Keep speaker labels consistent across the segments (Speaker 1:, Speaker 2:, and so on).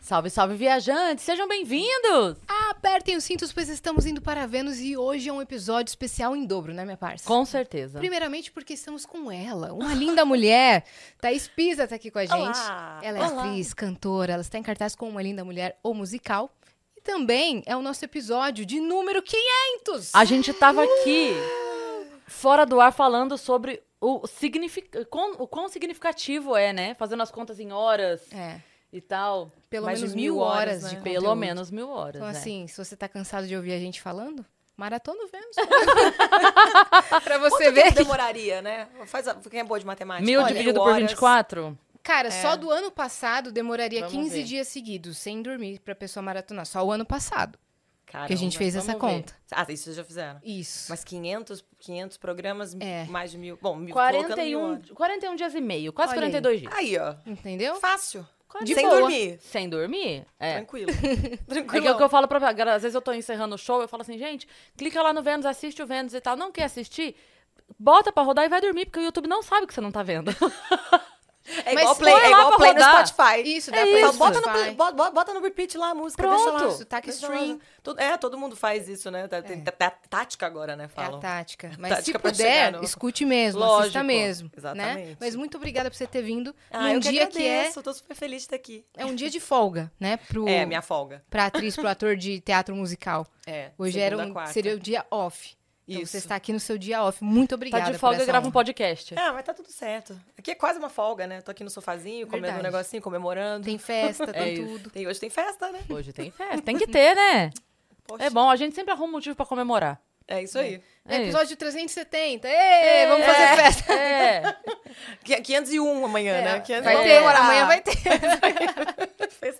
Speaker 1: Salve, salve, viajantes! Sejam bem-vindos!
Speaker 2: Apertem os cintos, pois estamos indo para Vênus e hoje é um episódio especial em dobro, né, minha parça?
Speaker 1: Com certeza.
Speaker 2: Primeiramente porque estamos com ela, uma linda mulher. Thaís Pisa tá aqui com a gente.
Speaker 1: Olá!
Speaker 2: Ela é
Speaker 1: Olá!
Speaker 2: atriz, cantora, ela está em cartaz com Uma Linda Mulher, o musical. E também é o nosso episódio de número 500!
Speaker 1: A gente tava aqui, fora do ar, falando sobre o, signific... quão, o quão significativo é, né? Fazendo as contas em horas
Speaker 2: É,
Speaker 1: e tal.
Speaker 2: pelo
Speaker 1: Mais de
Speaker 2: menos mil horas,
Speaker 1: né?
Speaker 2: de
Speaker 1: Pelo
Speaker 2: conteúdo.
Speaker 1: menos mil horas,
Speaker 2: É, Então,
Speaker 1: né?
Speaker 2: assim, se você tá cansado de ouvir a gente falando, maratona o Vênus. pra você
Speaker 3: Quanto
Speaker 2: ver
Speaker 3: tempo
Speaker 2: que
Speaker 3: demoraria, né? Faz a... Quem é boa de matemática?
Speaker 1: Mil
Speaker 3: Olha,
Speaker 1: dividido
Speaker 3: mil
Speaker 1: por
Speaker 3: horas.
Speaker 1: 24?
Speaker 2: Cara,
Speaker 3: É.
Speaker 2: só do ano passado demoraria
Speaker 1: Vamos
Speaker 2: 15
Speaker 1: ver.
Speaker 2: dias seguidos, sem dormir, pra pessoa maratonar. Só o ano passado
Speaker 3: Caramba.
Speaker 2: que a gente fez
Speaker 1: vamos
Speaker 2: essa
Speaker 1: ver.
Speaker 2: conta.
Speaker 3: Ah, isso vocês já fizeram.
Speaker 2: Isso.
Speaker 3: Mas 500, 500 programas,
Speaker 2: É.
Speaker 3: mais de mil... Bom, mil, colocando mil
Speaker 1: 41,
Speaker 3: horas.
Speaker 1: 41 dias um, e meio, quase
Speaker 2: Olha aí.
Speaker 1: 42 dias.
Speaker 3: Aí, ó.
Speaker 2: Entendeu?
Speaker 3: Fácil.
Speaker 1: Quase
Speaker 3: De Sem
Speaker 1: boa.
Speaker 3: dormir.
Speaker 1: Sem dormir? Então? É.
Speaker 3: Tranquilo.
Speaker 1: É
Speaker 3: Tranquilo.
Speaker 1: que é o que eu falo pra galera, às vezes eu tô encerrando o show, eu falo assim, gente, clica lá no Vênus, assiste o Vênus e tal. Não quer assistir? Bota pra rodar e vai dormir, porque o YouTube não sabe que você não tá vendo.
Speaker 3: É
Speaker 2: Mas
Speaker 3: igual play,
Speaker 1: põe lá
Speaker 3: é igual
Speaker 1: pra
Speaker 3: play no
Speaker 1: rodar.
Speaker 3: Spotify.
Speaker 2: Isso, dá
Speaker 3: É
Speaker 2: pra
Speaker 3: isso.
Speaker 2: isso.
Speaker 3: Bota, no,
Speaker 2: Spotify.
Speaker 3: play- bo- bo- bota no repeat lá a música, deixa lá.
Speaker 1: Pronto. É.
Speaker 2: Sotaque
Speaker 3: Deixa
Speaker 2: stream.
Speaker 3: lá. Todo- É, todo mundo faz isso, né? Tá- Tem tá- tática agora, né?
Speaker 2: É a
Speaker 1: tá.
Speaker 3: Falam.
Speaker 2: tática. Mas se
Speaker 3: tática pra chegar
Speaker 2: puder,
Speaker 3: no-
Speaker 2: escute mesmo, assista
Speaker 3: Lógico,
Speaker 2: mesmo. Né?
Speaker 3: exatamente.
Speaker 2: Mas muito obrigada por você ter vindo.
Speaker 3: Ah,
Speaker 2: num
Speaker 1: um
Speaker 3: eu
Speaker 2: dia
Speaker 3: que
Speaker 2: que é,
Speaker 3: agradeço. Tô super feliz de estar aqui.
Speaker 2: é um dia de folga, né? Pro,
Speaker 3: É, minha folga.
Speaker 2: Pra atriz, pro ator de teatro musical.
Speaker 3: É,
Speaker 2: Hoje
Speaker 3: segunda,
Speaker 2: era um,
Speaker 3: quarta.
Speaker 2: seria o dia off. Então
Speaker 3: Isso.
Speaker 2: você está aqui no seu dia off. Muito obrigada.
Speaker 1: tá de
Speaker 2: por
Speaker 1: folga,
Speaker 2: essa
Speaker 1: grava um
Speaker 2: honra.
Speaker 1: podcast.
Speaker 3: Ah, mas tá tudo certo. Aqui é quase uma folga, né? Tô aqui no sofazinho, comendo
Speaker 2: Verdade.
Speaker 3: um negocinho, comemorando.
Speaker 2: Tem festa,
Speaker 3: É
Speaker 2: tem
Speaker 1: isso.
Speaker 2: tudo.
Speaker 3: Tem- hoje tem festa, né?
Speaker 1: Hoje tem festa, tem que ter, né?
Speaker 3: Poxa,
Speaker 1: É bom, a gente sempre arruma um motivo pra comemorar.
Speaker 3: É isso aí.
Speaker 1: É isso.
Speaker 2: Episódio 370. Ei, vamos fazer
Speaker 1: É,
Speaker 2: festa.
Speaker 1: É.
Speaker 3: Qui- 501 amanhã, né? 500
Speaker 2: É. Vai
Speaker 1: Vamos
Speaker 2: ter,
Speaker 1: comemorar.
Speaker 2: amanhã vai ter.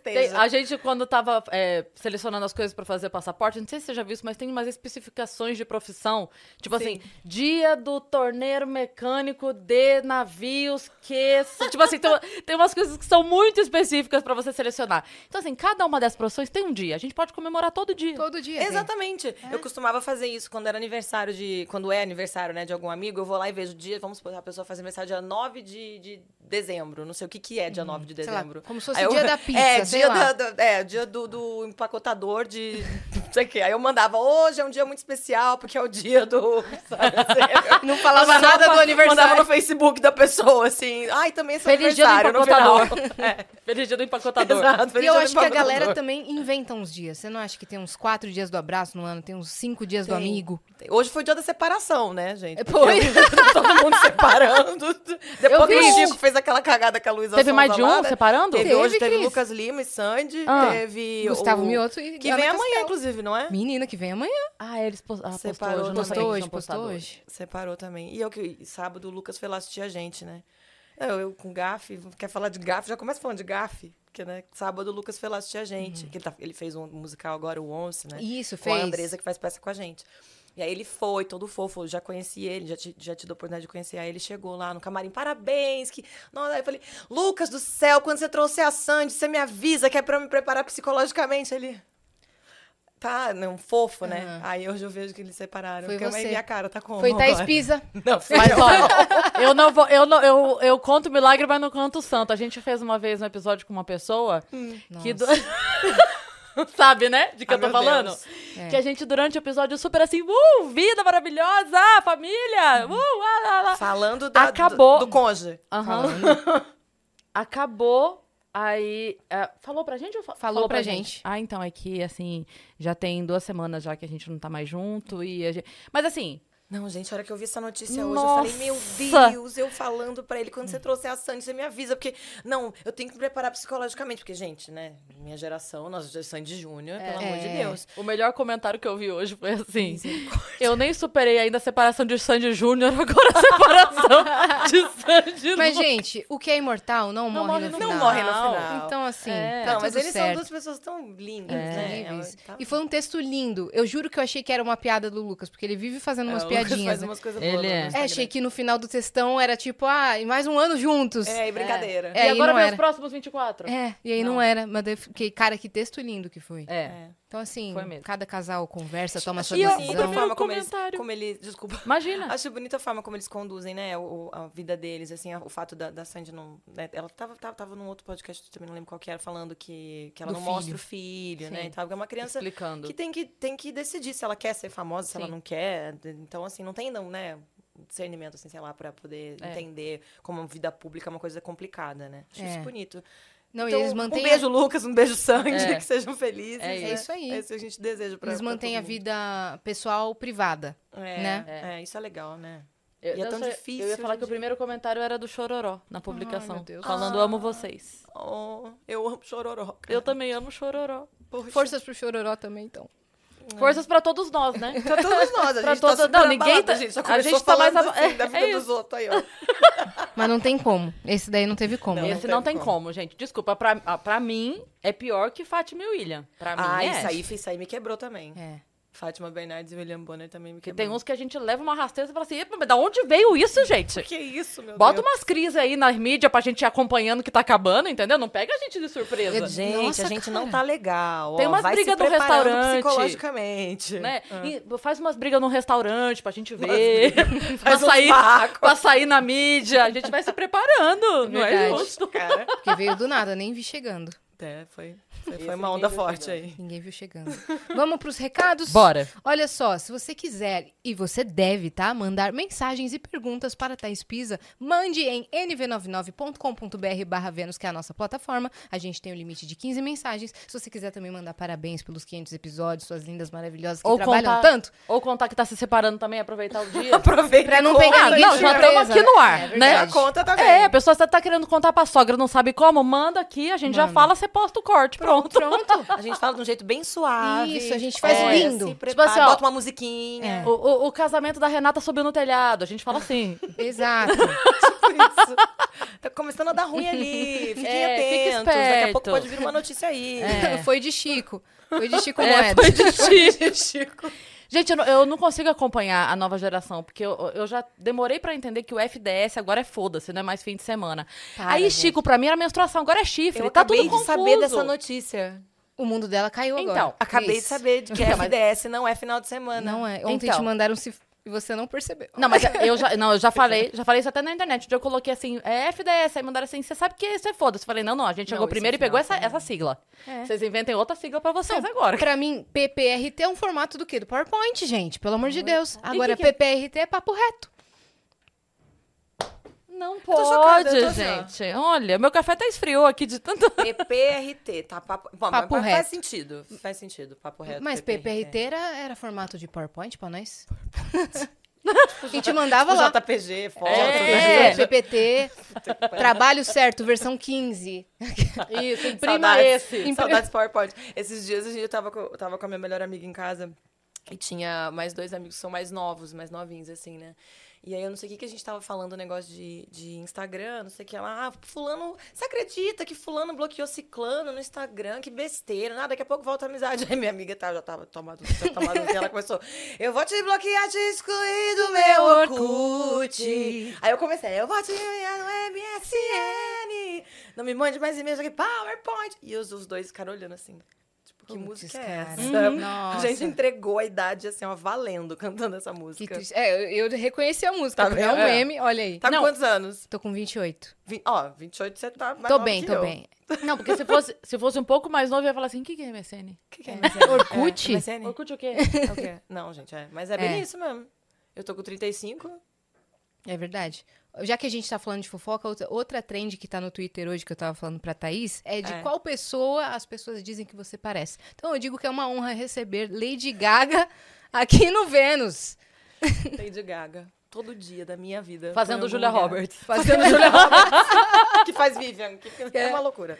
Speaker 1: Tem-
Speaker 3: Festeja.
Speaker 1: a gente, quando tava é, selecionando as coisas pra fazer passaporte, não sei se você já viu isso, mas tem umas especificações de profissão. Tipo assim, dia do torneiro mecânico de navios que. tipo assim, tem, tem umas coisas que são muito específicas pra você selecionar. Então, assim, cada uma dessas profissões tem um dia. A gente pode comemorar todo dia.
Speaker 2: Todo dia. tem. É.
Speaker 3: Exatamente. Eu costumava fazer isso quando era aniversário de. Quando é aniversário, né, de algum amigo, eu vou lá e vejo o dia. Vamos supor, a pessoa faz aniversário dia 9 de, de dezembro. Não sei o que, que é dia 9 de
Speaker 2: Uhum. Sei lá,
Speaker 3: dezembro.
Speaker 2: como se fosse
Speaker 3: Aí eu-
Speaker 2: assim, dia da pizza,
Speaker 3: É,
Speaker 2: sei
Speaker 3: dia,
Speaker 2: lá.
Speaker 3: da- da- é, dia do, do empacotador de. Não sei o que. Aí eu mandava, hoje é um dia muito especial, porque é o dia do. sabe, assim, eu-
Speaker 2: Não falava
Speaker 3: Mandava-
Speaker 2: nada do
Speaker 3: Mandava
Speaker 2: aniversário.
Speaker 3: no Facebook da pessoa, assim. Ai, também é seu
Speaker 1: Feliz dia do
Speaker 3: aniversário no final.
Speaker 1: empacotador. É, Feliz dia do empacotador.
Speaker 3: Exato,
Speaker 2: E
Speaker 3: feliz
Speaker 2: eu
Speaker 3: dia do
Speaker 2: acho que a
Speaker 3: empacotador.
Speaker 2: galera também inventa uns dias. Você não acha que tem uns quatro dias do abraço no ano, tem uns cinco dias do
Speaker 3: Tem.
Speaker 2: amigo?
Speaker 3: Hoje foi o dia da separação, né, gente?
Speaker 2: É, foi.
Speaker 3: Todo mundo separando.
Speaker 1: Eu
Speaker 3: Depois
Speaker 1: vi
Speaker 3: que o
Speaker 1: um.
Speaker 3: Chico fez aquela cagada com a Luísa
Speaker 1: Teve mais de
Speaker 3: Sonza
Speaker 1: um
Speaker 3: lá, né?
Speaker 1: separando?
Speaker 3: Teve,
Speaker 2: Teve,
Speaker 3: hoje, teve
Speaker 2: Cris.
Speaker 3: Lucas Lima e Sandy.
Speaker 1: Ah.
Speaker 3: Teve
Speaker 2: Gustavo
Speaker 3: o...
Speaker 2: Mioto e
Speaker 3: Que
Speaker 2: Ana
Speaker 3: vem
Speaker 2: Castela.
Speaker 3: amanhã, inclusive, não é?
Speaker 2: Menina, que vem amanhã.
Speaker 1: Ah, eles pos- ah, postou
Speaker 3: Separou,
Speaker 1: hoje. eu não sabia
Speaker 2: Postou
Speaker 1: que
Speaker 2: hoje,
Speaker 1: tinham postado
Speaker 2: postou hoje.
Speaker 3: Separou também. E eu que... Sábado o Lucas foi lá assistir a gente, né? Eu, eu com gafe. Quer falar de gafe? Já começa falando de gafe. Porque, né? Sábado o Lucas foi lá assistir a gente. Que ele, tá- ele fez um musical agora, o Once, né?
Speaker 2: Isso,
Speaker 3: com a
Speaker 2: fez.
Speaker 3: Andresa que faz peça com a gente. E aí ele foi, todo fofo, eu já conheci ele, já, te, já tive a oportunidade de conhecer. Aí ele chegou lá no camarim, parabéns, que... Nossa, aí eu falei, Lucas do céu, quando você trouxer a Sandy, você me avisa que é pra eu me preparar psicologicamente. Ele... Tá, não, fofo, né? Aí hoje eu vejo que eles separaram.
Speaker 2: Foi
Speaker 3: porque eu- aí
Speaker 2: você.
Speaker 3: minha cara tá como
Speaker 2: Foi Thaís
Speaker 3: agora?
Speaker 2: Pisa.
Speaker 3: Não, foi
Speaker 1: Mas
Speaker 3: eu.
Speaker 1: olha, eu não vou, eu não, eu, eu conto milagre, mas não canto santo. A gente fez uma vez um episódio com uma pessoa que do- sabe, né? De que
Speaker 3: Ah,
Speaker 1: eu tô
Speaker 3: meu
Speaker 1: falando?
Speaker 3: Deus. É.
Speaker 1: Que a gente durante o episódio super assim, uh, vida maravilhosa, família, uh, lá, lá, lá.
Speaker 3: Falando da- do-
Speaker 1: Acabou.
Speaker 3: do, conge.
Speaker 1: Aham. Acabou. Aí, é, falou pra gente ou fa-
Speaker 2: Falou pra gente.
Speaker 1: Ah, então, é que, assim, já tem duas semanas já que a gente não tá mais junto e a gente... Mas, assim,
Speaker 3: Não, gente, a hora que eu vi essa notícia hoje, eu falei,
Speaker 1: Nossa!
Speaker 3: meu Deus, eu falando pra ele, quando
Speaker 2: Hum.
Speaker 3: você trouxer a Sandy, você me avisa, porque, não, eu tenho que me preparar psicologicamente, porque, gente, né, minha geração, nós é Sandy Júnior, pelo amor de
Speaker 2: É.
Speaker 3: Deus.
Speaker 1: O melhor comentário que eu vi hoje foi assim: Eu nem superei ainda a separação de Sandy Júnior, agora a separação de Sandy
Speaker 2: Mas,
Speaker 1: Lu-
Speaker 2: gente, o que é imortal não, morre, no final.
Speaker 3: Não morre no final.
Speaker 2: Então, assim,
Speaker 1: É.
Speaker 2: tá
Speaker 3: não, mas
Speaker 2: tudo
Speaker 3: eles são
Speaker 2: certo. É.
Speaker 3: duas pessoas tão lindas, né?
Speaker 2: Incríveis.
Speaker 3: Ela tá-
Speaker 2: E foi um texto lindo. Eu juro que eu achei que era uma piada do Lucas, porque ele vive fazendo umas
Speaker 1: É, o
Speaker 3: Lucas faz
Speaker 2: piadinhas. né?
Speaker 3: umas coisas
Speaker 1: Ele
Speaker 3: boas. lá
Speaker 1: é.
Speaker 3: no
Speaker 1: É,
Speaker 2: É,
Speaker 3: Instagram.
Speaker 2: achei que no final do textão era tipo, ah, e mais um ano juntos. É,
Speaker 3: É, e brincadeira.
Speaker 2: É,
Speaker 1: e
Speaker 2: e
Speaker 1: agora
Speaker 2: não
Speaker 1: vem
Speaker 2: era. É.
Speaker 1: os próximos 24.
Speaker 2: e aí não,
Speaker 3: Não.
Speaker 2: era. Mas daí eu fiquei, cara, que texto lindo que foi.
Speaker 1: É.
Speaker 3: É.
Speaker 2: Então, assim,
Speaker 1: Foi mesmo.
Speaker 2: cada casal conversa, toma sua
Speaker 3: Acho
Speaker 1: eu-
Speaker 3: bonita a
Speaker 2: decisão.
Speaker 1: primeiro
Speaker 3: forma como eles,
Speaker 1: comentário.
Speaker 3: como eles. Desculpa.
Speaker 1: Imagina.
Speaker 3: Acho bonita a forma como eles conduzem, né? o- a vida deles, assim, a- o fato da, da Sandy não. né, Ela tava, tava, tava num outro podcast, também não lembro qual que era, falando que, que ela
Speaker 2: Do
Speaker 3: não mostra o filho, né?
Speaker 1: Sim.
Speaker 3: E tal, porque é uma criança
Speaker 1: Explicando.
Speaker 3: que tem, que tem que decidir se ela quer ser famosa, se ela
Speaker 1: Sim.
Speaker 3: não quer. Então, assim, não tem, não, né? Discernimento, assim, sei lá, pra poder
Speaker 1: É.
Speaker 3: entender como a vida pública é uma coisa complicada, né? Acho
Speaker 2: É.
Speaker 3: isso bonito.
Speaker 2: Não,
Speaker 3: Então,
Speaker 2: e eles mantêm.
Speaker 3: Um beijo, Lucas, um beijo, Sandy,
Speaker 1: É.
Speaker 3: que sejam felizes.
Speaker 1: É
Speaker 3: né?
Speaker 2: isso aí.
Speaker 3: É isso que a gente deseja pra
Speaker 2: Eles
Speaker 3: pra
Speaker 2: mantêm
Speaker 3: todo
Speaker 2: a
Speaker 3: mundo.
Speaker 2: vida pessoal privada.
Speaker 3: É,
Speaker 2: né?
Speaker 3: é, isso é legal, né?
Speaker 1: Eu,
Speaker 3: E é
Speaker 1: eu
Speaker 3: tão
Speaker 1: só-
Speaker 3: difícil
Speaker 1: Eu ia
Speaker 3: hoje
Speaker 1: falar
Speaker 3: em
Speaker 1: que o
Speaker 3: dia.
Speaker 1: primeiro comentário era do Chororó na publicação.
Speaker 2: meu Deus.
Speaker 3: Ah.
Speaker 1: Falando amo vocês.
Speaker 3: Oh, eu amo chororó. cara.
Speaker 1: Eu também amo Chororó.
Speaker 3: Poxa.
Speaker 2: Forças pro Chororó também, então.
Speaker 3: É.
Speaker 1: Forças pra todos nós, né?
Speaker 3: Pra todos nós, a
Speaker 1: Pra
Speaker 3: gente tá
Speaker 1: todos-
Speaker 3: super
Speaker 1: não, ninguém
Speaker 3: abalado,
Speaker 1: tá-
Speaker 3: gente. Só
Speaker 1: a
Speaker 3: começou
Speaker 1: gente tá mais
Speaker 3: falando
Speaker 1: aba-
Speaker 3: assim,
Speaker 1: é,
Speaker 3: da vida
Speaker 1: é
Speaker 3: dos
Speaker 1: isso.
Speaker 3: outros aí, ó.
Speaker 2: Mas não tem como. Esse daí não teve como,
Speaker 3: Não,
Speaker 2: né?
Speaker 1: Esse não tem como. gente. Desculpa, pra, ah, pra mim é pior que Fátima e William. Pra mim
Speaker 3: Ah,
Speaker 1: é.
Speaker 3: isso aí, isso aí me quebrou também.
Speaker 2: É.
Speaker 3: Fátima Bernardes e William Bonner também me
Speaker 1: Porque
Speaker 3: quebrou.
Speaker 1: tem uns que a gente leva uma rasteira e fala assim, "Epa, mas da onde veio isso, gente?
Speaker 3: Que isso, meu
Speaker 1: Bota
Speaker 3: Deus.
Speaker 1: umas crises aí na mídia pra gente ir acompanhando que tá acabando, entendeu? Não pega a gente de surpresa.
Speaker 3: Gente,
Speaker 2: Nossa,
Speaker 3: a gente
Speaker 2: cara.
Speaker 3: não tá legal.
Speaker 1: Tem
Speaker 3: ó,
Speaker 1: umas
Speaker 3: vai se
Speaker 1: briga do
Speaker 3: preparando
Speaker 1: restaurante.
Speaker 3: psicologicamente.
Speaker 1: né? E faz umas brigas num restaurante pra gente ver. pra,
Speaker 3: Faz um uns
Speaker 1: um sair,
Speaker 3: barracos.
Speaker 1: pra sair na mídia. A gente vai se preparando. não é
Speaker 2: Verdade.
Speaker 1: justo.
Speaker 3: Cara,
Speaker 2: Porque veio do nada, nem vi chegando.
Speaker 3: é, foi,
Speaker 1: Esse tá
Speaker 3: foi uma
Speaker 1: ninguém
Speaker 3: onda
Speaker 1: viu
Speaker 3: forte
Speaker 1: chegando.
Speaker 3: aí.
Speaker 2: Ninguém viu chegando. Vamos pros recados?
Speaker 1: Bora.
Speaker 2: Olha só, se você quiser e você deve, tá? Mandar mensagens e perguntas para a Thaís Pisa, mande em nv99.com.br barra Vênus, que é a nossa plataforma. A gente tem o limite de 15 mensagens. Se você quiser também mandar parabéns pelos 500 episódios, suas lindas maravilhosas que
Speaker 1: Ou
Speaker 2: trabalham
Speaker 1: contar-
Speaker 2: tanto,
Speaker 1: Ou contar que tá se separando também, aproveitar o dia.
Speaker 3: Aproveita
Speaker 2: pra
Speaker 3: e
Speaker 2: não
Speaker 3: conta,
Speaker 2: pegar
Speaker 1: Ah,
Speaker 2: ninguém
Speaker 1: não,
Speaker 2: de
Speaker 1: já
Speaker 2: surpresa,
Speaker 1: estamos aqui no ar,
Speaker 2: É
Speaker 1: né?
Speaker 2: verdade.
Speaker 3: A conta também.
Speaker 1: É, a pessoa tá querendo contar pra sogra, não sabe como, manda aqui, a gente já
Speaker 2: Manda.
Speaker 1: fala, você posta o corte, pronto.
Speaker 2: Pronto.
Speaker 3: A gente fala de um jeito bem suave.
Speaker 2: Isso, a gente faz
Speaker 3: Olha,
Speaker 2: lindo.
Speaker 3: se
Speaker 2: Tipo
Speaker 3: prepara,
Speaker 1: assim, ó, É.
Speaker 3: bota uma musiquinha.
Speaker 1: O, o- o casamento da Renata subiu no telhado, a gente fala assim.
Speaker 2: Exato.
Speaker 3: Tipo isso. Tá começando a dar ruim ali. Fiquem
Speaker 1: É, fique
Speaker 3: atentos. Daqui a pouco
Speaker 1: esperto.
Speaker 3: pode vir uma notícia aí.
Speaker 1: É.
Speaker 2: Foi de Chico. Foi de Chico
Speaker 1: É,
Speaker 2: Moedas.
Speaker 1: foi de Chico.
Speaker 3: Chico.
Speaker 1: Gente, eu não, eu não consigo acompanhar a nova geração, porque eu, eu já demorei pra entender que o FDS agora é foda-se, não é mais fim de semana.
Speaker 2: Para,
Speaker 1: Aí,
Speaker 2: gente.
Speaker 1: Chico, pra mim era menstruação, agora é chifre,
Speaker 3: Eu
Speaker 1: tá tudo
Speaker 3: acabei de
Speaker 1: confuso.
Speaker 3: saber dessa notícia.
Speaker 2: O mundo dela caiu agora.
Speaker 1: Então,
Speaker 3: Acabei de
Speaker 2: Cris,
Speaker 3: saber de que
Speaker 1: Então, mas-
Speaker 3: FDS não é final de semana.
Speaker 2: Não é. Ontem
Speaker 1: Então.
Speaker 2: te mandaram se e você não percebeu.
Speaker 1: Não, mas eu já, não, eu já falei, já falei isso até na internet. onde Eu coloquei assim, é FDS, aí mandaram assim, você sabe que isso é foda-se. Eu Falei, não, não, a gente
Speaker 3: Não,
Speaker 1: chegou
Speaker 3: isso é
Speaker 1: primeiro e
Speaker 3: final, é.
Speaker 1: pegou essa, essa sigla. Vocês inventem outra sigla pra vocês agora.
Speaker 2: Pra mim, PPRT é um formato do quê? Do PowerPoint, gente. Pelo amor de Deus.
Speaker 3: tá.
Speaker 2: Agora,
Speaker 1: que que é?
Speaker 2: PPRT é papo reto.
Speaker 1: Não
Speaker 3: tô chocada,
Speaker 1: pode,
Speaker 3: eu tô assim, ó.
Speaker 1: gente. Olha, meu café até esfriou aqui de tanto.
Speaker 3: PPRT, tá? Papo, Bom, mas
Speaker 2: Papo
Speaker 3: faz- faz
Speaker 2: reto.
Speaker 3: sentido. Faz sentido, papo reto.
Speaker 2: Mas PPRT era, era formato de PowerPoint pra nós? A gente mandava
Speaker 3: Tipo
Speaker 2: lá.
Speaker 3: JPG, foto.
Speaker 1: É.
Speaker 2: É, PPT, trabalho certo, versão 15.
Speaker 1: Isso, imprima
Speaker 3: Saudades,
Speaker 1: esse.
Speaker 3: Saudades PowerPoint. Esses dias a gente- eu tava, com, eu tava com a minha melhor amiga em casa e tinha mais dois amigos que são mais novos, mais novinhos, assim, né? E aí eu não sei o que, que a gente tava falando, negócio de, de Instagram, não sei o que lá. Ah, fulano, você acredita que fulano bloqueou ciclano no Instagram? Que besteira, nada, daqui a pouco volta a amizade. Aí minha amiga tá, já tava tomando, já tomando que ela começou, eu vou te bloquear, te excluir do meu Orkut. Aí eu comecei, eu vou te enviar no MSN. Não me mande mais e-mails aqui, PowerPoint. E os, os dois ficaram olhando assim. Tipo, que
Speaker 2: Putz,
Speaker 3: música é
Speaker 2: cara.
Speaker 3: essa?
Speaker 2: Uhum.
Speaker 3: A gente
Speaker 2: Nossa.
Speaker 3: entregou a idade, assim, ó, valendo, cantando essa música.
Speaker 2: Que triste. É, eu eu reconheci a música,
Speaker 3: Tá
Speaker 2: porque é um
Speaker 3: vendo? É.
Speaker 2: meme, olha aí.
Speaker 3: Tá com
Speaker 1: Não.
Speaker 3: quantos anos?
Speaker 2: Tô com 28.
Speaker 3: Vin- Ó, 28 você tá mais
Speaker 2: tô
Speaker 3: nova
Speaker 2: bem,
Speaker 3: que
Speaker 2: tô
Speaker 3: eu.
Speaker 2: bem.
Speaker 1: Não, porque se fosse, se fosse um pouco mais novo, eu ia falar assim, o que, que é MSN?
Speaker 3: O que, que é MSN?
Speaker 2: Orkut?
Speaker 3: É, MSN?
Speaker 1: Orkut o quê?
Speaker 3: É o quê? Não, gente, é. Mas é
Speaker 2: É.
Speaker 3: bem isso mesmo. Eu tô com 35.
Speaker 2: É verdade. Já que a gente tá falando de fofoca, outra, outra trend que tá no Twitter hoje que eu tava falando pra Thaís é de
Speaker 3: É.
Speaker 2: qual pessoa as pessoas dizem que você parece. Então eu digo que é uma honra receber Lady Gaga aqui no Vênus.
Speaker 3: Lady Gaga. Todo dia da minha vida.
Speaker 1: Fazendo
Speaker 3: Tô em algum
Speaker 1: Julia
Speaker 3: lugar.
Speaker 1: Roberts.
Speaker 2: Fazendo Julia
Speaker 3: que faz Vivian. Que é, uma loucura.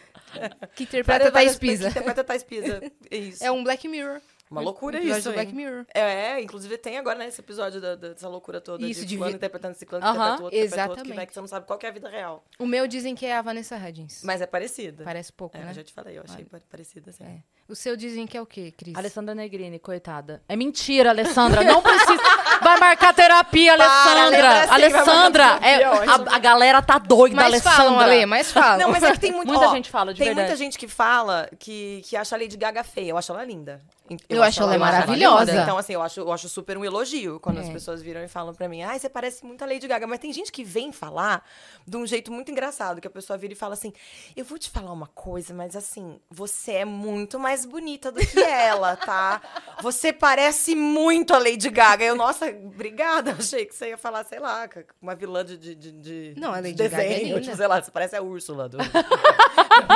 Speaker 2: que interpreta
Speaker 3: Várias-
Speaker 2: Thaís
Speaker 3: várias- que
Speaker 2: Pisa.
Speaker 3: Interpreta Thaís Pisa. É isso.
Speaker 2: É um Black Mirror.
Speaker 3: uma loucura
Speaker 2: Um episódio
Speaker 3: isso,
Speaker 2: do
Speaker 3: hein?
Speaker 2: Black Mirror.
Speaker 3: É, é, inclusive tem agora, né, esse episódio da- da- dessa loucura toda
Speaker 2: Isso,
Speaker 3: de
Speaker 2: de
Speaker 3: fulano
Speaker 2: vi-
Speaker 3: interpretando ciclano,
Speaker 1: Aham,
Speaker 3: interpreta outro, interpreta outro, que vai
Speaker 2: exatamente.
Speaker 3: que você não sabe qual que é a vida real.
Speaker 2: O meu dizem que é a Vanessa Hudgens.
Speaker 3: Mas é parecida.
Speaker 2: Parece pouco,
Speaker 3: É,
Speaker 2: né?
Speaker 3: eu já te falei, eu achei
Speaker 2: Olha.
Speaker 3: pa- parecida, assim.
Speaker 2: É. O seu dizem que é o quê, Cris?
Speaker 1: Alessandra Negrini, coitada. É mentira, Alessandra. Não precisa. Vai marcar terapia, Alessandra.
Speaker 3: lembra assim,
Speaker 1: Alessandra,
Speaker 3: vai marcar
Speaker 1: é,
Speaker 3: terapia, ó, isso.
Speaker 1: a, a galera tá doida,
Speaker 2: Mas
Speaker 1: Alessandra.
Speaker 2: falam, Ale, mas falam.
Speaker 3: Não, mas é que tem muito,
Speaker 1: Muita
Speaker 3: ó,
Speaker 1: gente fala, de
Speaker 3: Tem
Speaker 1: verdade.
Speaker 3: muita gente que fala que, que acha a Lady Gaga feia. Eu acho ela linda.
Speaker 2: Eu acho ela maravilhosa.
Speaker 3: Então, assim, eu acho, eu acho super um elogio quando as
Speaker 2: É.
Speaker 3: pessoas viram e falam pra mim, ai, você parece muito a Lady Gaga. Mas tem gente que vem falar de um jeito muito engraçado, que a pessoa vira e fala assim, eu vou te falar uma coisa, mas assim, você é muito mais bonita do que ela, tá? Você parece muito a Lady Gaga. Eu, nossa, obrigada. Achei que você ia falar, sei lá, uma vilã de, de, de- de-
Speaker 2: Não, a
Speaker 3: de
Speaker 2: Lady
Speaker 3: desenho,
Speaker 2: Gaga é linda.
Speaker 3: tipo, sei lá, você parece a Úrsula do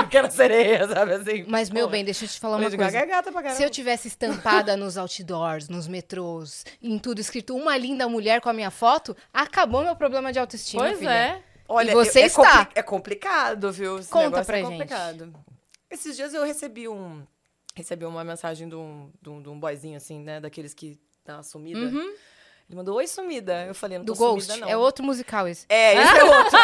Speaker 3: Pequena sereia, sabe assim?
Speaker 2: Mas, meu
Speaker 3: Pô,
Speaker 2: bem, deixa eu te falar uma
Speaker 3: Lady
Speaker 2: coisa.
Speaker 3: Gaga é gata pra caramba.
Speaker 2: Se eu tivesse estampada nos outdoors, nos metrôs, em tudo escrito uma linda mulher com a minha foto, acabou meu problema de autoestima,
Speaker 1: Pois
Speaker 2: filha.
Speaker 1: é.
Speaker 3: Olha,
Speaker 2: E você
Speaker 3: é, é compli-
Speaker 2: está.
Speaker 3: é complicado, viu? Esse
Speaker 2: Conta
Speaker 3: negócio
Speaker 2: pra
Speaker 3: é
Speaker 2: gente.
Speaker 3: complicado. Esses dias eu recebi um... Recebi uma mensagem de um, de um, de um boyzinho, assim, né? Daqueles que dá uma sumida. Ele mandou, oi, sumida. Eu falei, não tô
Speaker 2: Uhum. Do Ghost.
Speaker 3: sumida, não.
Speaker 2: É outro musical esse.
Speaker 3: É, esse é outro. que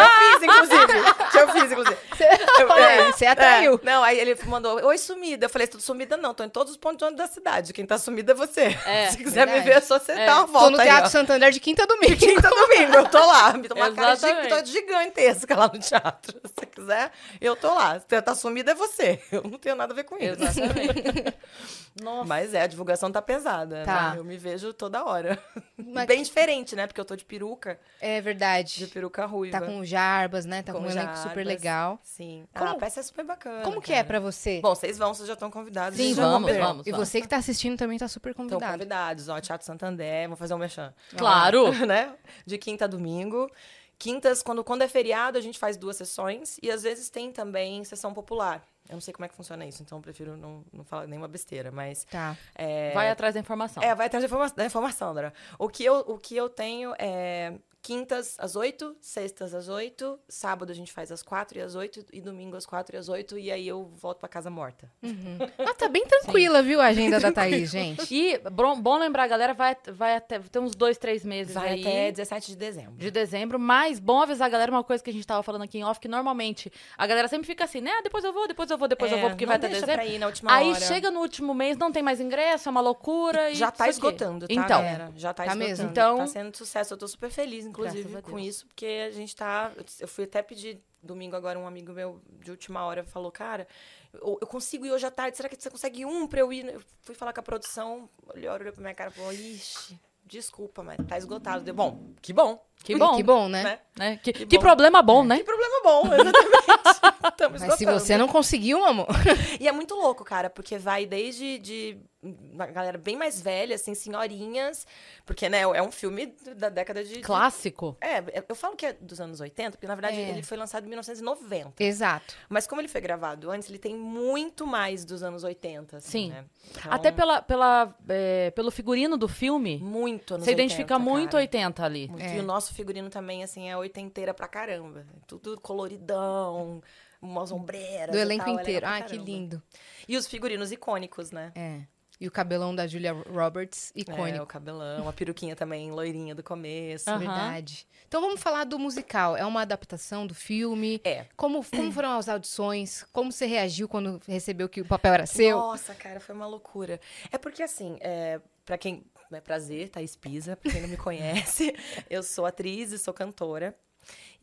Speaker 3: eu fiz, inclusive. Que eu fiz, inclusive. Eu-
Speaker 2: Fala aí, você atraiu.
Speaker 3: é. Não, aí ele mandou, oi, sumida. Eu falei, tô sumida não, tô em todos os pontos ônibus da cidade. Quem tá sumida é você.
Speaker 1: É,
Speaker 3: Se quiser me
Speaker 2: verdade.
Speaker 3: ver, é só você dar uma volta
Speaker 2: Tô no
Speaker 3: aí,
Speaker 2: Teatro
Speaker 3: ó.
Speaker 2: Santander de quinta a domingo.
Speaker 3: Quinta domingo, eu tô lá. Me dá uma cara de,
Speaker 1: Exatamente.
Speaker 3: tô gigantesca lá no teatro. Se você quiser, eu tô lá. Se tá sumida é você. Eu não tenho nada a ver com isso.
Speaker 1: Exatamente. Nossa.
Speaker 3: Mas é, a divulgação tá pesada.
Speaker 2: Tá.
Speaker 3: né? Eu me vejo toda hora.
Speaker 2: Mas-
Speaker 3: Bem diferente, né? Porque eu tô de peruca,
Speaker 2: É
Speaker 3: de
Speaker 2: verdade.
Speaker 3: peruca ruiva.
Speaker 2: Tá com o Jarbas, né? Tá com,
Speaker 3: Com
Speaker 2: um elenco super
Speaker 3: Jarbas.
Speaker 2: legal.
Speaker 3: Sim.
Speaker 2: Como-
Speaker 3: Ah, a peça é super bacana.
Speaker 2: Como que é
Speaker 3: cara.
Speaker 2: pra você?
Speaker 3: Bom, vocês vão, vocês já estão convidados.
Speaker 1: Sim,
Speaker 3: vocês já
Speaker 1: vamos,
Speaker 3: vão ver.
Speaker 1: vamos.
Speaker 2: E você que tá assistindo também tá super
Speaker 3: Estão
Speaker 2: convidado.
Speaker 3: convidados, ó, Teatro Santander, vou fazer um merchan.
Speaker 1: Claro.
Speaker 3: né? De quinta a domingo. Quintas, quando, quando é feriado, a gente faz duas sessões e às vezes tem também sessão popular. Eu não sei como é que funciona isso, então eu prefiro não, não falar nenhuma besteira, mas.
Speaker 2: Tá.
Speaker 3: é,
Speaker 1: Vai atrás da informação.
Speaker 3: é, vai atrás da informa- da informação, Dora. O que eu, o que eu tenho é quintas às oito, sextas às oito, sábado a gente faz às quatro e às oito, e domingo às quatro e às oito, e aí eu volto pra casa morta.
Speaker 2: Mas tá bem tranquila, viu, a agenda da Thaís, gente?
Speaker 1: E bom, bom lembrar, galera, vai, vai até. Tem uns dois, três meses
Speaker 3: Vai
Speaker 1: aí.
Speaker 3: até 17 de dezembro.
Speaker 1: de dezembro, mas bom avisar a galera uma coisa que a gente tava falando aqui em off, que normalmente a galera sempre fica assim, né? Ah, depois eu vou, depois eu vou, depois eu
Speaker 3: É,
Speaker 1: vou, porque
Speaker 3: não
Speaker 1: vai até
Speaker 3: deixa
Speaker 1: dezembro.
Speaker 3: pra ir na última
Speaker 1: Aí
Speaker 3: hora.
Speaker 1: chega no último mês, não tem mais ingresso, é uma loucura. E
Speaker 3: Já tá
Speaker 1: isso aqui.
Speaker 3: esgotando, tá,
Speaker 1: Então,
Speaker 3: galera? Já tá,
Speaker 2: Tá
Speaker 3: esgotando.
Speaker 2: mesmo.
Speaker 1: Então-
Speaker 3: Tá sendo sucesso. Eu tô super feliz,
Speaker 1: Graças a
Speaker 3: inclusive,
Speaker 1: Deus.
Speaker 3: com isso, porque a gente tá. Eu fui até pedir domingo agora, um amigo meu de última hora falou: Cara, eu, eu consigo ir hoje à tarde, será que você consegue um pra eu ir? Eu fui falar com a produção, olhou, olhou pra minha cara e falou: Ixi, desculpa, mas tá esgotado. Deu, bom, que bom.
Speaker 1: que bom,
Speaker 2: Que bom, né?
Speaker 3: Né?
Speaker 1: né? Que, que,
Speaker 3: Que bom. É.
Speaker 1: problema bom, né?
Speaker 3: Que problema bom, exatamente. Tamo
Speaker 2: Mas se
Speaker 3: esgotando.
Speaker 2: você não conseguiu, amor.
Speaker 3: E é muito louco, cara, porque vai desde de uma galera bem mais velha, assim, senhorinhas, porque, né, é um filme da década de... de-
Speaker 1: Clássico.
Speaker 3: É, eu falo que é dos anos 80, porque, na verdade,
Speaker 2: É.
Speaker 3: ele foi lançado em 1990.
Speaker 2: Exato.
Speaker 3: Mas como ele foi gravado antes, ele tem muito mais dos anos 80, assim,
Speaker 1: Sim.
Speaker 3: né? Então,
Speaker 1: Até pela, pela, é, pelo figurino do filme,
Speaker 3: Muito anos
Speaker 1: você identifica
Speaker 3: 80,
Speaker 1: muito
Speaker 3: cara.
Speaker 1: 80 ali.
Speaker 3: Muito.
Speaker 2: É.
Speaker 3: E o nosso figurino também, assim, é oitenteira pra caramba. Tudo coloridão, umas ombreiras
Speaker 2: Do
Speaker 3: e
Speaker 2: elenco
Speaker 3: tal, é legal
Speaker 2: inteiro.
Speaker 3: pra
Speaker 2: Ai, que
Speaker 3: caramba.
Speaker 2: lindo.
Speaker 3: E os figurinos icônicos, né?
Speaker 2: É. E o cabelão da Julia Roberts,
Speaker 3: É,
Speaker 2: icônico.
Speaker 3: o cabelão, a peruquinha também, loirinha do começo.
Speaker 1: Aham.
Speaker 2: Verdade. Então vamos falar do musical. É uma adaptação do filme.
Speaker 3: É.
Speaker 2: Como, como foram as audições? Como você reagiu quando recebeu que o papel era seu?
Speaker 3: Nossa, cara, foi uma loucura. É porque assim, é, para quem. É prazer, Thaís Pisa, pra quem não me conhece, eu sou atriz e sou cantora.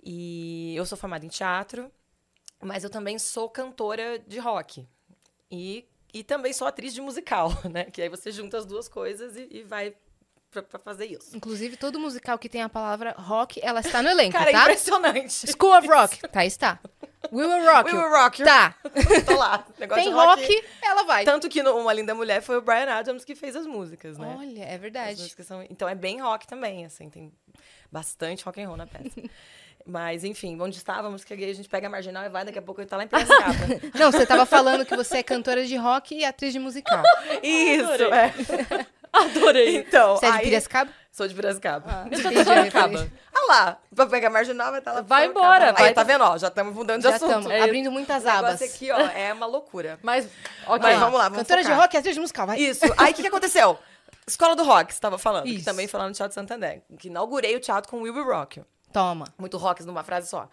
Speaker 3: E eu sou formada em teatro, mas eu também sou cantora de rock. E, e também sou atriz de musical, né? Que aí você junta as duas coisas e, e vai pra, pra fazer isso.
Speaker 2: Inclusive, todo musical que tem a palavra rock, ela está no elenco,
Speaker 3: Cara, é
Speaker 2: tá?
Speaker 3: impressionante.
Speaker 2: School of Rock. Tá, está. We Will Rock.
Speaker 3: We Will Rock You.
Speaker 2: Tá.
Speaker 3: Tô lá. Negócio
Speaker 2: Tem
Speaker 3: de
Speaker 2: rock, ela vai.
Speaker 3: Tanto que no Uma Linda Mulher foi o Brian Adams que fez as músicas, né?
Speaker 2: Olha, é
Speaker 3: As
Speaker 2: verdade.
Speaker 3: músicas são- Então é bem rock também, assim, tem bastante rock and roll na peça. Mas, enfim, onde estávamos, que a gente pega a marginal e vai, daqui a pouco ele tá lá em Piracicaba.
Speaker 2: Não, você tava falando que você é cantora de rock e atriz de musical.
Speaker 3: Isso, é.
Speaker 1: Adorei.
Speaker 3: Então,
Speaker 2: Você é de
Speaker 3: aí-
Speaker 2: Piracicaba?
Speaker 3: Sou de Piracicaba.
Speaker 1: Eu sou
Speaker 2: entendi a
Speaker 1: Sorocaba.
Speaker 2: referência.
Speaker 3: Ah lá, vai pegar a marginal, vai estar lá. pra
Speaker 1: Vai
Speaker 3: Sorocaba.
Speaker 1: embora,
Speaker 3: Aí,
Speaker 1: vai.
Speaker 3: tá vendo, ó, já estamos mudando de
Speaker 2: Já
Speaker 3: assunto.
Speaker 2: estamos
Speaker 3: Assunto.
Speaker 2: abrindo muitas
Speaker 3: O
Speaker 2: abas.
Speaker 3: negócio aqui, ó, é uma loucura.
Speaker 1: Mas, ok.
Speaker 3: Mas vamos lá, vamos
Speaker 2: Cantora de
Speaker 3: focar.
Speaker 2: rock e atriz de musical, vai.
Speaker 3: Isso. Aí o que, que aconteceu? Escola do Rock, você estava falando.
Speaker 2: Isso.
Speaker 3: Que também foi lá no Teatro Santander. Que inaugurei o teatro com o Will Rock.
Speaker 2: Toma.
Speaker 3: Muito rocks numa frase só.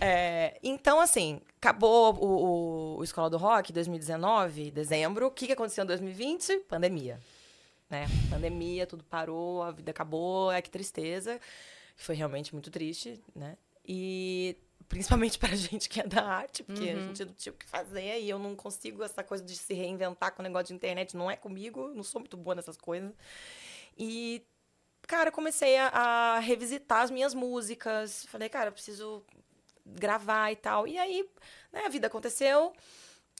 Speaker 3: É, então, assim, acabou o, o- o Escola do Rock 2019, dezembro. O que, que aconteceu em 2020? Pandemia. Né? Pandemia, tudo parou, a vida acabou. É que tristeza. Foi realmente muito triste, né? E principalmente pra gente que é da arte, porque a gente não tinha o que fazer e eu não consigo essa coisa de se reinventar com o negócio de internet. Não é comigo, não sou muito boa nessas coisas. E cara, eu comecei a, a revisitar as minhas músicas. Falei, cara, eu preciso gravar e tal. E aí, né, a vida aconteceu,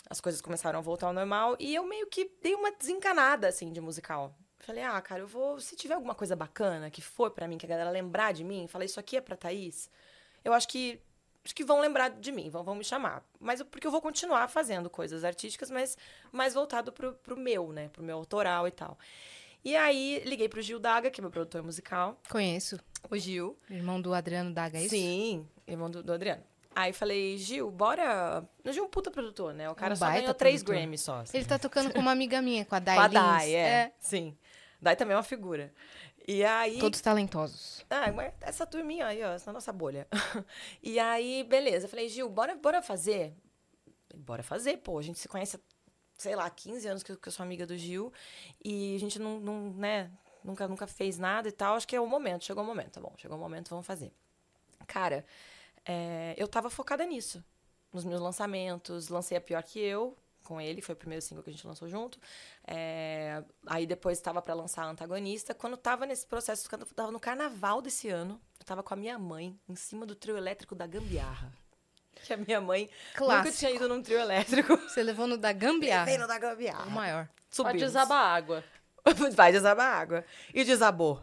Speaker 3: as coisas começaram a voltar ao normal e eu meio que dei uma desencanada, assim, de musical. Falei, ah, cara, eu vou. Se tiver alguma coisa bacana que for pra mim, que a galera lembrar de mim, falei, isso aqui é pra Thaís, eu acho que. Acho que vão lembrar de mim, vão, vão me chamar. Mas eu- porque eu vou continuar fazendo coisas artísticas, mas mais voltado pro, pro meu, né? Pro meu autoral e tal. E aí liguei pro Gil Daga, que é meu produtor musical.
Speaker 2: Conheço.
Speaker 3: O Gil.
Speaker 2: Irmão do Adriano Daga, é isso?
Speaker 3: Sim, irmão do, do Adriano. Aí falei, Gil, bora. O Gil é um puta produtor, né? O cara
Speaker 2: Um
Speaker 3: só
Speaker 2: baita
Speaker 3: ganhou três
Speaker 2: produtor.
Speaker 3: Grammys só. assim.
Speaker 2: Ele tá tocando com uma amiga minha, com a Dai
Speaker 3: Com a
Speaker 2: Lins.
Speaker 3: Dai, é. Sim. Dai também é uma figura. E aí.
Speaker 2: Todos talentosos.
Speaker 3: Ah, mas essa turminha aí, ó, essa nossa bolha. e aí, beleza. Eu falei, Gil, bora, bora fazer? Ele, Bora fazer, pô. A gente se conhece, há, sei lá, 15 anos que eu, que eu sou amiga do Gil. E a gente não, não, né, nunca, nunca fez nada e tal. Acho que é o momento, chegou o momento, tá bom. Chegou o momento, vamos fazer. Cara, é, eu tava focada nisso. Nos meus lançamentos, lancei a Pior Que Eu com ele, foi o primeiro single que a gente lançou junto. É, aí depois tava pra lançar a Antagonista. Quando tava nesse processo, quando eu tava no carnaval desse ano, eu tava com a minha mãe em cima do trio elétrico da Gambiarra. Que a minha mãe nunca
Speaker 2: Clássico.
Speaker 3: tinha ido num trio elétrico.
Speaker 2: Você levou no da Gambiarra.
Speaker 3: Veio no da Gambiarra.
Speaker 2: O maior.
Speaker 1: Pode
Speaker 3: Subimos.
Speaker 1: desabar a água.
Speaker 3: Vai desabar a água. E desabou.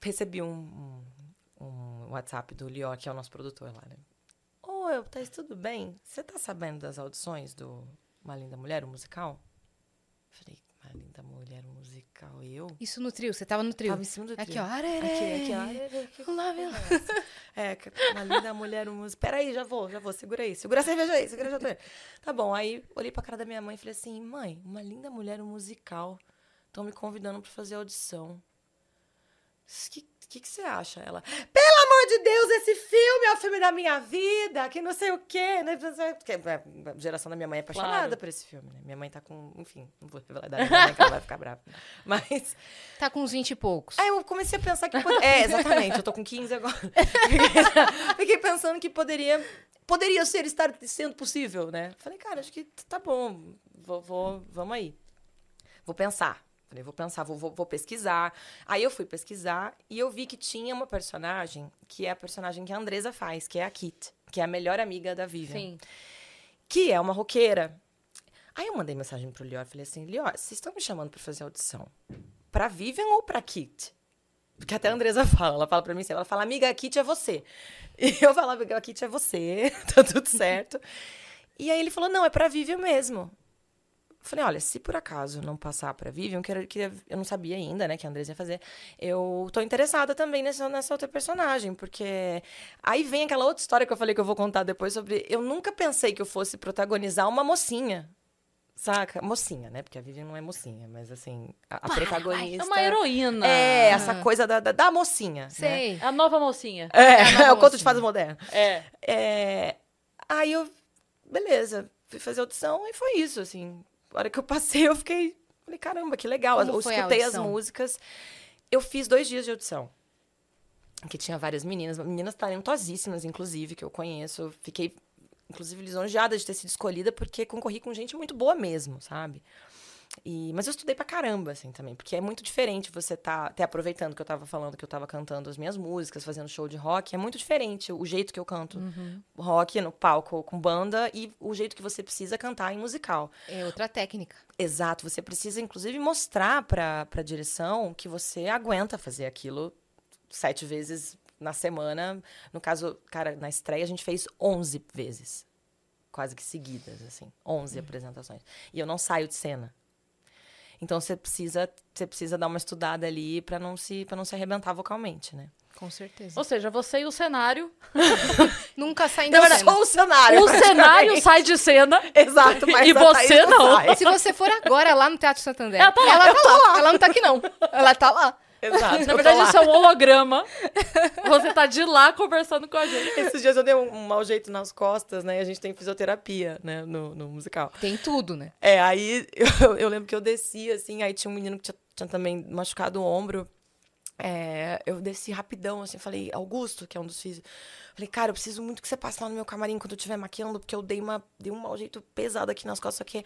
Speaker 3: Recebi um, um- um WhatsApp do Lior, que é o nosso produtor lá, né? Ô, eu Thaís, tudo bem? Você tá sabendo das audições do Uma Linda Mulher, o musical? Falei, Uma Linda Mulher, o musical, eu?
Speaker 2: Isso no trio, você tava no trio.
Speaker 3: Tava em cima do trio.
Speaker 2: Aqui, ó.
Speaker 3: Aqui, aqui, ó. É, uma linda mulher, um músico. Peraí, já vou, já vou, segura aí. Segura a cerveja aí, segura a cerveja aí. Tá bom, aí olhei pra cara da minha mãe e falei assim: mãe, uma linda mulher, um musical. Estão me convidando pra fazer audição. O que, que, que você acha? Ela, pelo amor de Deus, esse filme é o filme da minha vida, que não sei o quê. Né? Porque a geração da minha mãe é apaixonada
Speaker 1: Claro.
Speaker 3: por esse filme, né? Minha mãe tá com. Enfim, não vou revelar a idade da minha mãe, que ela vai ficar brava. Mas.
Speaker 2: Tá com uns 20 e poucos.
Speaker 3: Aí eu comecei a pensar que. pod- É, exatamente, eu tô com 15 agora. Fiquei pensando que poderia. Poderia ser estar sendo possível, né? Falei, cara, acho que tá bom. Vou, vou, vamos aí. Vou pensar. Falei, vou pensar, vou, vou, vou pesquisar. Aí eu fui pesquisar e eu vi que tinha uma personagem que é a personagem que a Andresa faz, que é a Kit, que é a melhor amiga da Vivian
Speaker 1: Sim.
Speaker 3: que é uma roqueira. Aí eu mandei mensagem pro Lior, falei assim, Lior, vocês estão me chamando pra fazer audição? Pra Vivian ou pra Kit? Porque até a Andresa fala, ela fala pra mim sempre, ela fala, amiga, a Kit é você. E eu falo, amiga, a Kit é você, tá tudo certo. e aí ele falou, não, é pra Vivian mesmo. Eu Falei, olha, se por acaso não passar pra Vivian, que era- que eu não sabia ainda, né, que a Andresa ia fazer, eu tô interessada também nessa, nessa outra personagem, porque aí vem aquela outra história que eu falei que eu vou contar depois sobre. Eu nunca pensei que eu fosse protagonizar uma mocinha. Saca? Mocinha, né? Porque a Vivian não é mocinha, mas assim, a, a protagonista.
Speaker 1: É uma heroína.
Speaker 3: É, essa coisa da, da, da mocinha. Né?
Speaker 2: Sei.
Speaker 1: É a nova mocinha.
Speaker 3: É,
Speaker 2: a nova
Speaker 3: é o conto de
Speaker 2: mocinha.
Speaker 3: fadas moderno.
Speaker 1: É.
Speaker 3: É, Aí eu, beleza, fui fazer audição e foi isso, assim. A hora que eu passei, eu fiquei. Falei, caramba, que legal.
Speaker 2: Como
Speaker 3: eu
Speaker 2: foi a
Speaker 3: escutei as
Speaker 2: audição?
Speaker 3: músicas. Eu fiz dois dias de audição. Que tinha várias meninas, meninas talentosíssimas, inclusive, que eu conheço. Eu Fiquei, inclusive, lisonjeada de ter sido escolhida, porque concorri com gente muito boa mesmo, sabe? E- mas eu estudei pra caramba, assim, também. Porque é muito diferente você tá... Até aproveitando que eu tava falando que eu tava cantando as minhas músicas, fazendo show de rock. É muito diferente o jeito que eu canto rock no palco com banda e o jeito que você precisa cantar em musical.
Speaker 2: É outra técnica.
Speaker 3: Exato. Você precisa, inclusive, mostrar pra, pra direção que você aguenta fazer aquilo sete vezes na semana. No caso, cara, na estreia a gente fez 11 vezes. Quase que seguidas, assim.
Speaker 1: Hum.
Speaker 3: 11 apresentações. E eu não saio de cena. Então você precisa, você precisa dar uma estudada ali pra não se para não se arrebentar vocalmente, né?
Speaker 2: Com certeza.
Speaker 1: Ou seja, você e o cenário.
Speaker 2: Nunca sai
Speaker 3: Então
Speaker 2: da
Speaker 3: era
Speaker 2: cena.
Speaker 3: só o cenário.
Speaker 1: assim, O cenário sai de cena.
Speaker 3: Exato, mas
Speaker 1: E
Speaker 3: a Thaís
Speaker 1: você não.
Speaker 3: sai.
Speaker 2: Se você for agora lá no Teatro Santander,
Speaker 1: Ela tá lá.
Speaker 2: ela, tá lá. ela não tá aqui, não. Ela tá lá.
Speaker 3: Exato.
Speaker 1: Na verdade, isso é um holograma. Você tá de lá conversando com a gente.
Speaker 3: Esses dias eu dei um, um mau jeito nas costas, né? E a gente tem fisioterapia, né? No, no musical.
Speaker 2: Tem tudo, né?
Speaker 3: É, aí eu, eu lembro que eu desci, assim, aí tinha um menino que tinha, tinha também machucado o ombro. É, eu desci rapidão, assim, falei, Augusto, que é um dos filhos, falei, cara, eu preciso muito que você passe lá no meu camarim quando eu estiver maquiando, porque eu dei, uma, dei um mau jeito pesado aqui nas costas, só que,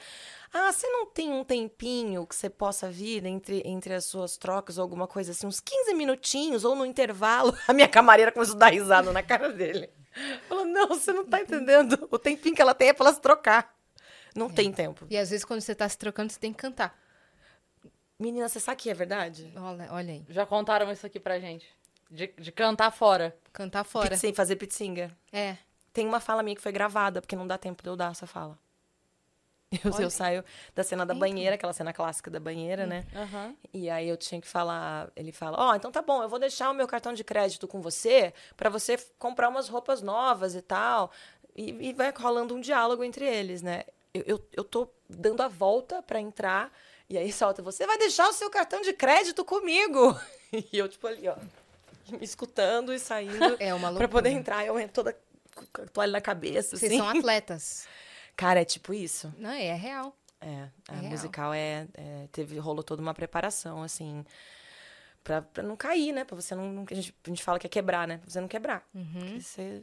Speaker 3: ah, você não tem um tempinho que você possa vir entre, entre as suas trocas ou alguma coisa assim, uns 15 minutinhos ou no intervalo? A minha camareira começou a dar risada na cara dele. Falou, não, você não tá entendendo, o tempinho que ela tem é pra ela se trocar. Não tem tempo.
Speaker 2: E às vezes quando você tá se trocando, você tem que cantar.
Speaker 3: Menina, você sabe que é verdade?
Speaker 2: Olha, olha aí.
Speaker 1: Já contaram isso aqui pra gente. De, de cantar fora.
Speaker 2: Cantar fora.
Speaker 3: Sem fazer pizzinga.
Speaker 2: É.
Speaker 3: Tem uma fala minha que foi gravada, porque não dá tempo de eu dar essa fala. Eu, eu saio da cena da banheira, aquela cena clássica da banheira, né?
Speaker 1: Aham.
Speaker 3: E aí eu tinha que falar, ele fala: "Ó, então tá bom, eu vou deixar o meu cartão de crédito com você pra você f- comprar umas roupas novas e tal". E, e vai rolando um diálogo entre eles, né? Eu, eu, eu tô dando a volta pra entrar e aí solta: "Você vai deixar o seu cartão de crédito comigo". E eu tipo ali, ó, me escutando e saindo
Speaker 2: É uma
Speaker 3: pra
Speaker 2: loucura.
Speaker 3: poder entrar, eu entro toda com a toalha na cabeça,
Speaker 2: Vocês
Speaker 3: assim.
Speaker 2: são atletas.
Speaker 3: Cara, é tipo isso.
Speaker 2: Não, é real.
Speaker 3: É, a
Speaker 2: Real.
Speaker 3: musical é, é, teve rolou toda uma preparação assim pra, pra não cair, né? Pra você não, não- a, gente, a gente fala que é quebrar, né? Pra você não quebrar. Porque você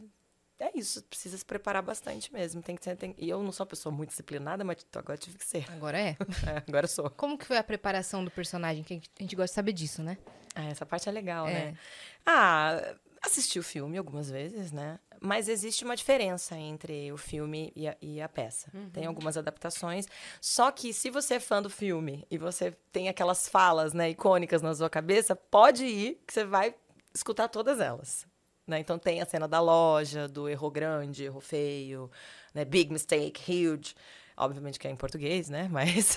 Speaker 3: é isso, precisa se preparar bastante mesmo. Tem que ser, tem- e eu não sou uma pessoa muito disciplinada, mas t- agora tive que ser.
Speaker 2: Agora é.
Speaker 3: É, agora eu sou.
Speaker 2: Como que foi a preparação do personagem? Que a gente- a gente gosta de saber disso, né?
Speaker 3: Ah, essa parte é legal,
Speaker 2: É.
Speaker 3: né? Ah, assisti o filme algumas vezes, né? Mas existe uma diferença entre o filme e a, e a peça. Tem algumas adaptações. Só que se você é fã do filme e você tem aquelas falas né, icônicas na sua cabeça, pode ir que você vai escutar todas elas. Né? Então tem a cena da loja, do erro grande, erro feio, né? big mistake, huge. Obviamente que é em português, né? Mas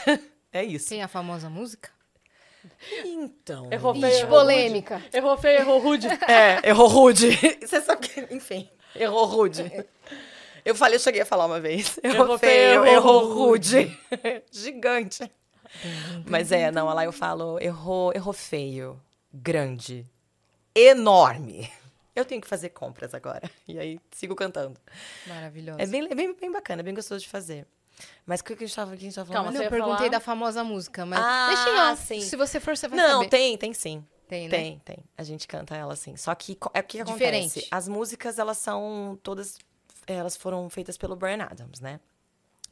Speaker 3: é isso.
Speaker 2: Tem a famosa música?
Speaker 3: Então.
Speaker 1: Errou feio,
Speaker 2: Ixi,
Speaker 1: errou
Speaker 2: polêmica.
Speaker 1: rude. Errou feio, errou rude.
Speaker 3: É, errou rude. Você sabe que, enfim, errou rude. Eu falei, eu cheguei a falar uma vez. Errou,
Speaker 1: Errou
Speaker 3: feio,
Speaker 1: feio,
Speaker 3: errou
Speaker 1: errou
Speaker 3: rude. Gigante. Mas é, não, lá eu falo, errou, errou feio, grande, enorme. Eu tenho que fazer compras agora. E aí sigo cantando.
Speaker 2: Maravilhosa.
Speaker 3: É bem, é bem, bem bacana, é bem gostoso de fazer. Mas o que que a gente tava, o que a gente tava falando?
Speaker 1: Calma,
Speaker 2: Não,
Speaker 1: Você
Speaker 2: eu
Speaker 1: ia
Speaker 2: perguntei
Speaker 1: falar?
Speaker 2: da famosa música, mas
Speaker 3: Ah,
Speaker 2: deixa em off.
Speaker 3: sim.
Speaker 2: Se você for, você vai
Speaker 3: Não,
Speaker 2: saber.
Speaker 3: tem, tem sim.
Speaker 2: Tem, né?
Speaker 3: Tem, tem. A gente canta ela assim. Só que co- é o que, que
Speaker 2: Diferente.
Speaker 3: acontece? As músicas, elas são todas. Elas foram feitas pelo Brian Adams, né?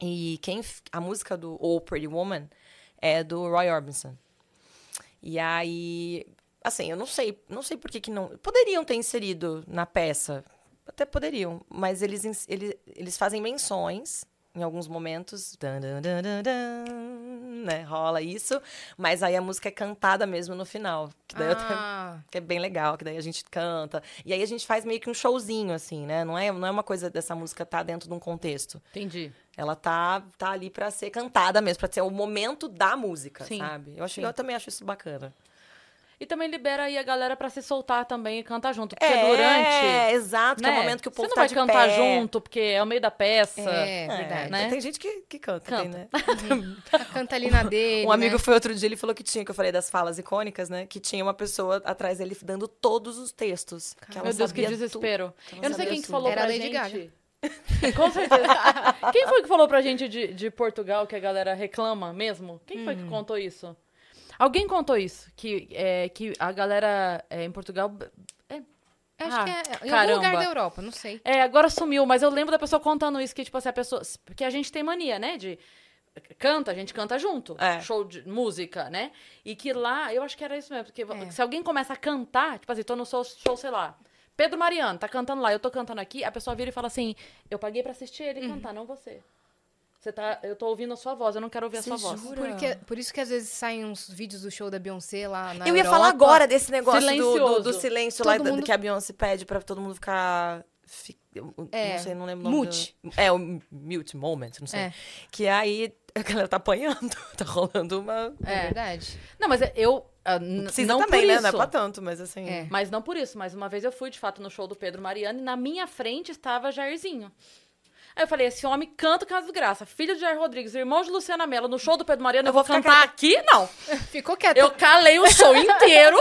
Speaker 3: E quem. f- A música do Oh Pretty Woman é do Roy Orbison. E aí. Assim, eu não sei. Não sei por que, que não. Poderiam ter inserido na peça. Até poderiam. Mas eles, ins- eles, eles fazem menções em alguns momentos. Dan, dan, dan, dan, dan, né? Rola isso. Mas aí a música é cantada mesmo no final. Que daí eu até
Speaker 2: Ah,
Speaker 3: que é bem legal, que daí a gente canta. E aí a gente faz meio que um showzinho, assim, né? Não é, não é uma coisa dessa música tá dentro de um contexto.
Speaker 1: Entendi.
Speaker 3: Ela tá, tá ali pra ser cantada mesmo, pra ser o momento da música,
Speaker 1: Sim,
Speaker 3: sabe? Eu, acho,
Speaker 1: sim.
Speaker 3: eu também acho isso bacana.
Speaker 1: E também libera aí a galera pra se soltar também e cantar junto. Porque
Speaker 3: é,
Speaker 1: durante.
Speaker 3: É, exato, que é
Speaker 1: né,
Speaker 3: o momento que o povo
Speaker 1: Você não
Speaker 3: tá
Speaker 1: vai
Speaker 3: de
Speaker 1: cantar
Speaker 3: pé.
Speaker 1: junto, porque é o meio da peça.
Speaker 2: é,
Speaker 3: É,
Speaker 2: verdade. Uhum.
Speaker 1: né?
Speaker 3: Tem gente que, que canta, tem,
Speaker 1: Canta.
Speaker 3: né?
Speaker 2: Canta ali na dele,
Speaker 3: Um amigo
Speaker 2: né?
Speaker 3: foi outro dia, ele falou que tinha, que eu falei das falas icônicas, né? Que tinha uma pessoa atrás dele dando todos os textos. Que ela
Speaker 1: Meu Deus, que
Speaker 3: sabia tudo.
Speaker 1: desespero.
Speaker 3: Ela
Speaker 1: Eu não sei
Speaker 3: sabia
Speaker 1: quem que
Speaker 3: tudo.
Speaker 1: falou
Speaker 2: Era
Speaker 1: pra
Speaker 2: Lady
Speaker 1: gente.
Speaker 2: Gaga.
Speaker 1: Com certeza. quem foi que falou pra gente de, de Portugal que a galera reclama mesmo? Quem foi que
Speaker 3: Hum.
Speaker 1: contou isso? Alguém contou isso, que, é, que a galera é, em Portugal. é,
Speaker 2: Acho
Speaker 1: Ah,
Speaker 2: que é em algum
Speaker 1: caramba.
Speaker 2: lugar da Europa, não sei.
Speaker 1: É, agora sumiu, mas eu lembro da pessoa contando isso, que, tipo assim, a pessoa. Porque a gente tem mania, né? De. Canta, a gente canta junto.
Speaker 3: É.
Speaker 1: Show de música, né? E que lá, eu acho que era isso mesmo. Porque
Speaker 2: É.
Speaker 1: se alguém começa a cantar, tipo assim, tô no show, show, sei lá. Pedro Mariano tá cantando lá, eu tô cantando aqui, a pessoa vira e fala assim: Eu paguei pra assistir ele
Speaker 3: Uhum.
Speaker 1: cantar, não você. Você tá. Eu tô ouvindo a sua voz, eu não quero ouvir
Speaker 3: Você
Speaker 1: a sua voz.
Speaker 3: jura?
Speaker 2: Porque, por isso que às vezes saem uns vídeos do show da Beyoncé lá na
Speaker 3: Eu ia
Speaker 2: Europa.
Speaker 3: falar agora desse negócio do, do, do
Speaker 1: Silencioso.
Speaker 3: silêncio
Speaker 2: Todo
Speaker 3: lá da-
Speaker 2: mundo-
Speaker 3: que a Beyoncé pede pra todo mundo ficar. fi- eu- eu
Speaker 2: É,
Speaker 3: não sei, não lembro o nome.
Speaker 2: mute.
Speaker 3: do- É, o mute moment, não sei.
Speaker 2: É.
Speaker 3: Que aí a galera tá apanhando, tá rolando uma.
Speaker 2: É verdade.
Speaker 1: Não, mas eu. ah, n-
Speaker 3: Precisa
Speaker 1: não
Speaker 3: também,
Speaker 1: por
Speaker 3: né?
Speaker 1: isso.
Speaker 3: Não é pra tanto, mas assim.
Speaker 2: É.
Speaker 1: Mas não por isso, mas uma vez eu fui de fato no show do Pedro Mariano e na minha frente estava Jairzinho. Aí eu falei, esse homem canta com a desgraça. Filho de Jair Rodrigues, irmão de Luciana Mello, no show do Pedro Mariano, eu,
Speaker 3: Eu
Speaker 1: vou
Speaker 3: vou ficar
Speaker 1: cantar aqui? Não.
Speaker 2: Ficou quieto.
Speaker 1: Eu calei o show inteiro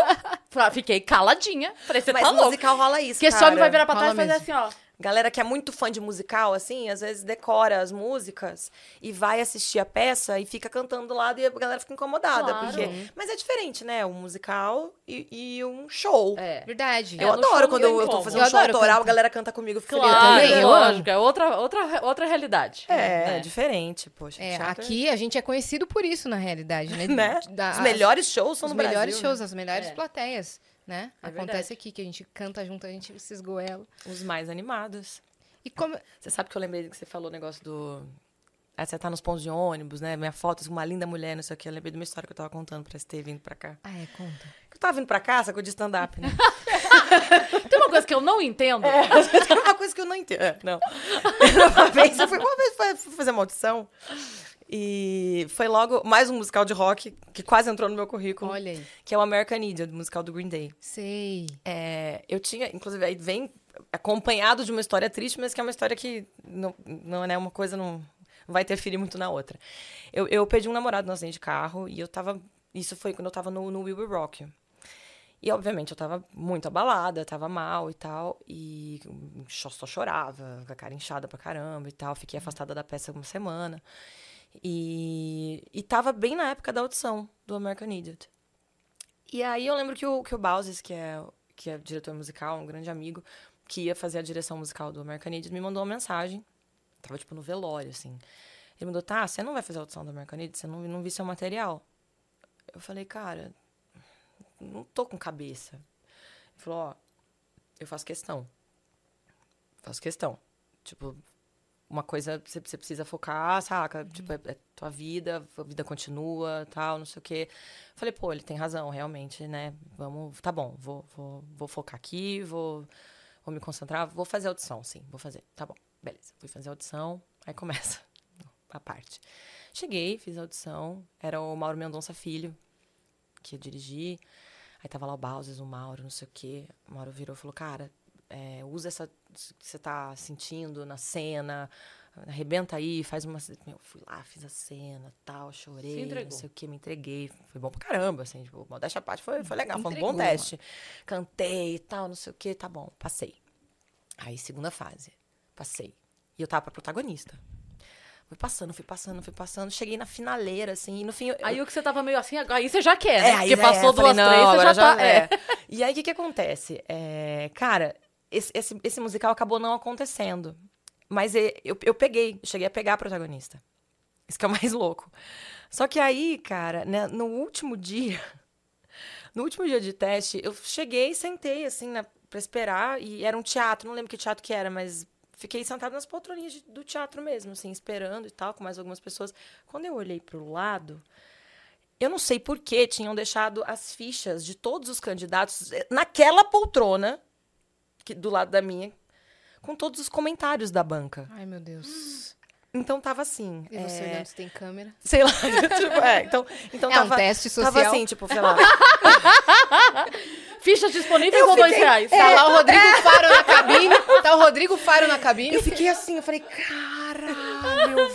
Speaker 1: Fa- Fiquei caladinha. Falei, você
Speaker 3: Mas
Speaker 1: tá louco.
Speaker 3: musical rola isso,
Speaker 1: Porque esse
Speaker 3: cara.
Speaker 1: homem vai virar pra trás
Speaker 2: Rola
Speaker 1: e fazer assim,
Speaker 2: mesmo.
Speaker 1: ó.
Speaker 3: Galera que é muito fã de musical, assim, às vezes decora as músicas e vai assistir a peça e fica cantando do lado e a galera fica incomodada.
Speaker 1: Claro.
Speaker 3: Porque... Mas é diferente, né? Um musical e, e um show.
Speaker 1: É.
Speaker 2: Verdade.
Speaker 3: Eu
Speaker 1: É, no
Speaker 3: adoro
Speaker 1: show
Speaker 3: quando
Speaker 1: não
Speaker 3: eu,
Speaker 1: tem
Speaker 3: eu tô
Speaker 1: como.
Speaker 3: fazendo
Speaker 2: Eu
Speaker 3: um show
Speaker 2: adoro
Speaker 3: autoral,
Speaker 2: cantar.
Speaker 3: a galera canta comigo. eu fico feliz.
Speaker 1: Claro,
Speaker 2: também, eu amo.
Speaker 1: lógico. É outra, outra, outra realidade.
Speaker 3: É,
Speaker 1: É.
Speaker 3: diferente, poxa.
Speaker 2: É,
Speaker 3: Teatro
Speaker 2: aqui a gente é conhecido por isso, na realidade, né?
Speaker 3: Né?
Speaker 2: Da-
Speaker 3: Os melhores shows são
Speaker 2: os
Speaker 3: no
Speaker 2: melhores
Speaker 3: Brasil, né?
Speaker 2: shows, as melhores
Speaker 1: É.
Speaker 2: plateias, né?
Speaker 1: É
Speaker 2: Acontece
Speaker 1: verdade.
Speaker 2: aqui que a gente canta junto, a gente se esgoela.
Speaker 3: né? Os mais animados.
Speaker 2: E como...
Speaker 3: Você sabe que eu lembrei que você falou o negócio do... Ah, você tá nos pontos de ônibus, né? Minha foto com uma linda mulher, não sei o quê. Eu lembrei de uma história que eu tava contando pra você ter vindo pra cá.
Speaker 2: Ah, é, conta.
Speaker 3: Eu tava vindo pra cá, sacou de stand-up, né?
Speaker 1: Tem uma coisa que eu não entendo.
Speaker 3: É uma coisa que eu não entendo. É, Não. Uma vez, eu fui uma vez fa- fui fazer uma audição. E foi logo mais um musical de rock que quase entrou no meu currículo.
Speaker 2: Olha aí.
Speaker 3: Que é o American Idiot, musical do Green Day.
Speaker 2: Sei.
Speaker 3: É, eu tinha, inclusive, aí vem acompanhado de uma história triste, mas que é uma história que não, não é né, uma coisa não não vai interferir muito na outra. Eu, eu perdi um namorado no acidente de carro e eu tava. Isso foi quando eu tava no, no We Will Rock. E, obviamente, eu tava muito abalada, tava mal e tal. E só, só chorava, com a cara inchada pra caramba e tal. Fiquei afastada da peça uma semana. E, e tava bem na época da audição do American Idiot. E aí eu lembro que o, que o Bowses, que é, que é diretor musical, um grande amigo, que ia fazer a direção musical do American Idiot, me mandou uma mensagem. Tava, tipo, no velório, assim. Ele mandou, tá, você não vai fazer a audição do American Idiot? Você não, não vi seu material? Eu falei, cara, não tô com cabeça. Ele falou, ó, eu faço questão. Faço questão. Tipo, uma coisa você, você precisa focar, saca? Tipo, é, é tua vida, a vida continua, tal, não sei o quê. Falei, pô, ele tem razão, realmente, né? Vamos, tá bom, vou, vou, vou focar aqui, vou, vou me concentrar, vou fazer a audição, sim, vou fazer. Tá bom, beleza. Fui fazer a audição, aí começa a parte. Cheguei, fiz a audição, era o Mauro Mendonça Filho, que ia dirigir. Aí tava lá o Bowser, o Mauro, não sei o quê. O Mauro virou e falou, cara, é, usa essa isso que você tá sentindo na cena, arrebenta aí, faz uma... ce- Meu, fui lá, fiz a cena, tal,
Speaker 1: Se
Speaker 3: chorei, não
Speaker 1: entregou.
Speaker 3: sei o quê, me entreguei. Foi bom pra caramba, assim, tipo, modéstia à parte, foi, foi legal, foi um
Speaker 2: Entregou,
Speaker 3: bom teste. Cantei e tal, não sei o quê, tá bom, passei. Aí, segunda fase, passei. E eu tava pra protagonista. Fui passando, fui passando, fui passando. Cheguei na finaleira, assim, e no fim... eu-
Speaker 1: Aí o que você tava meio assim, agora- aí você já quer,
Speaker 3: é,
Speaker 1: né?
Speaker 3: aí
Speaker 1: Porque
Speaker 3: já
Speaker 1: passou
Speaker 3: é, falei,
Speaker 1: duas,
Speaker 3: não,
Speaker 1: três, você
Speaker 3: agora
Speaker 1: já tá. É.
Speaker 3: E aí, o que, que acontece? É, cara, esse, esse, esse musical acabou não acontecendo. Mas e- eu, eu peguei, cheguei a pegar a protagonista. Isso que é o mais louco. Só que aí, cara, né, no último dia, no último dia de teste, eu cheguei, sentei, assim, na, pra esperar. E era um teatro, não lembro que teatro que era, mas fiquei sentada nas poltroninhas de- do teatro mesmo, assim, esperando e tal, com mais algumas pessoas. Quando eu olhei pro lado, eu não sei por que tinham deixado as fichas de todos os candidatos eh, naquela poltrona, que, do lado da minha, com todos os comentários da banca.
Speaker 2: Ai, meu Deus.
Speaker 3: Então tava assim.
Speaker 2: E você
Speaker 3: eh,
Speaker 2: olhando se tem câmera?
Speaker 3: Sei lá. tipo, é, então, então
Speaker 2: é
Speaker 3: tava.
Speaker 2: um teste social.
Speaker 3: Tava assim, tipo, sei lá.
Speaker 1: Fichas disponíveis ou dois
Speaker 3: É,
Speaker 1: reais?
Speaker 2: Tá lá o Rodrigo Faro na cabine. Tá o Rodrigo Faro na cabine.
Speaker 3: Eu fiquei assim, eu falei, caralho,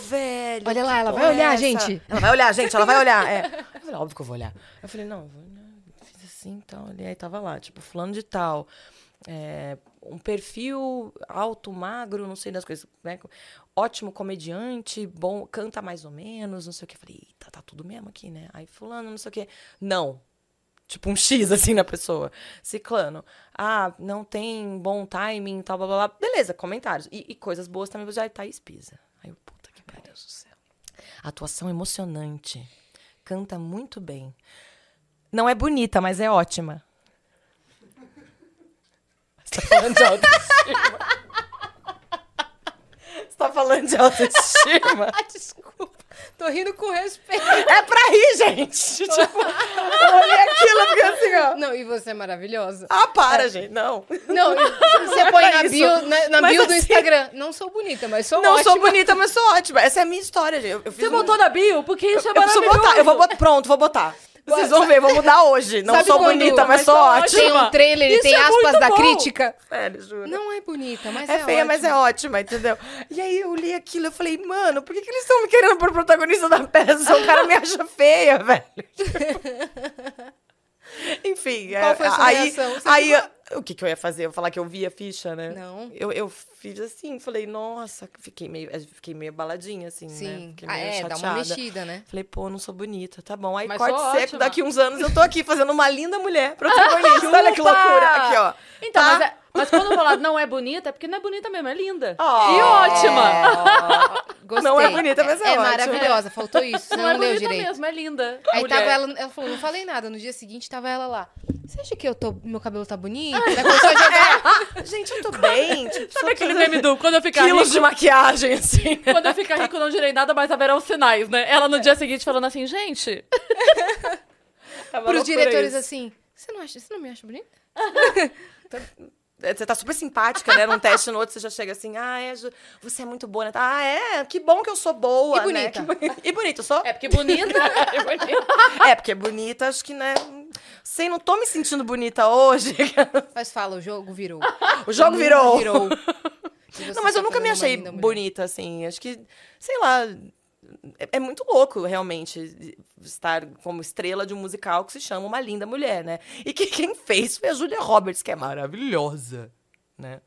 Speaker 3: velho.
Speaker 2: Olha lá, ela
Speaker 3: que
Speaker 2: vai
Speaker 3: porra é
Speaker 2: olhar,
Speaker 3: essa?
Speaker 2: gente.
Speaker 3: Ela vai olhar, gente, ela vai olhar. É. Eu falei, óbvio que eu vou olhar. Eu falei, não, eu vou olhar. Fiz assim, então, ali, aí tava lá, tipo, fulano de tal. é, um perfil alto, magro, não sei das coisas, né? Ótimo comediante, bom, canta mais ou menos, não sei o que. Eu falei, eita, tá tudo mesmo aqui, né? Aí fulano, não sei o que. Não, Tipo, um X, assim, na pessoa. Ciclano. Ah, não tem bom timing, tal, blá, blá, blá. Beleza, comentários. E, e coisas boas também. Já tá Pisa. Aí eu, puta que pariu, Deus do céu. Atuação emocionante. Canta muito bem. Não é bonita, mas é ótima. Você tá falando de autoestima. Você tá falando de autoestima.
Speaker 2: Ah, desculpa. Tô rindo com respeito.
Speaker 3: É pra rir, gente. Tipo, eu olhei aquilo e fiquei assim, ó.
Speaker 2: Não, e você é maravilhosa.
Speaker 3: Ah, para, gente. Não.
Speaker 2: Não, e você põe na
Speaker 3: É isso.
Speaker 2: bio, na, na
Speaker 3: Mas
Speaker 2: bio do
Speaker 3: assim-
Speaker 2: Instagram. Não sou bonita, mas sou
Speaker 3: Não
Speaker 2: ótima.
Speaker 3: sou bonita, mas sou ótima. Essa é a minha história, gente. Eu, eu fiz
Speaker 1: Você
Speaker 3: um-
Speaker 1: botou na bio? Porque isso é
Speaker 3: Eu preciso
Speaker 1: maravilhoso.
Speaker 3: botar. Eu vou botar. Pronto, vou botar. Vocês vão ver, vou mudar hoje. Não
Speaker 2: Sabe
Speaker 3: sou
Speaker 2: quando-
Speaker 3: bonita, mas sou ótima.
Speaker 2: Tem um trailer, e
Speaker 1: Isso
Speaker 2: tem
Speaker 1: é
Speaker 2: aspas
Speaker 1: muito
Speaker 2: da
Speaker 1: bom.
Speaker 2: crítica.
Speaker 3: Sério, juro.
Speaker 2: Não é bonita, mas é,
Speaker 3: é feia, mas é
Speaker 2: ótima.
Speaker 3: ótima, entendeu? E aí eu li aquilo, eu falei, mano, por que, que eles estão me querendo por protagonista da peça? O cara me acha feia, velho. Tipo. enfim.
Speaker 2: Qual foi a sua
Speaker 3: aí,
Speaker 2: reação? Você
Speaker 3: aí, o que, que eu ia fazer? Eu ia falar que eu vi a ficha, né?
Speaker 2: Não.
Speaker 3: Eu, eu fiz assim, falei, nossa, fiquei meio, eh, fiquei meio abaladinha, assim, né?
Speaker 2: Sim.
Speaker 3: Fiquei
Speaker 2: Ah,
Speaker 3: meio
Speaker 2: é, dá
Speaker 3: chateada.
Speaker 2: uma mexida, né?
Speaker 3: Falei, pô, não sou bonita, tá bom. Aí
Speaker 1: Mas
Speaker 3: corte
Speaker 1: sou
Speaker 3: seco,
Speaker 1: ótima.
Speaker 3: daqui uns anos eu tô aqui fazendo uma linda mulher protagonista. Olha que
Speaker 1: Ufa!
Speaker 3: loucura. Aqui, ó.
Speaker 1: Então,
Speaker 3: Tá? Oh.
Speaker 1: mas, é- mas quando eu falar não é bonita, é porque não é bonita mesmo, é linda.
Speaker 3: Ó.
Speaker 1: E
Speaker 3: É.
Speaker 1: ótima.
Speaker 2: Gostei.
Speaker 3: Não é bonita, mas é
Speaker 2: É
Speaker 3: ótima.
Speaker 2: maravilhosa, faltou isso, você
Speaker 1: Não,
Speaker 2: não,
Speaker 1: é
Speaker 2: leu
Speaker 1: bonita
Speaker 2: direito.
Speaker 1: mesmo, é linda.
Speaker 2: Aí
Speaker 1: mulher.
Speaker 2: tava ela, ela falou, não falei nada. No dia seguinte tava ela lá. Você acha que eu tô, meu cabelo tá bonito? Aí começou a jogar.
Speaker 3: Gente, eu tô bem. Tipo, só
Speaker 1: Sabe aquele
Speaker 3: tô-
Speaker 1: meme do quando eu ficar
Speaker 3: Quilos
Speaker 1: rico,
Speaker 3: de maquiagem, assim.
Speaker 1: quando eu ficar rico eu não direi nada, mas haverão sinais, né? Ela no dia seguinte falando assim, gente,
Speaker 3: É uma loucura
Speaker 2: Pros diretores
Speaker 3: isso.
Speaker 2: assim, você não, acha, você não me acha bonita?
Speaker 3: É, Você tá super simpática, né? Num teste no outro, você já chega assim, ah, é, Ju, você é muito boa, né? Ah, é, que bom que eu sou boa,
Speaker 2: E
Speaker 3: né?
Speaker 2: bonita.
Speaker 3: Que boni- E bonita, eu sou?
Speaker 1: é porque bonita. é bonita.
Speaker 3: É, porque bonita, acho que, né? Sei, não tô me sentindo bonita hoje.
Speaker 2: Mas fala, o jogo virou.
Speaker 3: O jogo
Speaker 2: mundo
Speaker 3: virou.
Speaker 2: E você
Speaker 3: Não, mas
Speaker 2: tá
Speaker 3: eu nunca
Speaker 2: fazendo
Speaker 3: me
Speaker 2: uma
Speaker 3: achei
Speaker 2: linda mulher.
Speaker 3: bonita, assim. Acho que, sei lá. É, é muito louco, realmente, estar como estrela de um musical que se chama Uma Linda Mulher, né? E que quem fez foi a Julia Roberts, que é maravilhosa, né?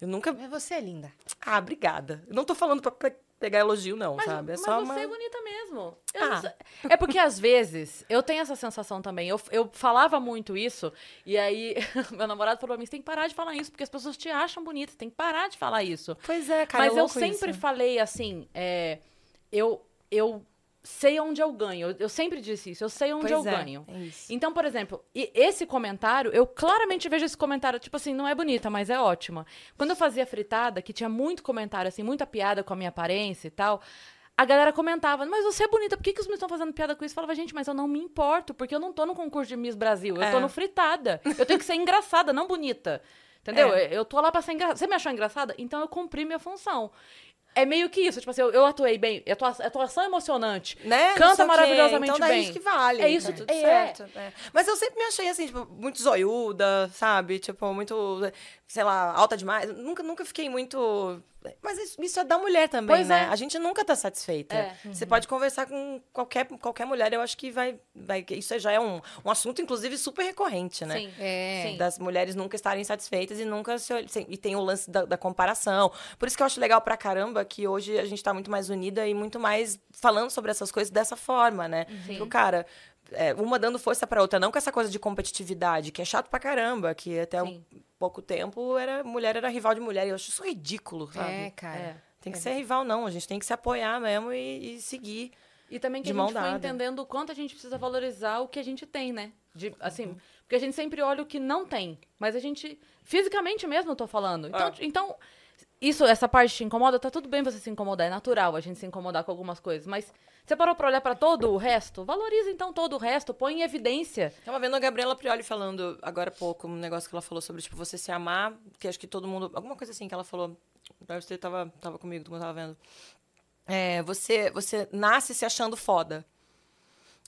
Speaker 3: Eu nunca.
Speaker 2: Mas você é linda.
Speaker 3: Ah, obrigada. Eu Não tô falando pra, pra pegar elogio, não,
Speaker 1: Mas,
Speaker 3: sabe? É
Speaker 1: mas
Speaker 3: só
Speaker 1: você
Speaker 3: uma.
Speaker 1: é bonita mesmo. Eu não
Speaker 3: Ah.
Speaker 1: sei- É porque às vezes eu tenho essa sensação também. Eu, eu falava muito isso, e aí meu namorado falou pra mim: você tem que parar de falar isso, porque as pessoas te acham bonita, você tem que parar de falar isso.
Speaker 3: Pois é, cara.
Speaker 1: Mas
Speaker 3: é
Speaker 1: eu
Speaker 3: louco
Speaker 1: sempre
Speaker 3: isso.
Speaker 1: falei assim, é, eu, eu sei onde eu ganho. Eu, eu sempre disse isso, eu sei onde
Speaker 3: Pois
Speaker 1: um eu
Speaker 3: é,
Speaker 1: ganho.
Speaker 3: é isso.
Speaker 1: Então, por exemplo, e- esse comentário, eu claramente vejo esse comentário, tipo assim, não é bonita, mas é ótima. Quando eu fazia fritada, que tinha muito comentário, assim, muita piada com a minha aparência e tal, a galera comentava, mas você é bonita, por que, que os meninos estão fazendo piada com isso? Eu falava, gente, mas eu não me importo, porque eu não tô no concurso de Miss Brasil, eu tô
Speaker 3: É.
Speaker 1: no fritada. Eu tenho que ser engraçada, não bonita. Entendeu?
Speaker 3: É.
Speaker 1: Eu tô lá pra ser engraçada. Você me achou engraçada? Então eu cumpri minha função. É meio que isso, tipo assim, eu, eu atuei bem, atua- atuação emocionante.
Speaker 3: né?
Speaker 1: Canta
Speaker 3: Não sei o quê.
Speaker 1: maravilhosamente
Speaker 3: então, daí
Speaker 1: bem.
Speaker 3: isso que vale.
Speaker 1: É isso
Speaker 3: tá
Speaker 1: que-
Speaker 3: tudo
Speaker 1: é.
Speaker 3: certo. é. Mas eu sempre me achei assim, tipo, muito zoiuda, sabe? Tipo, muito, sei lá, alta demais. Nunca, nunca fiquei muito. Mas isso, isso é da mulher também,
Speaker 1: Pois
Speaker 3: né?
Speaker 1: é.
Speaker 3: A gente nunca tá satisfeita.
Speaker 1: É.
Speaker 3: Você pode conversar com qualquer, qualquer mulher, eu acho que vai. vai que isso já é um, um assunto, inclusive, super recorrente, né?
Speaker 1: Sim.
Speaker 2: É.
Speaker 1: Sim.
Speaker 3: das mulheres nunca estarem satisfeitas e nunca se olh- sem- e tem o lance da, da comparação. Por isso que eu acho legal pra caramba que hoje a gente tá muito mais unida e muito mais falando sobre essas coisas dessa forma, né? Tipo, cara, é, uma dando força pra outra, não com essa coisa de competitividade, que é chato pra caramba, que até
Speaker 1: Sim.
Speaker 3: um pouco tempo era mulher era rival de mulher, e eu acho isso ridículo, sabe?
Speaker 2: É, cara.
Speaker 1: É.
Speaker 3: Tem que ser rival não, a gente tem que se apoiar mesmo e, e seguir.
Speaker 1: E também que
Speaker 3: De
Speaker 1: a
Speaker 3: mão
Speaker 1: gente foi
Speaker 3: dada.
Speaker 1: entendendo o quanto a gente precisa valorizar o que a gente tem, né? De, assim, porque a gente sempre olha o que não tem, mas a gente fisicamente mesmo eu tô falando. Então,
Speaker 3: Ah.
Speaker 1: então isso, essa parte te incomoda, tá tudo bem você se incomodar, é natural a gente se incomodar com algumas coisas, mas você parou pra olhar pra todo o resto? Valoriza então todo o resto, põe em evidência.
Speaker 3: Tava vendo a Gabriela Prioli falando agora há pouco um negócio que ela falou sobre, tipo, você se amar, que acho que todo mundo. Alguma coisa assim que ela falou. Agora Você tava, tava comigo, todo mundo tava vendo. É, você, você nasce se achando foda.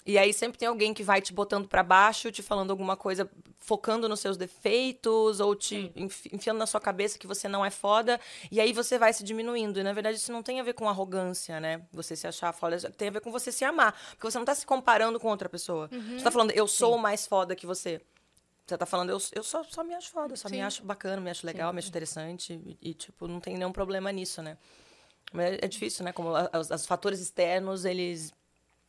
Speaker 3: E aí sempre tem alguém que vai te botando pra baixo, te falando alguma coisa, focando nos seus defeitos, ou te enfi- enfiando na sua cabeça que você não é foda, e aí você vai se diminuindo. E na verdade isso não tem a ver com arrogância, né? Você se achar foda, isso tem a ver com você se amar. Porque você não tá se comparando com outra pessoa. Você tá falando, eu sou mais foda que você. Você tá falando, eu, eu só, só me acho foda, só me acho bacana, me acho legal, me acho interessante. E, e, tipo, não tem nenhum problema nisso, né? Mas é- é difícil, né? Como a- os, os fatores externos, eles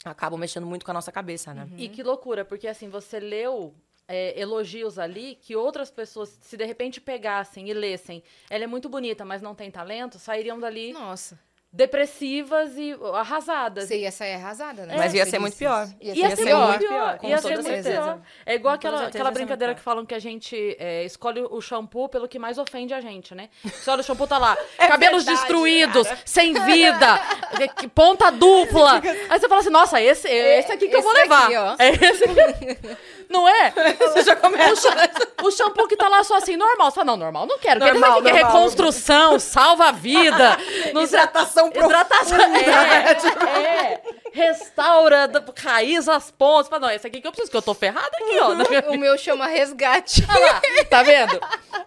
Speaker 3: acabam mexendo muito com a nossa cabeça, né?
Speaker 1: E que loucura, porque assim, você leu é, elogios ali que outras pessoas, se de repente pegassem e lessem, ela é muito bonita, mas não tem talento, sairiam dali
Speaker 2: Nossa.
Speaker 1: depressivas e ó, arrasadas.
Speaker 2: Você ia sair arrasada, né?
Speaker 3: Mas ia ser
Speaker 2: Felizes.
Speaker 3: muito pior.
Speaker 2: Ia
Speaker 1: Ia
Speaker 2: ser
Speaker 1: ser
Speaker 2: pior.
Speaker 1: muito pior.
Speaker 3: Com
Speaker 1: Ia ser
Speaker 3: toda
Speaker 1: muito
Speaker 3: certeza.
Speaker 1: pior. É igual aquela,
Speaker 3: Com toda certeza
Speaker 1: aquela
Speaker 3: ia ser muito
Speaker 1: brincadeira
Speaker 3: pior.
Speaker 1: que falam que a gente é, escolhe o shampoo pelo que mais ofende a gente, né? Você olha o shampoo, tá lá, cabelos
Speaker 3: verdade,
Speaker 1: destruídos,
Speaker 3: cara.
Speaker 1: sem vida, que- que ponta dupla. Aí você fala assim, nossa, esse, é esse aqui que eu
Speaker 2: esse
Speaker 1: vou levar.
Speaker 2: daqui, ó.
Speaker 1: É esse aqui. Não é?
Speaker 3: Você já
Speaker 1: O,
Speaker 3: começa.
Speaker 1: sha- o shampoo que tá lá só assim, normal. Você fala, não, normal, não quero. Quero esse
Speaker 3: Normal,
Speaker 1: aqui que é
Speaker 3: normal.
Speaker 1: reconstrução, salva a vida. Não sei-
Speaker 3: Hidratação profunda.
Speaker 1: Hidratação. É, é. Restaura da raiz as pontas. Fala, Não, esse aqui que eu preciso, que eu tô ferrada aqui, ó. na minha
Speaker 2: O meu chama resgate.
Speaker 1: Olha lá, tá vendo?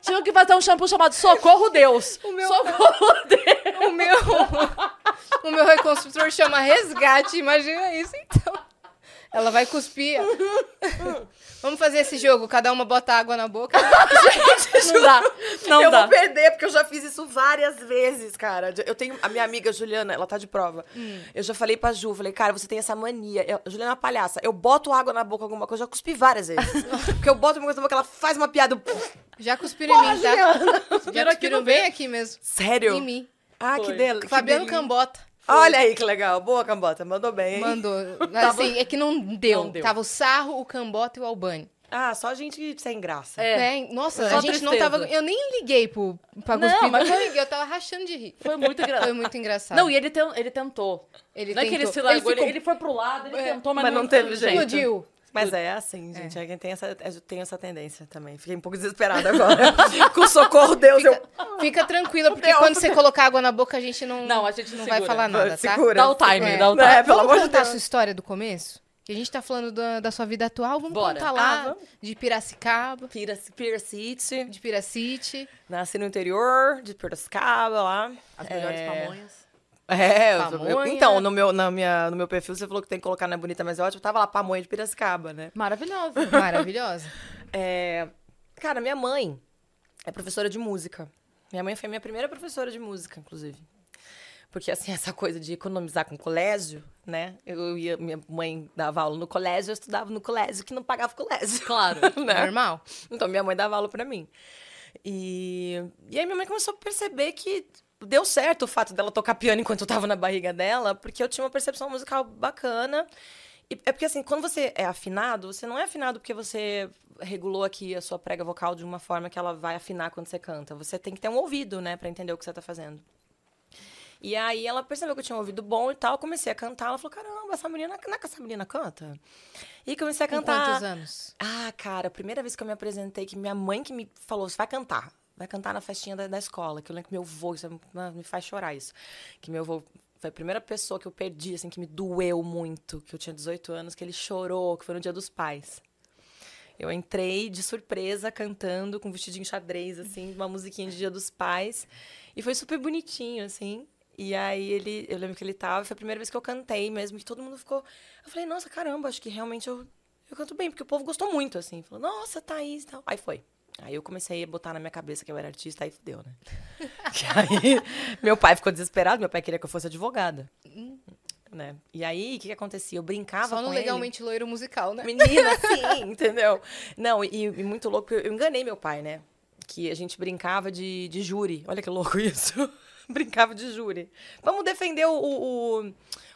Speaker 1: Tinha que fazer um shampoo chamado Socorro Deus.
Speaker 2: meu-
Speaker 1: Socorro Deus.
Speaker 2: O meu. O meu reconstrutor chama resgate. Imagina isso, então. Ela vai cuspir. ó. Vamos fazer esse jogo, cada uma bota água na boca.
Speaker 1: Não dá. Não
Speaker 3: eu
Speaker 1: dá.
Speaker 3: vou perder, porque eu já fiz isso várias vezes, cara. Eu tenho a minha amiga Juliana, ela tá de prova.
Speaker 1: Hum.
Speaker 3: Eu já falei pra Ju, falei, cara, você tem essa mania. Eu- Juliana é uma palhaça. Eu boto água na boca alguma coisa, eu já cuspi várias vezes. porque eu boto uma coisa na boca, ela faz uma piada. eu, "Puf,
Speaker 2: Já cuspiram em mim, tá? Já
Speaker 1: Cuspiram aqui
Speaker 2: cuspiram
Speaker 1: no
Speaker 2: bem aqui mesmo.
Speaker 3: Sério?
Speaker 2: Em mim.
Speaker 3: Ah, que
Speaker 1: Foi.
Speaker 3: delícia.
Speaker 2: Fabiano Cambota
Speaker 3: Olha aí que legal. Boa, Cambota. Mandou bem, hein?
Speaker 2: mandou. Assim, é que não deu.
Speaker 1: Não deu.
Speaker 2: Tava o Sarro, o Cambota e o Albani.
Speaker 3: Ah, só gente sem graça.
Speaker 1: É.
Speaker 2: Né? Nossa,
Speaker 1: Só
Speaker 2: a gente não
Speaker 1: tristeza.
Speaker 2: tava. Eu nem liguei pro, pra
Speaker 1: Não,
Speaker 2: cuspir,
Speaker 1: mas-
Speaker 2: mas eu liguei, eu tava rachando de rir.
Speaker 1: Foi muito engraçado.
Speaker 2: Foi muito engraçado.
Speaker 1: Não, e ele, ten- ele tentou.
Speaker 2: Ele
Speaker 1: não é que ele
Speaker 2: tentou.
Speaker 1: se largou, ele,
Speaker 2: Ele ficou-
Speaker 1: ele foi pro lado, ele
Speaker 2: É,
Speaker 1: tentou, mas,
Speaker 3: mas não teve jeito.
Speaker 2: explodiu.
Speaker 3: Mas é assim, gente. É. Quem tem essa, eu tenho essa tendência também. Fiquei um pouco desesperada agora. Com socorro, Deus, eu...
Speaker 2: Fica tranquila, porque
Speaker 3: Deus.
Speaker 2: quando você colocar água na boca, a gente não,
Speaker 1: Não, a gente não
Speaker 2: vai
Speaker 1: segura.
Speaker 2: falar nada, tá?
Speaker 3: Segura.
Speaker 1: Dá o time,
Speaker 2: É.
Speaker 1: dá o time.
Speaker 3: É, pelo
Speaker 2: vamos
Speaker 3: amor de
Speaker 2: contar a
Speaker 3: Deus.
Speaker 2: sua história do começo? Que a gente tá falando da, da sua vida atual, vamos
Speaker 1: Bora.
Speaker 2: contar lá
Speaker 3: Ah, vamos.
Speaker 2: de Piracicaba,
Speaker 3: Piraci- Piracite.
Speaker 2: de Piracite.
Speaker 3: Nasci no interior de Piracicaba, lá.
Speaker 1: As melhores
Speaker 3: É.
Speaker 1: pamonhas.
Speaker 3: É, eu, sou- eu-
Speaker 1: Pamonha.
Speaker 3: então, no meu, na minha, no meu perfil você falou que tem que colocar na bonita, mas é ótimo. Tava lá, pamonha de Piracicaba, né?
Speaker 1: Maravilhosa.
Speaker 2: Maravilhosa.
Speaker 3: É, cara, minha mãe é professora de música. Minha mãe foi minha primeira professora de música, inclusive. Porque, assim, essa coisa de economizar com colégio, né? Eu ia, minha mãe dava aula no colégio, eu estudava no colégio, que não pagava colégio.
Speaker 1: Claro.
Speaker 3: né?
Speaker 2: Normal.
Speaker 3: Então, minha mãe dava aula pra mim. E, e aí, minha mãe começou a perceber que deu certo o fato dela tocar piano enquanto eu tava na barriga dela, porque eu tinha uma percepção musical bacana. E é porque, assim, quando você é afinado, você não é afinado porque você regulou aqui a sua prega vocal de uma forma que ela vai afinar quando você canta. Você tem que ter um ouvido, né, pra entender o que você tá fazendo. E aí ela percebeu que eu tinha um ouvido bom e tal, eu comecei a cantar. Ela falou: caramba, essa menina, não é que essa menina canta? E comecei a
Speaker 2: Com
Speaker 3: cantar.
Speaker 2: quantos anos?
Speaker 3: Ah, cara, a primeira vez que eu me apresentei, que minha mãe que me falou, você vai cantar. Vai cantar na festinha da, da escola, que eu lembro que meu avô, isso é- me faz chorar isso. Que meu avô foi a primeira pessoa que eu perdi, assim, que me doeu muito, que eu tinha 18 anos, que ele chorou, que foi no dia dos pais. Eu entrei de surpresa cantando com um vestidinho xadrez, assim, uma musiquinha de Dia dos Pais. E foi super bonitinho, assim. E aí ele, eu lembro que ele tava, foi a primeira vez que eu cantei mesmo, que todo mundo ficou. Eu falei, nossa, caramba, acho que realmente eu, eu canto bem, porque o povo gostou muito, assim. Falou, nossa, Thaís e tal. Aí foi. Aí eu comecei a botar na minha cabeça que eu era artista, aí fudeu, né? Que aí meu pai ficou desesperado, meu pai queria que eu fosse advogada. Né? E aí, o que, que acontecia? Eu brincava
Speaker 2: Hum. Só
Speaker 3: com
Speaker 2: no
Speaker 3: ele.
Speaker 2: Legalmente Loiro Musical, né?
Speaker 3: Menina, sim, entendeu? Não, e, e muito louco, eu enganei meu pai, né? Que a gente brincava de, de júri. Olha que louco isso. brincava de júri. Vamos defender o, o,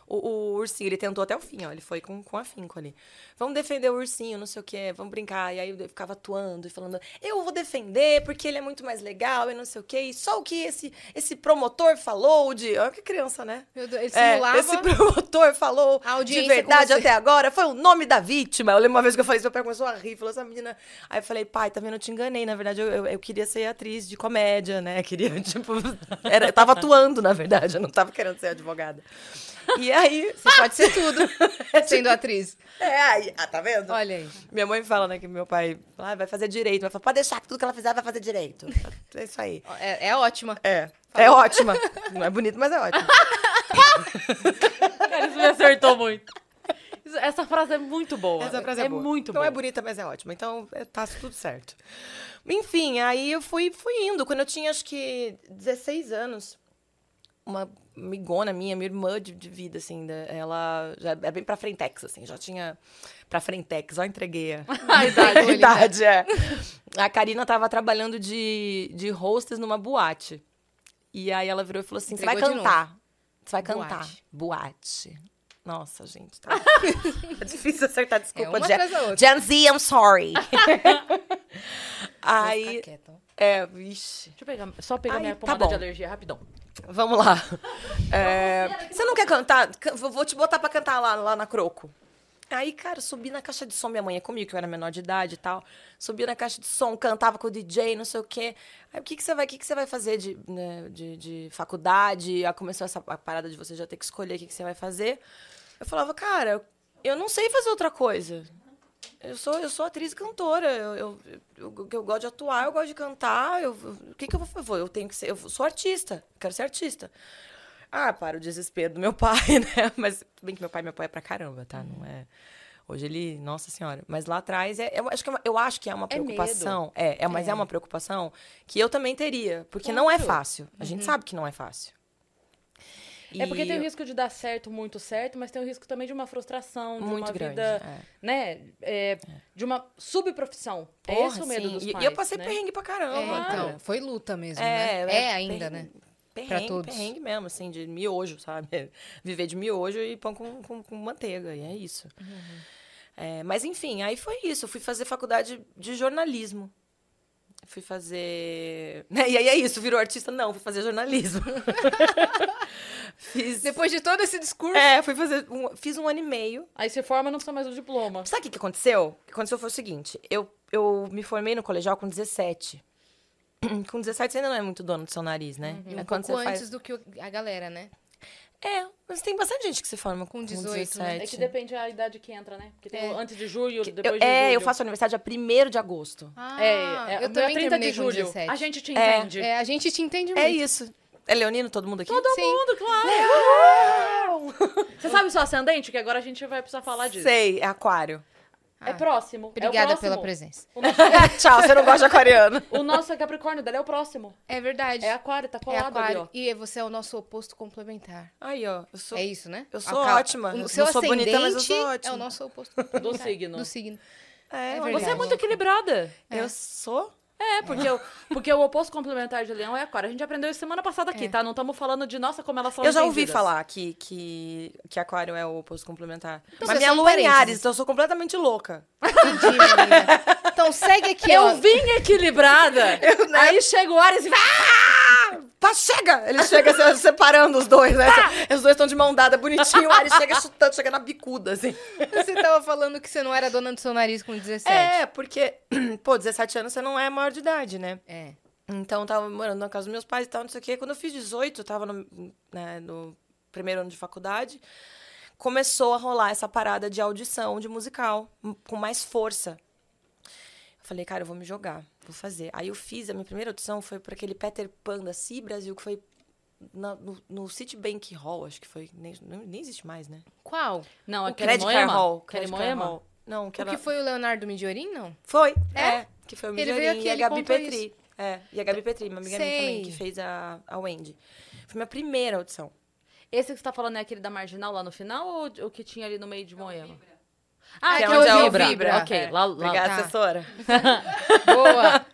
Speaker 3: o, o ursinho. Ele tentou até o fim, ó. Ele foi com, com afinco ali. Vamos defender o ursinho, não sei o quê. Vamos brincar. E aí eu ficava atuando e falando, eu vou defender porque ele é muito mais legal e não sei o quê. E só o que esse, esse promotor falou de... Olha que criança, né?
Speaker 2: Meu Deus, ele
Speaker 3: É,
Speaker 2: simulava.
Speaker 3: esse promotor falou
Speaker 2: A
Speaker 3: de
Speaker 2: audiência
Speaker 3: verdade
Speaker 2: com você.
Speaker 3: até agora, foi o nome da vítima. Eu lembro uma vez que eu falei isso, meu pai começou a rir, falou essa menina. Aí eu falei, pai, tá vendo? Eu te enganei. Na verdade, eu, eu, eu queria ser atriz de comédia, né? Queria, tipo. Era, eu tava atuando, na verdade, eu não tava querendo ser advogada. E aí.
Speaker 2: Você pode ser tudo, sendo atriz.
Speaker 3: É, aí, ah, tá vendo?
Speaker 2: Olha aí.
Speaker 3: Minha mãe fala, né, que meu pai ah, vai fazer direito. Mas fala, pode deixar que tudo que ela fizer vai fazer direito. É isso aí.
Speaker 2: É, é ótima.
Speaker 3: É. É ótima. Não é bonito, mas é ótima.
Speaker 1: Cara, isso me acertou muito. Isso- Essa frase é muito boa.
Speaker 3: Essa frase é, boa.
Speaker 1: muito
Speaker 3: Não
Speaker 1: boa.
Speaker 3: é bonita, mas é ótima. Então, é, tá tudo certo. Enfim, aí eu fui, fui indo. Quando eu tinha, acho que, 16 anos, uma amigona minha, minha irmã de, de vida, assim, da- ela já é bem pra frentex, assim. Já tinha pra frentex, ó, entreguei a,
Speaker 2: A idade,
Speaker 3: a idade, é. A Karina tava trabalhando de, de hostess numa boate. E aí ela virou e falou assim, você vai
Speaker 2: Entregou de novo.
Speaker 3: cantar. Você vai cantar.
Speaker 2: Boate.
Speaker 3: Boate. Nossa, gente, tá... é difícil acertar, desculpa.
Speaker 2: É uma
Speaker 3: Gen-
Speaker 2: atrás da outra.
Speaker 3: Gen Z, I'm sorry.
Speaker 2: Vou
Speaker 3: aí,
Speaker 2: ficar quieta, ó.
Speaker 3: é, vixe.
Speaker 1: Deixa eu pegar, só pegar
Speaker 3: Ai,
Speaker 1: minha
Speaker 3: tá
Speaker 1: pomada
Speaker 3: bom.
Speaker 1: de alergia rapidão.
Speaker 3: Vamos lá. É, você não quer cantar? Can- vou- Vou te botar pra cantar lá, lá na Croco. Aí, cara, eu subi na caixa de som, minha mãe ia comigo, que eu era menor de idade e tal. Subia na caixa de som, cantava com o DJ, não sei o quê. Aí, o que, que, você, vai, o que, que você vai fazer de, né, de, de faculdade? Aí começou essa a parada de você já ter que escolher o que, que você vai fazer. Eu falava, cara, eu não sei fazer outra coisa. Eu sou, eu sou atriz e cantora. Eu, eu, eu, eu gosto de atuar, eu gosto de cantar. Eu, eu- o que, que eu vou fazer? Eu tenho que ser. Eu sou artista, quero ser artista. Ah, para o desespero do meu pai, né? Mas tudo bem que meu pai, meu pai é pra caramba, tá? Não é. Hoje ele, nossa senhora. Mas lá atrás, é, eu, acho que é uma, eu acho que é uma
Speaker 1: É medo.
Speaker 3: preocupação. É, é, mas é.
Speaker 2: É.
Speaker 3: uma preocupação que eu também teria. Porque não é
Speaker 1: Claro. Uhum.
Speaker 3: fácil. A gente sabe que não é fácil.
Speaker 1: É porque
Speaker 3: E
Speaker 1: tem o risco de dar certo, muito certo, mas tem o risco também de uma frustração, de
Speaker 3: muito
Speaker 1: uma
Speaker 3: grande.
Speaker 1: vida,
Speaker 3: é.
Speaker 1: né? é, De uma subprofissão. é
Speaker 3: Porra,
Speaker 1: esse o medo
Speaker 3: sim.
Speaker 1: dos
Speaker 3: E-
Speaker 1: pais,
Speaker 3: E eu passei
Speaker 1: né?
Speaker 3: perrengue pra caramba.
Speaker 2: É,
Speaker 1: Claro.
Speaker 3: cara.
Speaker 2: então, foi luta mesmo, né?
Speaker 3: é
Speaker 2: É ainda, né?
Speaker 3: Perrengue,
Speaker 2: Pra todos.
Speaker 3: perrengue mesmo, assim, de miojo, sabe? Viver de miojo e pão com, com, com manteiga, e é isso.
Speaker 2: Uhum.
Speaker 3: É, mas, enfim, aí foi isso. Eu fui fazer faculdade de jornalismo. Fui fazer... E aí é isso, virou artista? Não, fui fazer jornalismo. fiz...
Speaker 2: Depois de todo esse discurso.
Speaker 3: É, fui fazer... um- Fiz um ano e meio.
Speaker 1: Aí se forma, não precisa mais do diploma.
Speaker 3: Sabe o que, que aconteceu? O que aconteceu foi o seguinte: eu, eu me formei no colegial com 17. Com 17 você ainda não é muito dono do seu nariz, né?
Speaker 2: Um
Speaker 3: É quando
Speaker 2: pouco
Speaker 3: você
Speaker 2: antes
Speaker 3: faz-
Speaker 2: do que o- a galera, né?
Speaker 3: É, mas tem bastante gente que se forma com,
Speaker 2: Com
Speaker 3: 18,
Speaker 2: 18, né?
Speaker 1: É
Speaker 3: 17.
Speaker 1: que depende da idade que entra, né? Porque tem
Speaker 2: É.
Speaker 1: o antes de julho,
Speaker 3: Que
Speaker 1: depois
Speaker 3: eu,
Speaker 1: de
Speaker 3: é,
Speaker 1: julho.
Speaker 3: eu faço aniversário dia 1 de agosto.
Speaker 2: Ah,
Speaker 1: É, é,
Speaker 2: eu
Speaker 1: o meu
Speaker 2: também
Speaker 1: é 30
Speaker 2: terminei
Speaker 1: de
Speaker 2: com
Speaker 1: julho.
Speaker 2: 17.
Speaker 1: A gente te
Speaker 3: É,
Speaker 1: entende.
Speaker 2: É, a gente te entende muito.
Speaker 3: É isso. É leonino todo mundo aqui?
Speaker 1: Todo
Speaker 2: Sim.
Speaker 1: mundo, claro. Você sabe o seu ascendente? Que agora a gente vai precisar falar disso.
Speaker 3: É. Sei, é aquário.
Speaker 1: É próximo. é o
Speaker 2: Ah, Obrigada
Speaker 1: próximo.
Speaker 2: pela presença.
Speaker 1: O nosso,
Speaker 3: Tchau, você não gosta de aquariano.
Speaker 1: o nosso é Capricórnio, dela é o próximo.
Speaker 2: É verdade.
Speaker 1: É aquário, tá
Speaker 2: É
Speaker 1: colado ali, ó.
Speaker 2: E você é o nosso oposto complementar.
Speaker 3: Aí, ó, eu sou...
Speaker 2: É isso, né?
Speaker 3: eu sou
Speaker 2: Aca-
Speaker 3: ótima.
Speaker 2: O
Speaker 3: Não
Speaker 2: seu
Speaker 3: sou
Speaker 2: ascendente
Speaker 3: bonita, mas eu sou
Speaker 2: é
Speaker 3: ótima.
Speaker 2: o nosso oposto complementar.
Speaker 1: Do signo.
Speaker 2: Do signo.
Speaker 3: É,
Speaker 2: É
Speaker 3: uma-
Speaker 2: verdade. é.
Speaker 1: Você é muito equilibrada.
Speaker 3: Eu sou?
Speaker 1: É, porque, o, porque o oposto complementar de leão é aquário. A gente aprendeu isso semana passada aqui,
Speaker 2: É.
Speaker 1: tá? Não estamos falando de, nossa, como elas são
Speaker 3: Eu já ouvi
Speaker 1: entendidas.
Speaker 3: falar que, que, que aquário é o oposto complementar.
Speaker 2: vocês
Speaker 3: Mas minha
Speaker 2: são
Speaker 3: lua é em
Speaker 2: parentes.
Speaker 3: Ares, então eu sou completamente louca.
Speaker 2: Entendi, menina. Então segue aqui, ó.
Speaker 1: Eu vim equilibrada. Aí chega o Ares e vai.
Speaker 3: Pá, "Ah, tá, chega! Ele chega se- separando os dois, né? Os dois estão de mão dada, bonitinho. O Ares chega chutando, chega na bicuda, assim.
Speaker 2: Você tava falando que você não era dona do seu nariz com 17.
Speaker 3: É, porque, pô, 17 anos você não é maior de idade, né?
Speaker 2: É.
Speaker 3: Então, eu tava morando na casa dos meus pais e tal, não sei o quê. Quando eu fiz 18, eu tava no, né, no primeiro ano de faculdade, começou a rolar essa parada de audição de musical, m- com mais força. Eu falei, cara, eu vou me jogar, vou fazer. Aí eu fiz, a minha primeira audição foi para aquele Peter Pan da Si Brasil, que foi na- no, no Citibank Hall, acho que foi. Nem, nem nem existe mais, né?
Speaker 2: Qual?
Speaker 1: Não, é
Speaker 3: O Credit Card Hall.
Speaker 1: Kerimoema.
Speaker 3: Credit Card
Speaker 1: Kerimoema.
Speaker 3: Hall. Não, que
Speaker 2: O
Speaker 3: era...
Speaker 2: que foi o Leonardo Midiorin, não?
Speaker 3: Foi.
Speaker 2: É?
Speaker 3: É. Que foi o
Speaker 2: Ele veio
Speaker 3: Mijorinho
Speaker 2: aqui,
Speaker 3: e a
Speaker 2: ele
Speaker 3: Gabi
Speaker 2: contou
Speaker 3: Petri. É, e a Gabi Petri, uma amiga minha também, que
Speaker 2: Sei.
Speaker 3: fez a, a Wendy. Foi minha primeira audição.
Speaker 1: Esse que você tá falando é aquele da marginal lá no final ou o que tinha ali no meio de Moema? Ah,
Speaker 2: Que
Speaker 1: que
Speaker 2: é
Speaker 1: é
Speaker 2: onde
Speaker 1: o
Speaker 2: é o
Speaker 1: Vibra.
Speaker 2: Vibra.
Speaker 1: Ok,
Speaker 2: É.
Speaker 1: lá, lá-
Speaker 3: Obrigada,
Speaker 2: tá.
Speaker 3: assessora.
Speaker 2: Boa.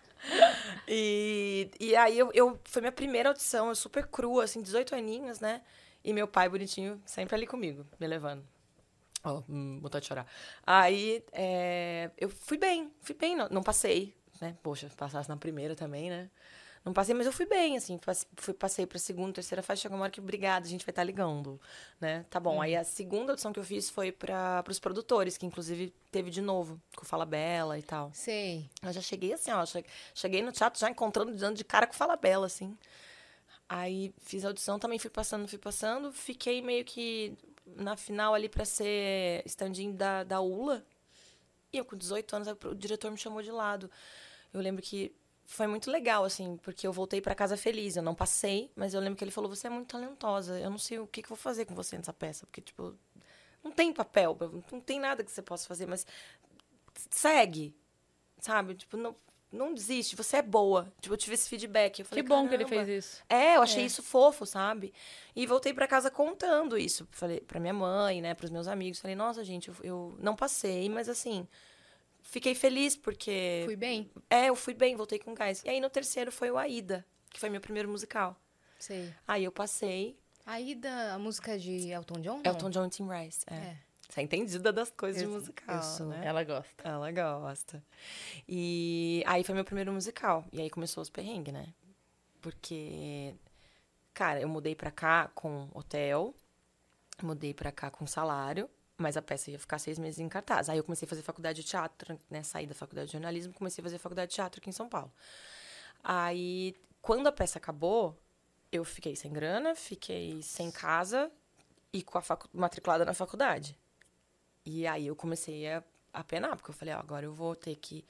Speaker 3: E, e aí, eu, eu- foi minha primeira audição, eu super crua, assim, 18 aninhos, né? E meu pai, bonitinho, sempre ali comigo, me levando. Ó, hum, vontade de chorar. Aí, é, eu fui bem, fui bem, não, não passei, né? Poxa, passasse na primeira também, né? Não passei, mas eu fui bem, assim, passe- fui, passei pra segunda, terceira fase, chegou uma hora que, obrigada, a gente vai estar ligando, né? Tá bom, aí a segunda audição que eu fiz foi para pros produtores, que inclusive teve de novo, com o Fala Bela e tal.
Speaker 2: Sei.
Speaker 3: Eu já cheguei assim, ó. che- Cheguei no teatro já encontrando dando de cara com Fala Bela, assim. Aí fiz a audição, também fui passando, fui passando. Fiquei meio que na final ali pra ser stand-in da, da ULA. E eu com 18 anos, aí o diretor me chamou de lado. Eu lembro que foi muito legal, assim, porque eu voltei pra casa feliz. Eu não passei, mas eu lembro que ele falou: Você é muito talentosa. Eu não sei o que, que eu vou fazer com você nessa peça, porque, tipo, não tem papel, pra- não tem nada que você possa fazer, mas segue, sabe? Tipo, não, não desiste, você é boa. Tipo, eu tive esse feedback. Eu
Speaker 1: Que
Speaker 3: falei,
Speaker 1: bom que ele
Speaker 3: "Caramba."
Speaker 1: fez isso.
Speaker 3: É, eu achei isso fofo, sabe? E voltei pra casa contando isso. Falei pra minha mãe, né, pros meus amigos. Falei, nossa, gente, eu, eu não passei, mas assim, fiquei feliz porque.
Speaker 2: Fui bem?
Speaker 3: É, eu fui bem, voltei com gás. E aí no terceiro foi o Aida, que foi meu primeiro musical.
Speaker 2: Sei.
Speaker 3: Aí eu passei.
Speaker 2: Aí da a música de Elton John? não?
Speaker 3: Elton John e Tim Rice. É.
Speaker 2: Hum. É.
Speaker 3: Você é entendida das coisas
Speaker 2: Eu-
Speaker 3: de musical.
Speaker 2: eu sou.
Speaker 3: né?
Speaker 1: Ela gosta.
Speaker 3: Ela gosta. E aí foi meu primeiro musical. E aí começou os perrengues, né? Porque, cara, eu mudei pra cá com hotel, mudei pra cá com salário, mas a peça ia ficar seis meses em cartaz. Aí eu comecei a fazer faculdade de teatro, né? Saí da faculdade de jornalismo, comecei a fazer faculdade de teatro aqui em São Paulo. Aí, quando a peça acabou, eu fiquei sem grana, fiquei sem casa e com a facu- matriculada na faculdade. E aí eu comecei a, a penar, porque eu falei, ó, agora eu vou ter que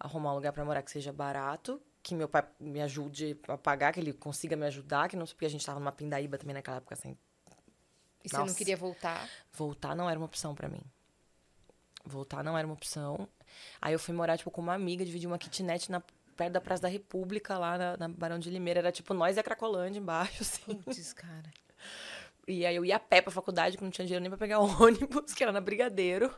Speaker 3: arrumar um lugar pra morar que seja barato, que meu pai me ajude a pagar, que ele consiga me ajudar, que não sei porque a gente tava numa pindaíba também naquela época, assim,
Speaker 2: E você não
Speaker 3: Nossa.
Speaker 2: queria voltar?
Speaker 3: voltar não era uma opção pra mim. Voltar não era uma opção. Aí eu fui morar, tipo, com uma amiga, dividi uma kitnet na, perto da Praça da República, lá na, na Barão de Limeira. Era tipo nós e a Cracolândia embaixo, assim.
Speaker 2: Putz, cara.
Speaker 3: E aí eu ia a pé pra faculdade, que não tinha dinheiro nem pra pegar ônibus, que era na Brigadeiro.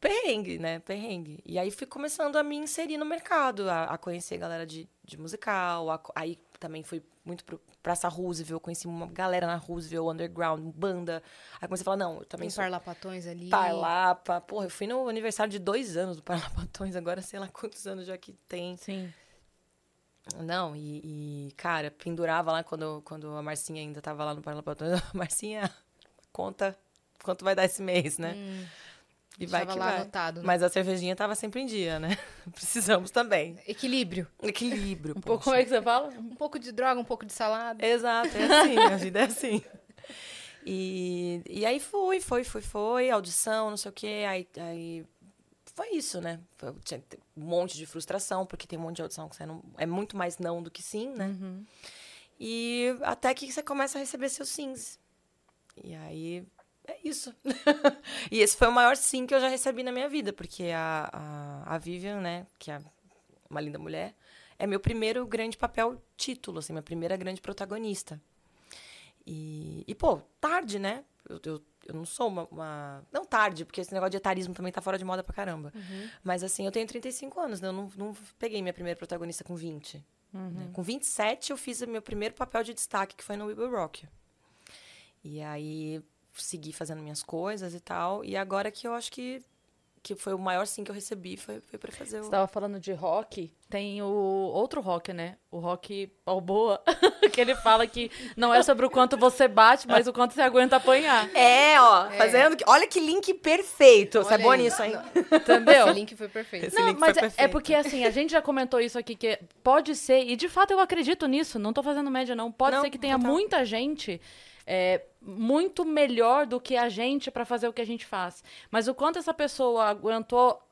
Speaker 3: Perrengue, né? Perrengue. E aí fui começando a me inserir no mercado, a, a conhecer galera de, de musical. a co- aí também fui muito pro Praça Roosevelt, conheci uma galera na Roosevelt, underground, banda. Aí comecei a falar, não, eu também
Speaker 2: Tem
Speaker 3: sou Tá
Speaker 2: parlapatões ali.
Speaker 3: Parlapa. Porra, eu fui no aniversário de dois anos do Parlapatões, agora sei lá quantos anos já que tem.
Speaker 1: Sim.
Speaker 3: Não, e, e, cara, pendurava lá quando, quando a Marcinha ainda tava lá no Parlapatões. A Marcinha, conta quanto vai dar esse mês, né? e vai
Speaker 2: Deixava
Speaker 3: que
Speaker 2: lá
Speaker 3: vai.
Speaker 2: anotado, né?
Speaker 3: Mas a cervejinha tava sempre em dia, né? Precisamos também.
Speaker 2: Equilíbrio.
Speaker 3: Equilíbrio,
Speaker 1: Um pouco, como é que você fala?
Speaker 2: Um pouco de droga, um pouco de salada.
Speaker 3: Exato, é assim, a vida é assim. E, e aí fui, foi, foi, foi, audição, não sei o quê, aí, aí foi isso, né? Foi- tinha um monte de frustração, porque tem um monte de audição que você não. É muito mais não do que sim, né? E até que você começa a receber seus sims. E aí é isso. e esse foi o maior sim que eu já recebi na minha vida, porque a, a, a Vivian, né, que é uma linda mulher, é meu primeiro grande papel título, assim, minha primeira grande protagonista. E, e pô, tarde, né? Eu, eu, eu não sou uma, uma- Não tarde, porque esse negócio de etarismo também tá fora de moda pra caramba. Mas assim, eu tenho 35 anos, né? Eu não, não peguei minha primeira protagonista com 20. né? Com 27, eu fiz o meu primeiro papel de destaque, que foi no We Will Rock. You. E aí, segui fazendo minhas coisas e tal. E agora que eu acho que, que foi o maior sim que eu recebi, foi, foi pra fazer
Speaker 1: Você
Speaker 3: o.
Speaker 1: tava falando de rock, tem o outro rock, né? O rock balboa, que ele fala que não é sobre o quanto você bate, mas o quanto você aguenta apanhar,
Speaker 3: É, ó,
Speaker 2: É.
Speaker 3: fazendo. que- Olha que link perfeito. Você é
Speaker 2: Olha
Speaker 3: boa
Speaker 2: aí.
Speaker 3: nisso, hein?
Speaker 1: entendeu?
Speaker 2: Esse link foi perfeito.
Speaker 3: Esse
Speaker 1: não,
Speaker 3: link foi
Speaker 1: mas é- é
Speaker 3: perfeito.
Speaker 1: porque assim, a gente já comentou isso aqui que pode ser, e de fato eu acredito nisso, não tô fazendo média não, pode
Speaker 3: Não,
Speaker 1: ser que tenha
Speaker 3: total.
Speaker 1: muita gente é, muito melhor do que a gente pra fazer o que a gente faz. Mas o quanto essa pessoa aguentou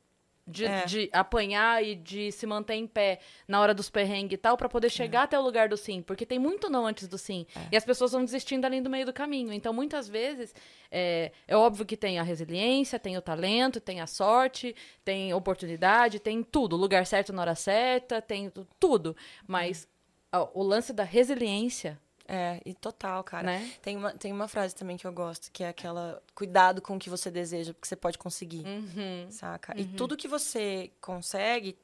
Speaker 1: de,
Speaker 3: É.
Speaker 1: de apanhar e de se manter em pé na hora dos perrengues e tal, pra
Speaker 3: É.
Speaker 1: poder chegar até o lugar do sim. Porque tem muito não antes do sim. E as pessoas vão desistindo ali no meio do caminho. Então, muitas vezes, é, é óbvio que tem a resiliência, tem o talento, tem a sorte, tem oportunidade, tem tudo. Lugar certo na hora certa, tem tu- tudo. Mas ó, o lance da resiliência,
Speaker 3: É, e total, cara.
Speaker 1: né?
Speaker 3: Tem, uma, tem uma frase também que eu gosto, que é aquela: cuidado com o que você deseja, porque você pode conseguir,
Speaker 2: Uhum.
Speaker 3: saca? E tudo que você consegue.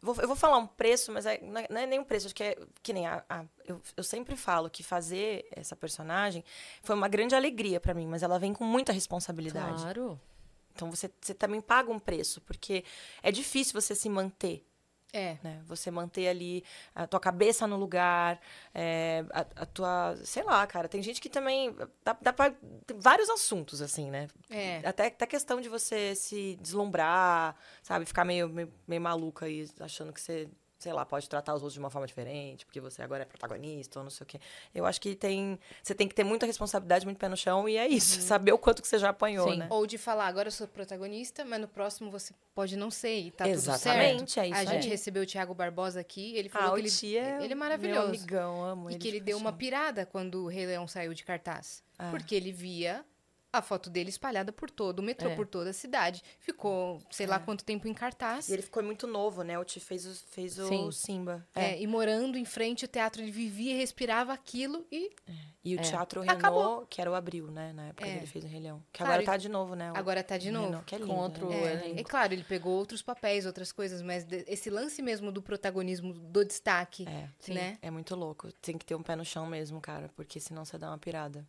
Speaker 3: vou- eu vou falar um preço, mas é- não é- não é nem um preço, acho que é que nem a. a- eu, eu sempre falo que fazer essa personagem foi uma grande alegria pra mim, mas ela vem com muita responsabilidade.
Speaker 1: Claro.
Speaker 3: Então você, você também paga um preço, porque é difícil você se manter
Speaker 2: É.
Speaker 3: né? Você manter ali a tua cabeça no lugar, é, a, a tua, sei lá, cara. Tem gente que também dá, dá para vários assuntos assim, né?
Speaker 2: É.
Speaker 3: Até, até questão de você se deslumbrar, sabe? Ficar meio, meio, meio maluca aí, achando que você, sei lá, pode tratar os outros de uma forma diferente, porque você agora é protagonista ou não sei o quê. Eu acho que tem, você tem que ter muita responsabilidade, muito pé no chão
Speaker 2: Uhum.
Speaker 3: e é isso. Saber o quanto que você já apanhou,
Speaker 1: Sim.
Speaker 3: né?
Speaker 2: Ou de falar, agora eu sou protagonista, mas no próximo você pode não ser e tá tudo certo.
Speaker 3: Exatamente, é isso
Speaker 2: A gente
Speaker 3: aí.
Speaker 2: recebeu o Thiago Barbosa aqui, ele
Speaker 3: Ah,
Speaker 2: falou
Speaker 3: o
Speaker 2: que ele,
Speaker 3: Ti é
Speaker 2: ele é
Speaker 3: Meu
Speaker 2: maravilhoso.
Speaker 3: amigão, amo
Speaker 2: E
Speaker 3: ele
Speaker 2: que ele
Speaker 3: de
Speaker 2: deu uma
Speaker 3: paixão.
Speaker 2: pirada quando o Rei Leão saiu de cartaz.
Speaker 3: Ah.
Speaker 2: Porque ele via a foto dele espalhada por todo o metrô,
Speaker 1: É.
Speaker 2: por toda a cidade. Ficou, sei lá quanto tempo em cartaz.
Speaker 3: É. E ele ficou muito novo, né? O Ti fez o, fez o
Speaker 1: Sim.
Speaker 3: Simba.
Speaker 2: É, e morando em frente ao teatro, ele vivia e respirava aquilo e
Speaker 3: E o Teatro Renault,
Speaker 2: Acabou.
Speaker 3: que era o Abril, né? Na época que ele fez o Rei Leão. Que
Speaker 2: Claro,
Speaker 3: agora
Speaker 2: e-
Speaker 3: tá de novo, né? O
Speaker 2: agora tá de novo.
Speaker 3: Renault, que é lindo,
Speaker 1: Com outro
Speaker 3: né?
Speaker 2: É,
Speaker 1: elenco.
Speaker 2: é claro, ele pegou outros papéis, outras coisas, mas de- esse lance mesmo do protagonismo, do destaque,
Speaker 3: É.
Speaker 1: sim.
Speaker 2: né?
Speaker 3: É muito louco. Tem que ter um pé no chão mesmo, cara. Porque senão você dá uma pirada.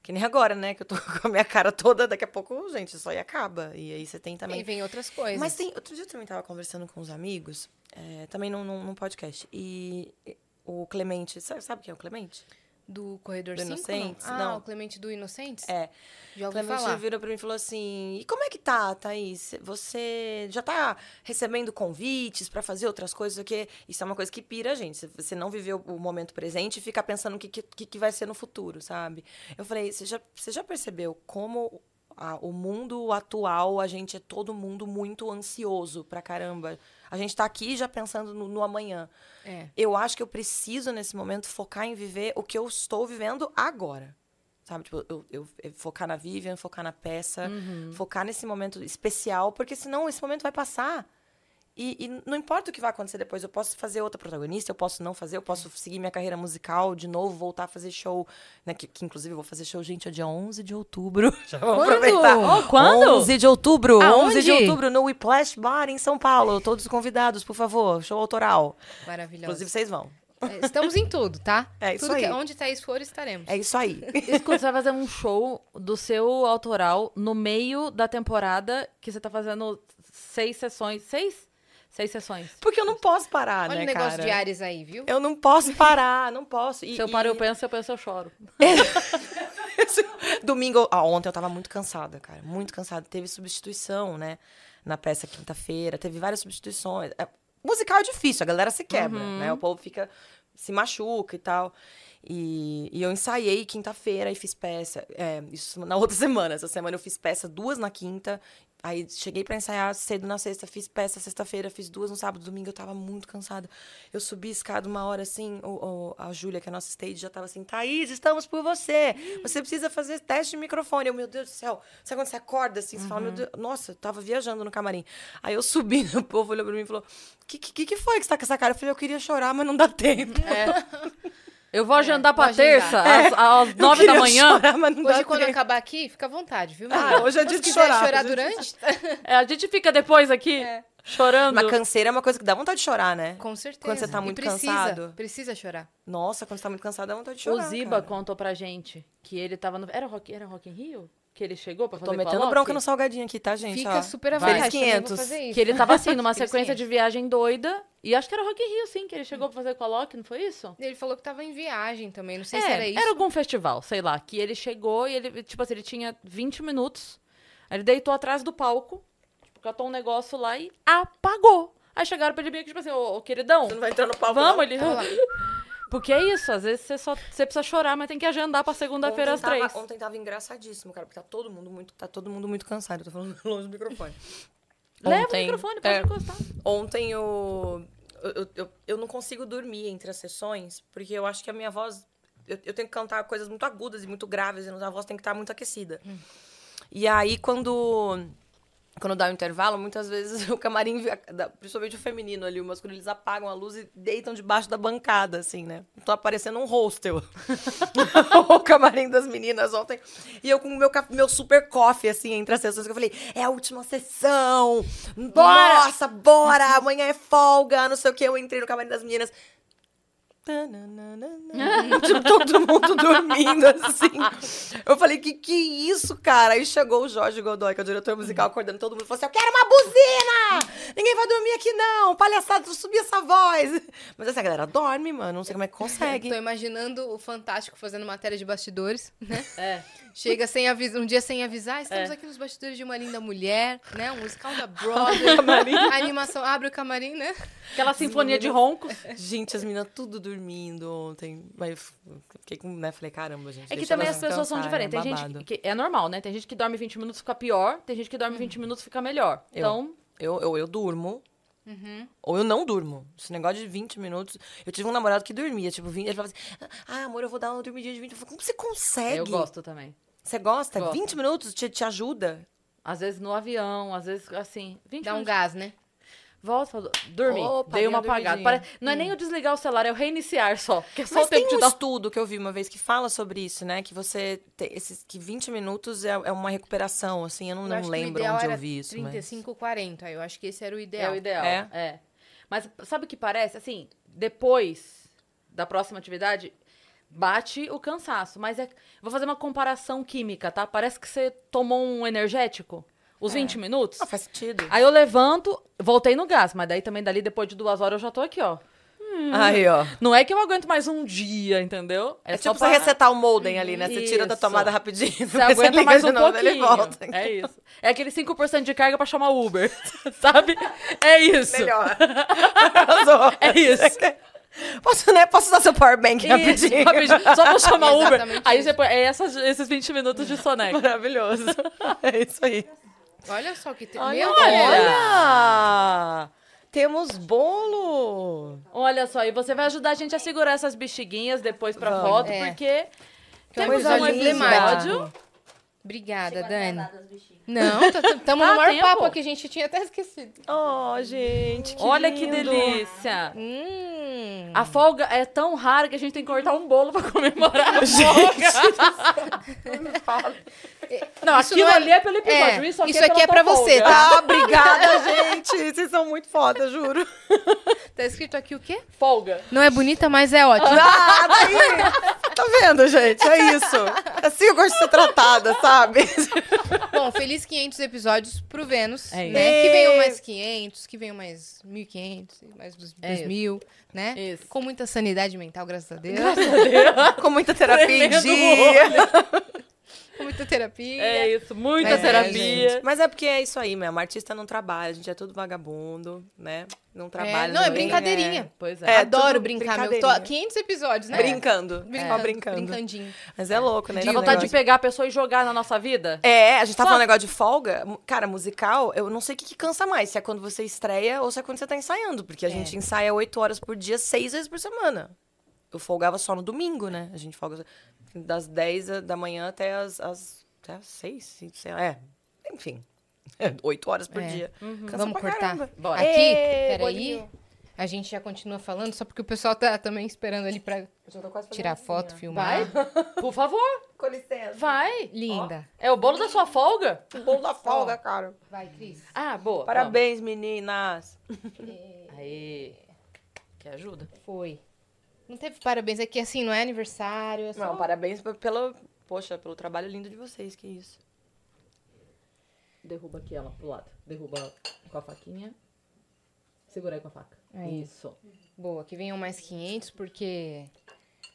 Speaker 3: Que nem agora, né? Que eu tô com a minha cara toda. Daqui a pouco, gente, isso aí acaba. E aí você tem também...
Speaker 2: E vem outras coisas.
Speaker 3: Mas tem. Outro dia eu também tava conversando com uns amigos, é, também num, num, num podcast. E e o Clemente. Sabe, sabe quem é o Clemente?
Speaker 2: Do Corredor
Speaker 3: Do
Speaker 2: 5,
Speaker 3: Inocentes?
Speaker 2: não? Ah,
Speaker 3: Não.
Speaker 2: o Clemente do Inocentes?
Speaker 3: É.
Speaker 2: Já ouvi
Speaker 3: Clemente
Speaker 2: falar.
Speaker 3: virou pra mim e falou assim: E como é que tá, Thaís? Você já tá recebendo convites pra fazer outras coisas? Porque isso é uma coisa que pira, a gente. Você não viveu o momento presente e fica pensando o que, que, que vai ser no futuro, sabe? Eu falei: Você já, você já percebeu como a- o mundo atual, a gente é todo mundo muito ansioso pra caramba? A gente tá aqui já pensando no, no amanhã.
Speaker 2: É.
Speaker 3: Eu acho que eu preciso, nesse momento, focar em viver o que eu estou vivendo agora. Sabe, tipo, eu, eu- eu focar na Vivian, focar na peça, focar nesse momento especial, porque senão esse momento vai passar. E, e não importa o que vai acontecer depois, eu posso fazer outra protagonista, eu posso não fazer, eu posso seguir minha carreira musical de novo, voltar a fazer show, né? Que, que, inclusive eu vou fazer show, gente, é dia 11 de outubro. Já vamos
Speaker 2: Quando?
Speaker 3: aproveitar.
Speaker 1: Oh, quando?
Speaker 3: 11 de outubro,
Speaker 2: Aonde?
Speaker 3: 11 de outubro no Whiplash Bar em São Paulo. Todos os convidados, por favor, show autoral.
Speaker 2: Maravilhosa.
Speaker 3: Inclusive vocês vão.
Speaker 2: É, Estamos em tudo, tá?
Speaker 3: É isso
Speaker 2: tudo
Speaker 3: aí.
Speaker 2: Que, onde Thaís for, estaremos.
Speaker 3: É isso aí.
Speaker 1: Escuta, você vai fazer um show do seu autoral no meio da temporada que você tá fazendo seis sessões. Seis? Seis sessões.
Speaker 3: Porque eu não posso parar,
Speaker 2: Olha
Speaker 3: né,
Speaker 2: o negócio
Speaker 3: cara?
Speaker 2: de Ares aí, viu?
Speaker 3: Eu não posso parar, não posso. E,
Speaker 1: Se eu
Speaker 3: e-
Speaker 1: paro, eu penso, se eu penso, eu choro.
Speaker 3: Domingo, ah, ontem eu tava muito cansada, cara, muito cansada. Teve substituição, né, na peça quinta-feira, teve várias substituições. É, musical é difícil, a galera se quebra,
Speaker 2: Uhum.
Speaker 3: né? O povo fica se machuca e tal. E, e eu ensaiei quinta-feira e fiz peça. É, isso na outra semana. Essa semana eu fiz peça duas na quinta. Aí cheguei pra ensaiar cedo na sexta, fiz peça sexta-feira, fiz duas no sábado, domingo eu tava muito cansada. Eu subi a escada uma hora assim, o, o- a Júlia, que é a nossa stage, já tava assim: Thaís, estamos por você. Você precisa fazer teste de microfone. Eu, meu Deus do céu. Sabe quando você acorda assim, você fala:
Speaker 1: Uhum.
Speaker 3: Meu Deus, nossa, eu tava viajando no camarim. Aí eu subi, o povo olhou pra mim e falou: Que que, que foi que você tá com essa cara? Eu falei: Eu queria chorar, mas não dá tempo.
Speaker 1: Eu vou agendar pra
Speaker 2: vou agendar.
Speaker 1: terça, às, às
Speaker 3: Eu
Speaker 1: nove da
Speaker 3: queria
Speaker 1: manhã.
Speaker 3: Chorar, mas não
Speaker 2: Hoje,
Speaker 3: dá
Speaker 2: quando
Speaker 3: tempo.
Speaker 2: acabar aqui, fica à vontade, viu?
Speaker 3: Ah,
Speaker 2: menina?
Speaker 3: hoje é
Speaker 2: Mas
Speaker 3: dia
Speaker 2: se
Speaker 3: de
Speaker 2: quiser
Speaker 3: chorar,
Speaker 2: chorar
Speaker 3: hoje é dia de
Speaker 2: durante,
Speaker 1: É, a gente fica depois aqui, chorando.
Speaker 3: Mas canseira é uma coisa que dá vontade de chorar, né?
Speaker 2: com certeza.
Speaker 3: Quando você tá
Speaker 2: E
Speaker 3: muito
Speaker 2: precisa,
Speaker 3: cansado.
Speaker 2: Precisa chorar.
Speaker 3: Nossa, quando você tá muito cansado, dá vontade de
Speaker 1: O
Speaker 3: chorar.
Speaker 1: Ziba
Speaker 3: cara.
Speaker 1: contou pra gente que ele tava no. Era Rock, era rock in Rio? Que ele chegou pra fazer
Speaker 3: Tô metendo
Speaker 1: Palocci?
Speaker 3: bronca no salgadinho aqui, tá, gente?
Speaker 2: Fica
Speaker 3: Ó,
Speaker 2: super à
Speaker 3: fez
Speaker 2: vontade. também, eu vou
Speaker 3: 500.
Speaker 2: fazer isso.
Speaker 1: Que ele tava assim, numa
Speaker 2: Eles
Speaker 1: sequência de viagem doida. E acho que era Rock in Rio, sim, que ele chegou pra fazer coloque, não foi isso?
Speaker 2: Ele falou que tava em viagem também, não sei
Speaker 1: é,
Speaker 2: se era isso.
Speaker 1: algum festival, sei lá. Que ele chegou e ele, tipo assim, ele tinha 20 minutos. Aí ele deitou atrás do palco, tipo, catou um negócio lá e apagou. Aí chegaram pra ele meio que, tipo assim, ô, ô, queridão,
Speaker 3: Você não vai entrar no palco,
Speaker 1: vamos?
Speaker 3: não?
Speaker 1: Ele...
Speaker 2: Olha lá.
Speaker 1: Porque é isso, às vezes você só você precisa chorar, mas tem que agendar pra segunda-feira às
Speaker 3: Ontem tava-
Speaker 1: três.
Speaker 3: Ontem tava engraçadíssimo, cara, porque tá todo mundo muito, tá todo mundo muito cansado. Eu tô falando longe do microfone.
Speaker 1: Leva o
Speaker 3: Ontem,
Speaker 1: microfone, pode
Speaker 3: é.
Speaker 1: encostar.
Speaker 3: Ontem eu eu, eu- eu, eu não consigo dormir entre as sessões, porque eu acho que a minha voz. Eu, eu tenho que cantar coisas muito agudas e muito graves, e a voz tem que estar muito aquecida. E aí, quando. Quando dá o intervalo, muitas vezes o camarim, da- principalmente o feminino ali, o masculino, eles apagam a luz e deitam debaixo da bancada, assim, né? Tô aparecendo um hostel. o camarim das meninas ontem. E eu com o meu, ca- meu super coffee, assim, entre as sessões, que eu falei, é a última sessão!
Speaker 1: Bora!
Speaker 3: Nossa, bora! Amanhã é folga, não sei o que. Eu entrei no camarim das meninas. Tananana. tipo, todo mundo dormindo, assim. Eu falei, que que é isso, cara? Aí chegou o Jorge Godoy, que é o diretor musical, acordando todo mundo. Falou assim, eu quero uma buzina! Ninguém vai dormir aqui, não! Palhaçada, tu subir essa voz! Mas essa galera dorme, mano. Não sei como é que consegue.
Speaker 2: Tô imaginando o Fantástico fazendo matéria de bastidores, né?
Speaker 1: É.
Speaker 2: Chega sem avisar, um dia sem avisar, estamos
Speaker 1: É.
Speaker 2: aqui nos bastidores de uma linda mulher, né? Um musical da Broadway. A animação abre o camarim, né?
Speaker 1: Aquela sinfonia de roncos.
Speaker 3: Gente, as meninas tudo dormindo ontem. Mas eu f- fiquei com, né? Falei, caramba, gente.
Speaker 1: É que
Speaker 3: deixa
Speaker 1: também
Speaker 3: elas
Speaker 1: as pessoas são
Speaker 3: descansarem,
Speaker 1: diferentes. Tem gente
Speaker 3: é babado. Uhum.
Speaker 1: que é normal, né? Tem gente que dorme 20 minutos e fica pior, tem gente que dorme 20 minutos e fica melhor.
Speaker 3: Eu.
Speaker 1: Então,
Speaker 3: Eu, eu, eu durmo.
Speaker 1: Uhum.
Speaker 3: Ou eu não durmo. Esse negócio de 20 minutos. Eu tive um namorado que dormia, tipo, 20. Ele falava assim: Ah, amor, eu vou dar uma dormidinha de 20. Eu falei, como você consegue?
Speaker 1: eu gosto também.
Speaker 3: Você gosta?
Speaker 1: Gosto.
Speaker 3: 20 minutos te, te ajuda?
Speaker 1: Às vezes no avião, às vezes assim, 20
Speaker 2: Dá um
Speaker 1: minutos.
Speaker 2: gás, né?
Speaker 1: Volta, fala, dormi.
Speaker 3: Opa,
Speaker 1: Dei
Speaker 3: dei
Speaker 1: uma
Speaker 3: uma
Speaker 1: apagada.
Speaker 3: dormidinha.
Speaker 1: Pare- Não é nem eu desligar o celular, é eu reiniciar só. Que é só
Speaker 3: Mas
Speaker 1: o tempo
Speaker 3: tem
Speaker 1: de
Speaker 3: um
Speaker 1: dar.
Speaker 3: estudo que eu vi uma vez que fala sobre isso, né? Que você. te- esses, que 20 minutos é, é uma recuperação, assim. Eu não,
Speaker 2: Eu
Speaker 3: não
Speaker 2: acho que o
Speaker 3: lembro
Speaker 2: ideal
Speaker 3: onde eu
Speaker 2: era
Speaker 3: vi isso. mas-
Speaker 2: 35, 40. Eu acho que esse era o
Speaker 1: É
Speaker 2: ideal.
Speaker 1: o ideal.
Speaker 3: É?
Speaker 1: é. Mas sabe o que parece? Assim, depois da próxima atividade, bate o cansaço. Mas é. Vou fazer uma comparação química, tá? Parece que você tomou um energético. Os 20 minutos?
Speaker 3: Ah, faz sentido.
Speaker 1: Aí eu levanto, voltei no gás, mas daí também dali depois de duas horas eu já tô aqui, ó. Uhum.
Speaker 3: Aí, ó.
Speaker 1: Não é que eu aguento mais um dia, entendeu?
Speaker 3: É, tipo
Speaker 1: pra-
Speaker 3: você resetar o modem ali, né? Você tira da
Speaker 1: Isso.
Speaker 3: tomada rapidinho. depois
Speaker 1: Você aguenta
Speaker 3: liga
Speaker 1: mais
Speaker 3: de
Speaker 1: um
Speaker 3: novo,
Speaker 1: pouquinho.
Speaker 3: Ele volta.
Speaker 1: É isso. É aquele 5% de carga pra chamar o Uber, sabe? É isso.
Speaker 3: Melhor. Arrasou.
Speaker 1: É isso.
Speaker 3: Posso, né? Posso usar seu powerbank
Speaker 1: Isso,
Speaker 3: rapidinho?
Speaker 1: rapidinho. Só pra chamar o Uber.
Speaker 2: Exatamente
Speaker 1: Aí
Speaker 2: isso.
Speaker 1: você põe é essas- esses 20 minutos de soneca.
Speaker 3: Maravilhoso. É isso aí.
Speaker 2: Olha só que... Te...
Speaker 1: Olha,
Speaker 2: Meu
Speaker 1: olha.
Speaker 2: Deus!
Speaker 3: Olha! Temos bolo!
Speaker 1: Olha só, e você vai ajudar a gente a segurar essas bexiguinhas depois pra
Speaker 3: Vamos.
Speaker 1: foto,
Speaker 2: É.
Speaker 1: porque...
Speaker 3: Porque
Speaker 2: Temos
Speaker 1: Coisa
Speaker 2: um
Speaker 1: linda.
Speaker 2: episódio. Obrigada,
Speaker 4: Chegou
Speaker 2: Dani.
Speaker 4: atrasada, os bichinhos.
Speaker 2: Não, estamos
Speaker 1: Tá
Speaker 2: no
Speaker 1: a
Speaker 2: maior
Speaker 1: tempo.
Speaker 2: papo que a gente tinha até esquecido.
Speaker 3: Oh, gente, que
Speaker 1: Olha que
Speaker 3: lindo.
Speaker 1: delícia.
Speaker 2: Hum.
Speaker 1: A folga é tão rara que a gente tem que cortar um bolo pra comemorar a folga. não,
Speaker 2: Isso
Speaker 1: aquilo
Speaker 2: não é-
Speaker 1: ali é pelo episódio. isso aqui é, pela
Speaker 2: pra
Speaker 1: tua
Speaker 2: você,
Speaker 1: folga.
Speaker 2: tá?
Speaker 3: Ah, obrigada, gente. Vocês são muito foda, juro.
Speaker 2: Tá escrito aqui o quê?
Speaker 1: Folga.
Speaker 2: Não é bonita, mas é ótima.
Speaker 3: Ah, daí. Tá vendo, gente? É isso. Assim eu gosto de ser tratada, sabe?
Speaker 2: Bom, feliz 500 episódios pro Vênus,
Speaker 1: É isso.
Speaker 2: né? Que
Speaker 3: Ê!
Speaker 2: venham mais 500, que venham mais 1.500, mais dos-
Speaker 1: É isso. É
Speaker 2: 2.000, né?
Speaker 1: Isso.
Speaker 2: Com muita sanidade mental, graças a Deus.
Speaker 3: Com muita terapia em
Speaker 1: Tremendo
Speaker 3: dia.
Speaker 2: Com muita terapia.
Speaker 1: É isso, muita
Speaker 2: Mas é,
Speaker 1: terapia.
Speaker 3: gente. Mas é porque é isso aí mesmo. Artista não trabalha, a gente é tudo vagabundo, né? Não trabalha.
Speaker 2: É, não, é
Speaker 3: ninguém.
Speaker 2: brincadeirinha.
Speaker 1: Pois
Speaker 3: É,
Speaker 1: é.
Speaker 2: Adoro
Speaker 3: tudo
Speaker 2: brincar. Meu, tô
Speaker 3: brincadeirinha.
Speaker 2: há 500 episódios, né?
Speaker 3: É. Brincando.
Speaker 2: Brincando,
Speaker 3: Só brincando.
Speaker 2: Brincandinho.
Speaker 3: Mas é louco, né?
Speaker 1: Dá
Speaker 3: esse
Speaker 1: vontade de
Speaker 3: negócio.
Speaker 1: pegar a pessoa e jogar na nossa vida?
Speaker 3: É, a gente tá falando negócio de folga. Mu- Cara, musical, eu não sei o que, que cansa mais. Se é quando você estreia ou se é quando você tá ensaiando. Porque
Speaker 2: É.
Speaker 3: a gente ensaia oito horas por dia, seis vezes por semana. Eu folgava só no domingo, né? A gente folga das 10 a- da manhã até as, as, até as 6, sei lá. É, enfim. oito horas por
Speaker 2: É.
Speaker 3: dia. Cansa
Speaker 2: Vamos
Speaker 3: pra
Speaker 2: cortar.
Speaker 3: caramba.
Speaker 1: Bora.
Speaker 2: Aqui,
Speaker 3: Ê,
Speaker 2: peraí.
Speaker 3: bolinho.
Speaker 2: A gente já continua falando, só porque o pessoal tá também esperando ali pra
Speaker 3: Eu já tô quase fazendo
Speaker 2: tirar
Speaker 3: assim,
Speaker 2: foto,
Speaker 3: ó.
Speaker 1: Vai.
Speaker 2: filmar.
Speaker 1: Por favor,
Speaker 3: Com licença.
Speaker 1: vai.
Speaker 2: Linda.
Speaker 1: É o bolo da sua folga?
Speaker 3: O bolo da folga, cara.
Speaker 2: Vai, Cris.
Speaker 1: Ah, boa.
Speaker 3: Parabéns, meninas.
Speaker 1: Vamos. Aí. Quer ajuda?
Speaker 2: Foi. Não teve parabéns aqui, assim, não é aniversário. É só...
Speaker 3: Não, parabéns pe- pelo, poxa, pelo trabalho lindo de vocês, que isso.
Speaker 1: Derruba aqui ela pro lado. Derruba com a faquinha. Segura aí com a faca.
Speaker 2: Aí.
Speaker 1: Isso.
Speaker 2: Boa, que venham mais 500, porque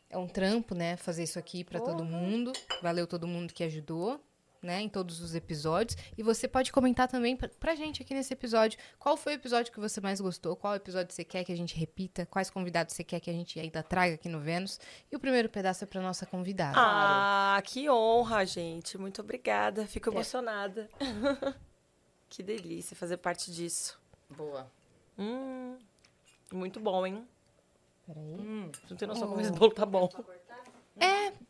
Speaker 2: é um trampo, né? Fazer isso aqui pra todo mundo. Valeu todo mundo que ajudou, né? Em todos os episódios. E você pode comentar também pra, pra gente aqui nesse episódio qual foi o episódio que você mais gostou, qual episódio você quer que a gente repita, quais convidados você quer que a gente ainda traga aqui no Vênus. E o primeiro pedaço é pra nossa convidada.
Speaker 3: Ah, que honra, gente. Muito obrigada.
Speaker 2: É.
Speaker 3: Fico emocionada. que delícia fazer parte disso.
Speaker 1: Boa.
Speaker 3: Hum, muito bom, hein?
Speaker 2: Peraí.
Speaker 1: Hum.
Speaker 3: Vocês Não tem noção como esse bolo tá bom.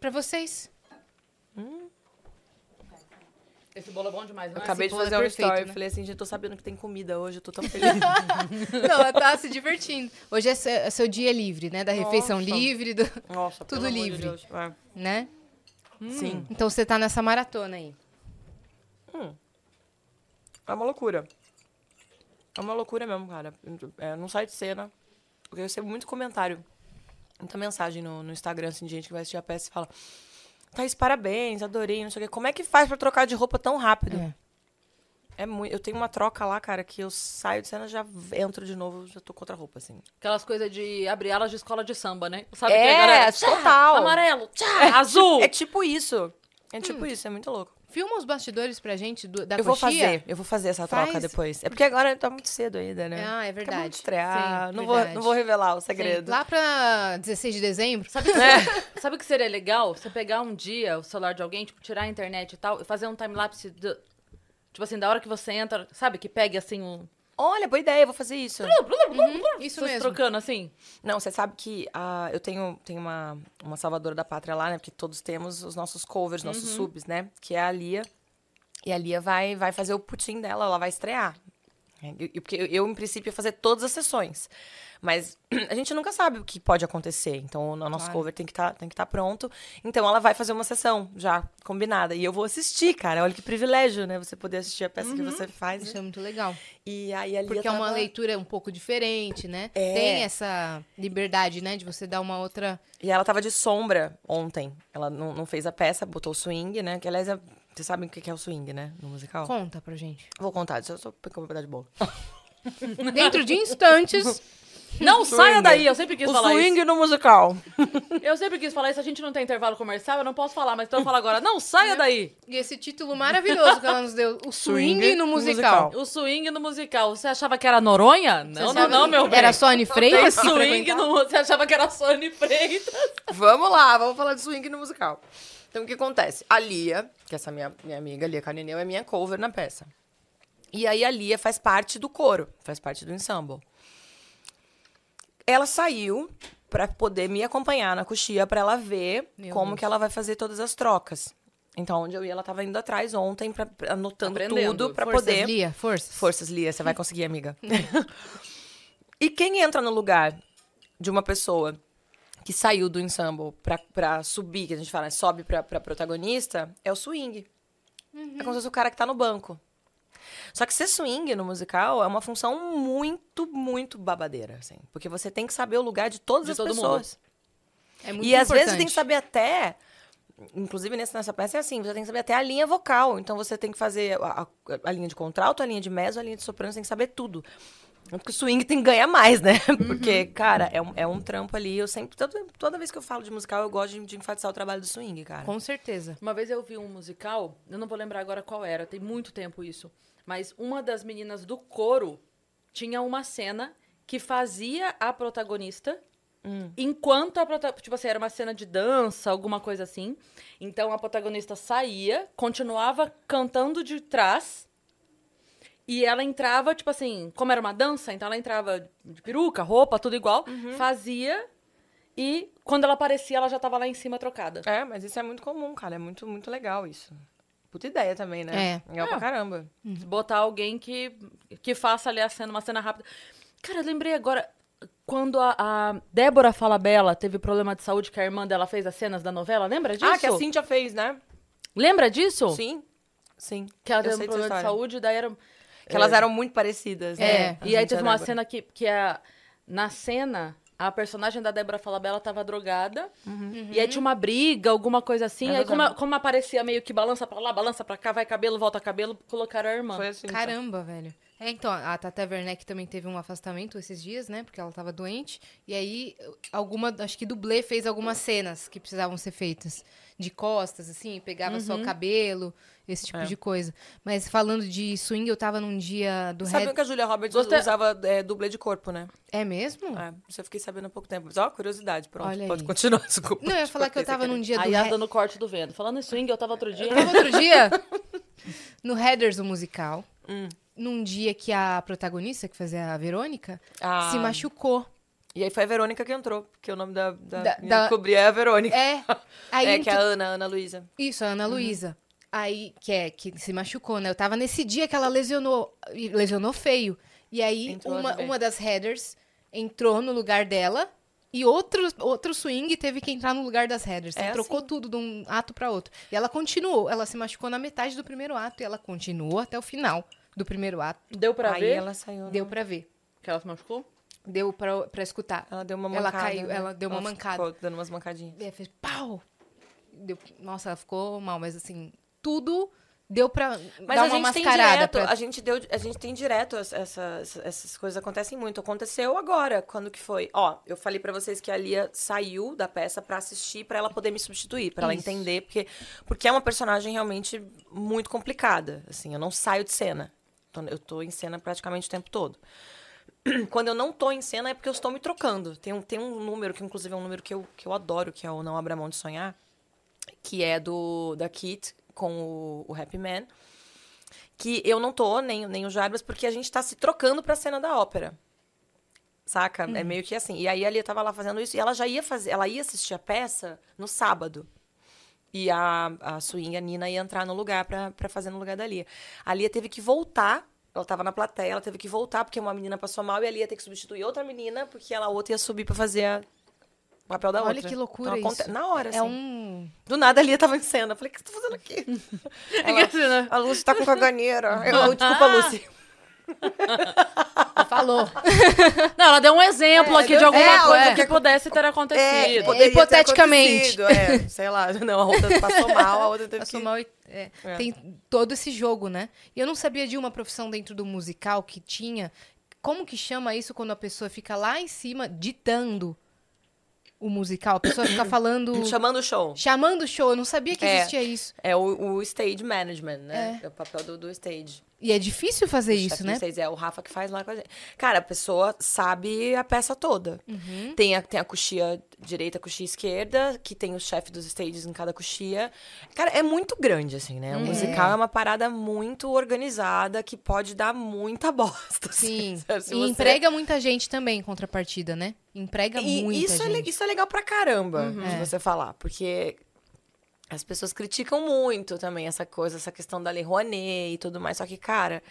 Speaker 2: Pra vocês.
Speaker 1: Esse bolo é bom demais, não
Speaker 3: Eu
Speaker 1: é?
Speaker 3: acabei de
Speaker 2: bolo é
Speaker 3: fazer um
Speaker 2: perfeito,
Speaker 3: story.
Speaker 2: né?
Speaker 3: Falei assim, gente, eu tô sabendo que tem comida hoje. Eu tô tão feliz.
Speaker 2: Não, ela tá se divertindo. Hoje é seu, é seu dia livre, né? Da refeição
Speaker 3: Nossa.
Speaker 2: livre, do-
Speaker 3: Nossa,
Speaker 2: Tudo
Speaker 3: pelo amor de
Speaker 2: livre.
Speaker 3: Deus. É.
Speaker 2: né?
Speaker 3: Sim.
Speaker 2: Então você tá nessa maratona aí.
Speaker 3: É uma loucura. É uma loucura mesmo, cara. É, não sai de cena. Porque eu recebo muito comentário, muita mensagem no, no Instagram, assim, de gente que vai assistir a peça e fala: Thaís, parabéns, adorei, não sei o quê. Como é que faz pra trocar de roupa tão rápido?
Speaker 2: É.
Speaker 3: É muito. Eu tenho uma troca lá, cara, que eu saio de cena, já entro de novo, já tô com outra roupa, assim.
Speaker 1: Aquelas coisas de abrir alas de escola de samba, né? Sabe que
Speaker 3: É,
Speaker 1: a galera... Tchá,
Speaker 3: total.
Speaker 1: Amarelo, tchá, azul.
Speaker 3: É tipo isso. É
Speaker 2: Hum.
Speaker 3: tipo isso, é muito louco.
Speaker 2: Filma os bastidores pra gente do- da
Speaker 3: eu vou
Speaker 2: coxia.
Speaker 3: fazer, eu vou fazer essa
Speaker 2: Faz.
Speaker 3: troca depois. É porque agora tá muito cedo ainda, né?
Speaker 2: Ah, é
Speaker 3: Acabou
Speaker 2: verdade.
Speaker 3: de estrear.
Speaker 2: Sim,
Speaker 3: não, vou,
Speaker 2: verdade.
Speaker 3: não vou revelar o
Speaker 2: Sim,
Speaker 3: segredo.
Speaker 2: Lá pra 16 de dezembro.
Speaker 1: Sabe o que, seria- É. sabe o que seria legal? Você pegar um dia o celular de alguém, tipo, tirar a internet e tal, e fazer um timelapse do... Tipo assim, da hora que você entra, sabe? Que pegue assim um...
Speaker 3: Olha, boa ideia, vou fazer isso.
Speaker 1: Uhum.
Speaker 2: Isso
Speaker 1: Vocês
Speaker 2: mesmo.
Speaker 1: trocando assim.
Speaker 3: Não, você sabe que ah, eu tenho, tenho uma, uma salvadora da pátria lá, né? Porque todos temos os nossos covers, nossos
Speaker 2: Uhum.
Speaker 3: subs, né? Que é a Lia. E a Lia vai, vai fazer o putim dela, ela vai estrear. É, e- e Porque eu, eu, em princípio, ia fazer todas as sessões. Mas a gente nunca sabe o que pode acontecer. Então, o nosso
Speaker 2: Claro.
Speaker 3: cover tem que estar tem que tá pronto. Então, ela vai fazer uma sessão já combinada. E eu vou assistir, cara. Olha que privilégio, né? Você poder assistir a peça que você faz.
Speaker 2: Isso é muito legal.
Speaker 3: E aí, a Lia
Speaker 2: Porque é uma
Speaker 3: tava-
Speaker 2: leitura um pouco diferente, né?
Speaker 3: É.
Speaker 2: Tem essa liberdade, né? De você dar uma outra.
Speaker 3: E ela tava de sombra ontem. Ela não, não fez a peça, botou o swing, né? Que aliás, é- vocês sabem o que que é o swing, né? No musical?
Speaker 2: Conta pra gente.
Speaker 3: Vou contar, deixa eu só pegar um pedaço de bolo.
Speaker 2: Dentro de instantes.
Speaker 1: Não
Speaker 3: Swing.
Speaker 1: saia daí, eu sempre quis
Speaker 3: o
Speaker 1: falar
Speaker 3: swing no musical.
Speaker 1: isso. Eu sempre quis falar isso, a gente não tem intervalo comercial, eu não posso falar, mas então eu falo agora. Não saia daí!
Speaker 2: E esse título maravilhoso que ela nos deu: O Swing,
Speaker 3: Swing
Speaker 2: no
Speaker 3: no
Speaker 2: Musical.
Speaker 1: O swing no musical. Você achava que era Noronha? Não,
Speaker 2: Você
Speaker 1: não,
Speaker 2: sabe
Speaker 1: não,
Speaker 2: que
Speaker 1: meu bem.
Speaker 2: Era só Anne
Speaker 1: Tem
Speaker 2: Freitas que
Speaker 1: swing
Speaker 2: frequentava?
Speaker 1: no Você achava que era Sony Freitas.
Speaker 3: vamos lá, vamos falar de swing no musical. Então, o que acontece? A Lia, que é essa minha, minha amiga, Lia Canineu, é minha cover na peça. E aí, a Lia faz parte do coro, faz parte do ensemble. Ela saiu para poder me acompanhar na coxia para ela ver
Speaker 2: Meu
Speaker 3: como
Speaker 2: Deus.
Speaker 3: que ela vai fazer todas as trocas. Então, onde eu ia, ela tava indo atrás ontem, pra, pra- anotando
Speaker 1: Aprendendo.
Speaker 3: tudo para
Speaker 2: Forças,
Speaker 3: poder.
Speaker 2: Lia, forças.
Speaker 3: Forças, Lia, você vai conseguir, amiga. e quem entra no lugar de uma pessoa que saiu do ensemble pra, pra subir, que a gente fala, né, sobe pra, pra protagonista, é o swing.
Speaker 1: Uhum.
Speaker 3: É como se fosse o cara que tá no banco. Só que ser swing no musical é uma função muito, muito babadeira, assim. Porque você tem que saber o lugar de todas
Speaker 1: De
Speaker 3: as
Speaker 1: todo mundo.
Speaker 3: pessoas
Speaker 2: É muito
Speaker 3: e às vezes você tem
Speaker 2: importante.
Speaker 3: que saber até. Inclusive nesse- nessa peça é assim, você tem que saber até a linha vocal. Então você tem que fazer a, a- a linha de contralto, a linha de mezzo, a linha de soprano, você tem que saber tudo. Porque o swing tem que ganhar mais, né? Porque,
Speaker 1: Uhum.
Speaker 3: cara, é um, é um trampo ali. Eu sempre, toda, toda vez que eu falo de musical, eu gosto de, de enfatizar o trabalho do swing, cara.
Speaker 2: Com certeza.
Speaker 1: Uma vez eu vi um musical, eu não vou lembrar agora qual era, tem muito tempo isso. Mas uma das meninas do coro tinha uma cena que fazia a protagonista. Enquanto a protagonista. Tipo assim, era uma cena de dança, alguma coisa assim. Então a protagonista saía, continuava cantando de trás. E ela entrava, tipo assim, como era uma dança, então ela entrava de peruca, roupa, tudo igual, fazia. E quando ela aparecia, ela já tava lá em cima trocada.
Speaker 3: É, mas isso é muito comum, cara. É muito, muito legal isso. Puta ideia também, né?
Speaker 2: É.
Speaker 1: Ah.
Speaker 3: Legal pra caramba.
Speaker 1: botar alguém que, que faça ali a cena, uma cena rápida. Cara, eu lembrei agora, quando a, a Débora Falabella teve problema de saúde, que a irmã dela fez as cenas da novela, lembra disso?
Speaker 3: Ah, que a Cintia fez, né?
Speaker 1: Lembra disso?
Speaker 3: Sim. Sim.
Speaker 1: Que ela
Speaker 3: Eu
Speaker 1: teve um
Speaker 3: sei dessa
Speaker 1: problema de
Speaker 3: história.
Speaker 1: saúde, daí era...
Speaker 3: Que elas eram muito parecidas, né?
Speaker 1: É,
Speaker 3: A
Speaker 1: e aí
Speaker 3: Cintia
Speaker 1: teve
Speaker 3: a
Speaker 1: uma
Speaker 3: Débora.
Speaker 1: cena que, que a, na cena, a personagem da Débora Falabella tava drogada,
Speaker 3: Uhum.
Speaker 1: e aí tinha uma briga, alguma coisa assim,
Speaker 3: Mas
Speaker 1: aí
Speaker 3: eu
Speaker 1: como,
Speaker 3: lembro.
Speaker 1: como aparecia meio que balança pra lá, balança pra cá, vai cabelo, volta cabelo, colocaram a irmã.
Speaker 3: Foi assim, então.
Speaker 2: Caramba, velho. É, então, a Tata Werneck também teve um afastamento esses dias, né? Porque ela tava doente. E aí, alguma, acho que dublê fez algumas cenas que precisavam ser feitas. De costas, assim, pegava só o cabelo, esse tipo
Speaker 3: Uhum. É.
Speaker 2: de coisa. Mas falando de swing, eu tava num dia do
Speaker 3: Sabiam
Speaker 2: Red-
Speaker 3: que a Julia Roberts
Speaker 1: Gostei-
Speaker 3: usava é, dublê de corpo, né?
Speaker 2: É mesmo?
Speaker 3: É, isso eu fiquei sabendo há pouco tempo. Só curiosidade, pronto.
Speaker 2: Olha
Speaker 3: pode
Speaker 2: aí.
Speaker 3: continuar, desculpa.
Speaker 2: Não, eu ia
Speaker 3: te
Speaker 2: falar que eu
Speaker 3: cortei sem
Speaker 2: tava num
Speaker 3: querer.
Speaker 2: dia do
Speaker 1: Aí
Speaker 2: Red-
Speaker 1: ela no corte do vento. Falando em swing, eu tava outro dia.
Speaker 2: Eu tava outro dia no Headers, o musical.
Speaker 3: Hum.
Speaker 2: Num dia que a protagonista, que fazia a Verônica,
Speaker 3: Ah.
Speaker 2: se machucou.
Speaker 3: E aí foi a Verônica que entrou, porque o nome da, da,
Speaker 2: Da-
Speaker 3: menina
Speaker 2: da-
Speaker 3: que cobria é a Verônica.
Speaker 2: É. Aí
Speaker 3: é,
Speaker 2: entrou-
Speaker 3: que é a Ana, Ana Luísa.
Speaker 2: Isso, a
Speaker 3: Uhum.
Speaker 2: Ana Luísa. Aí, que é, que se machucou, né? Eu tava nesse dia que ela lesionou, e lesionou feio. E aí,
Speaker 3: Entrou
Speaker 2: uma,
Speaker 3: também.
Speaker 2: uma das headers entrou no lugar dela e outro, outro swing teve que entrar no lugar das headers.
Speaker 3: É
Speaker 2: trocou
Speaker 3: assim.
Speaker 2: tudo de um ato pra outro. E ela continuou, ela se machucou na metade do primeiro ato e ela continuou até o final do primeiro ato.
Speaker 1: Deu pra
Speaker 3: aí
Speaker 1: ver
Speaker 3: ela saiu. né?
Speaker 2: Deu pra ver,
Speaker 1: que ela se machucou?
Speaker 2: deu pra, pra escutar.
Speaker 3: Ela deu uma
Speaker 2: Ela
Speaker 3: mancada.
Speaker 2: caiu,
Speaker 3: né?
Speaker 2: ela deu uma mancada.
Speaker 3: Ficou dando umas mancadinhas.
Speaker 2: E aí fez pau! Deu- nossa, ela ficou mal, mas assim, tudo deu pra
Speaker 3: Mas
Speaker 2: dar
Speaker 3: a
Speaker 2: uma
Speaker 3: gente tem
Speaker 2: mascarada.
Speaker 3: direto,
Speaker 2: pra-
Speaker 3: a gente deu, a gente tem direto essa- essas, essas coisas acontecem muito. Aconteceu agora, quando que foi? Ó, eu falei pra vocês que a Lia saiu da peça pra assistir, pra ela poder me substituir, pra ela
Speaker 2: Isso.
Speaker 3: entender, porque porque é uma personagem realmente muito complicada, assim, eu não saio de cena. Então, Eu tô em cena praticamente o tempo todo. Quando eu não tô em cena é porque eu estou me trocando. Tem um, tem um número, que inclusive é um número que eu, que eu adoro, que é o Não Abra Mão de Sonhar, que é do da Kit com o, o Happy Man que eu não tô, nem, nem o Jarbas, porque a gente tá se trocando pra cena da ópera. Saca?
Speaker 2: Uhum.
Speaker 3: É meio que assim. E aí a Lia tava lá fazendo isso e ela já ia fazer, ela ia assistir a peça no sábado. E a, a Swing, a Nina, ia entrar no lugar pra, pra fazer no lugar da Lia. A Lia teve que voltar. Ela tava na plateia, ela teve que voltar porque uma menina passou mal e a Lia ia ter que substituir outra menina porque ela outra ia subir pra fazer a- o papel da
Speaker 2: Olha
Speaker 3: outra.
Speaker 2: que loucura
Speaker 3: aconte-
Speaker 2: isso.
Speaker 3: Na hora, assim.
Speaker 2: É um.
Speaker 3: Do nada a Lia tava em cena. Eu falei, o que você tá fazendo aqui?
Speaker 1: que assim, né?
Speaker 3: A Lucy tá com caganeira. Eu, desculpa, Lucy.
Speaker 2: Falou.
Speaker 1: Não, ela deu um exemplo é,
Speaker 3: É,
Speaker 1: aqui
Speaker 3: deu-
Speaker 1: de alguma
Speaker 3: é,
Speaker 1: coisa
Speaker 3: é.
Speaker 1: que pudesse ter acontecido.
Speaker 2: poderia ter hipoteticamente.
Speaker 3: acontecido, É, sei lá. Não, a outra passou mal, a outra teve
Speaker 2: Passou
Speaker 3: que...
Speaker 2: mal e- é,
Speaker 3: É.
Speaker 2: Tem todo esse jogo, né? E eu não sabia de uma profissão dentro do musical que tinha. Como que chama isso quando a pessoa fica lá em cima ditando o musical? A pessoa fica falando.
Speaker 3: Chamando o show.
Speaker 2: chamando o show. Eu não sabia que
Speaker 3: É.
Speaker 2: existia isso.
Speaker 3: É o, o stage management, né? É, o papel do, do stage.
Speaker 2: E é difícil fazer
Speaker 3: Chefe
Speaker 2: isso,
Speaker 3: de
Speaker 2: né?
Speaker 3: stage, É o Rafa que faz lá com a gente. Cara, a pessoa sabe a peça toda.
Speaker 2: Uhum.
Speaker 3: Tem, a, tem a coxia direita, a coxia esquerda, que tem o chefe dos stages em cada coxia. Cara, é muito grande, assim, né? O
Speaker 2: Uhum.
Speaker 3: musical é uma parada muito organizada que pode dar muita bosta.
Speaker 2: Sim.
Speaker 3: assim, sabe? Se
Speaker 2: e
Speaker 3: você-
Speaker 2: emprega muita gente também em contrapartida, né? Emprega
Speaker 3: E
Speaker 2: muita
Speaker 3: isso, é, le-
Speaker 2: gente.
Speaker 3: isso é legal pra caramba de
Speaker 2: É.
Speaker 3: você falar, porque as pessoas criticam muito também essa coisa, essa questão da Lei Rouanet e tudo mais. Só que, cara,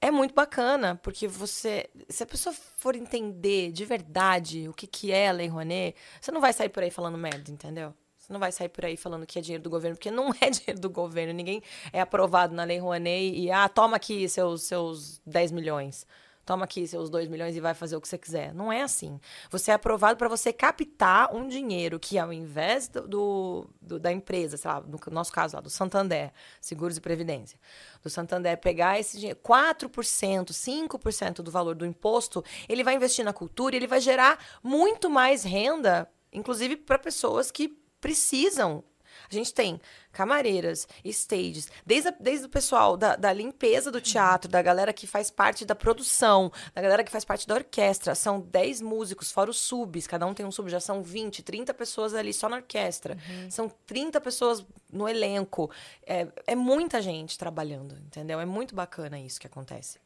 Speaker 3: é muito bacana, porque você. Se a pessoa for entender de verdade o que, que é a Lei Rouanet, você não vai sair por aí falando merda, entendeu? Você não vai sair por aí falando que é dinheiro do governo, porque não é dinheiro do governo. Ninguém é aprovado na Lei Rouanet e, ah, toma aqui seus, seus 10 milhões. Toma aqui seus 2 milhões e vai fazer o que você quiser. Não é assim. Você é aprovado para você captar um dinheiro que, ao invés do, do- do- da empresa, sei lá, no nosso caso lá, do Santander, Seguros e Previdência, do Santander pegar esse dinheiro, 4%, 5% do valor do imposto, ele vai investir na cultura e ele vai gerar muito mais renda, inclusive para pessoas que precisam. A gente tem camareiras, stages, desde, a- desde o pessoal da, da limpeza do teatro, da galera que faz parte da produção, da galera que faz parte da orquestra. São 10 músicos, fora os subs, cada um tem um sub, já são 20, 30 pessoas ali só na orquestra. São 30 pessoas no elenco. É, é muita gente trabalhando, entendeu? É muito bacana isso que acontece.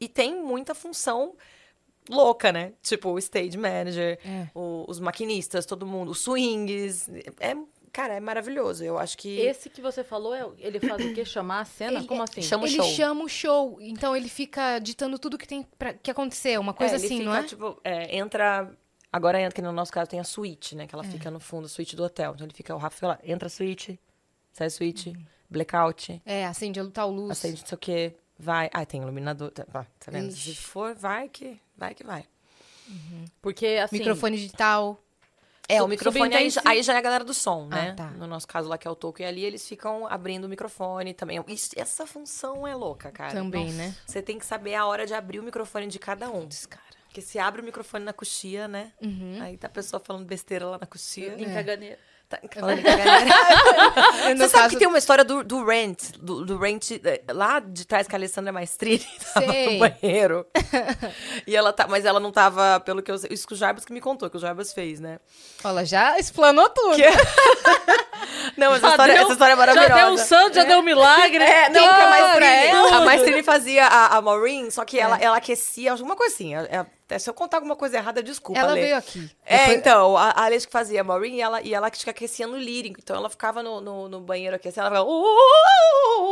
Speaker 3: E tem muita função louca, né? Tipo, o stage manager,
Speaker 2: É.
Speaker 3: o- os maquinistas, todo mundo, os swings. É, cara, é maravilhoso. Eu acho que.
Speaker 1: Esse que você falou, é- ele faz o quê? Chamar a cena?
Speaker 2: Ele-
Speaker 1: Como assim?
Speaker 3: Chama o
Speaker 2: ele
Speaker 3: show.
Speaker 2: chama o show, então ele fica ditando tudo que tem pra, que acontecer, uma coisa
Speaker 3: É, ele
Speaker 2: assim,
Speaker 3: fica,
Speaker 2: não é?
Speaker 3: Tipo, é, entra. Agora entra, que no nosso caso tem a suíte, né? Que
Speaker 2: É.
Speaker 3: ela fica no fundo, a suíte do hotel. Então ele fica, o Rafa fica lá, entra a suíte, sai a suíte, blackout,
Speaker 2: É, acende a tal Uhum. luz.
Speaker 3: acende não sei o quê, vai. Ah, tem iluminador. Tá, tá vendo?
Speaker 2: Ixi.
Speaker 3: Se for, vai que vai. Que vai.
Speaker 1: Porque, assim...
Speaker 2: Microfone digital.
Speaker 3: É,
Speaker 1: Su-
Speaker 3: o microfone aí, já-
Speaker 1: subentende-
Speaker 3: aí já é a galera do som,
Speaker 2: Ah,
Speaker 3: né?
Speaker 2: tá.
Speaker 3: No nosso caso lá, que é o Toco e ali, eles ficam abrindo o microfone também. Isso- essa função é louca, cara.
Speaker 2: Também,
Speaker 3: Nossa.
Speaker 2: né?
Speaker 3: Você tem que saber a hora de abrir o microfone de cada um.
Speaker 2: cara. Uhum.
Speaker 3: Porque se abre o microfone na coxia, né? Aí tá a pessoa falando besteira lá na coxia.
Speaker 1: Em caganeira.
Speaker 3: Tá falando com a galera.
Speaker 2: No
Speaker 3: Você sabe
Speaker 2: caso-
Speaker 3: que tem uma história do, do Rent, do, do Rent eh, lá de trás que a Alessandra Maestrini tava
Speaker 2: Sei.
Speaker 3: no banheiro. e ela tá, mas ela não tava, pelo que eu sei, isso que o Jarbas que me contou, que o Jarbas fez, né?
Speaker 2: Olha, já explanou tudo.
Speaker 3: é Não, essa
Speaker 1: Já
Speaker 3: história,
Speaker 1: Ah, deu-
Speaker 3: essa história é
Speaker 1: Já
Speaker 3: maravilhosa.
Speaker 1: deu um santo, já deu um milagre.
Speaker 3: É, não,
Speaker 1: Quem
Speaker 3: que a
Speaker 1: que
Speaker 3: Maestrine,
Speaker 1: faria?
Speaker 3: a Maestrine fazia a, a Maureen, só que
Speaker 2: É.
Speaker 3: ela, ela aquecia alguma coisinha. É, se eu contar alguma coisa errada, desculpa,
Speaker 2: Ela
Speaker 3: Lê.
Speaker 2: veio aqui.
Speaker 3: É,
Speaker 2: Depois-
Speaker 3: então, a, a Alex que fazia a Maureen e ela, e ela que aquecia no lírico. Então ela ficava no, no, no banheiro aquecendo, ela ficava. "Uh",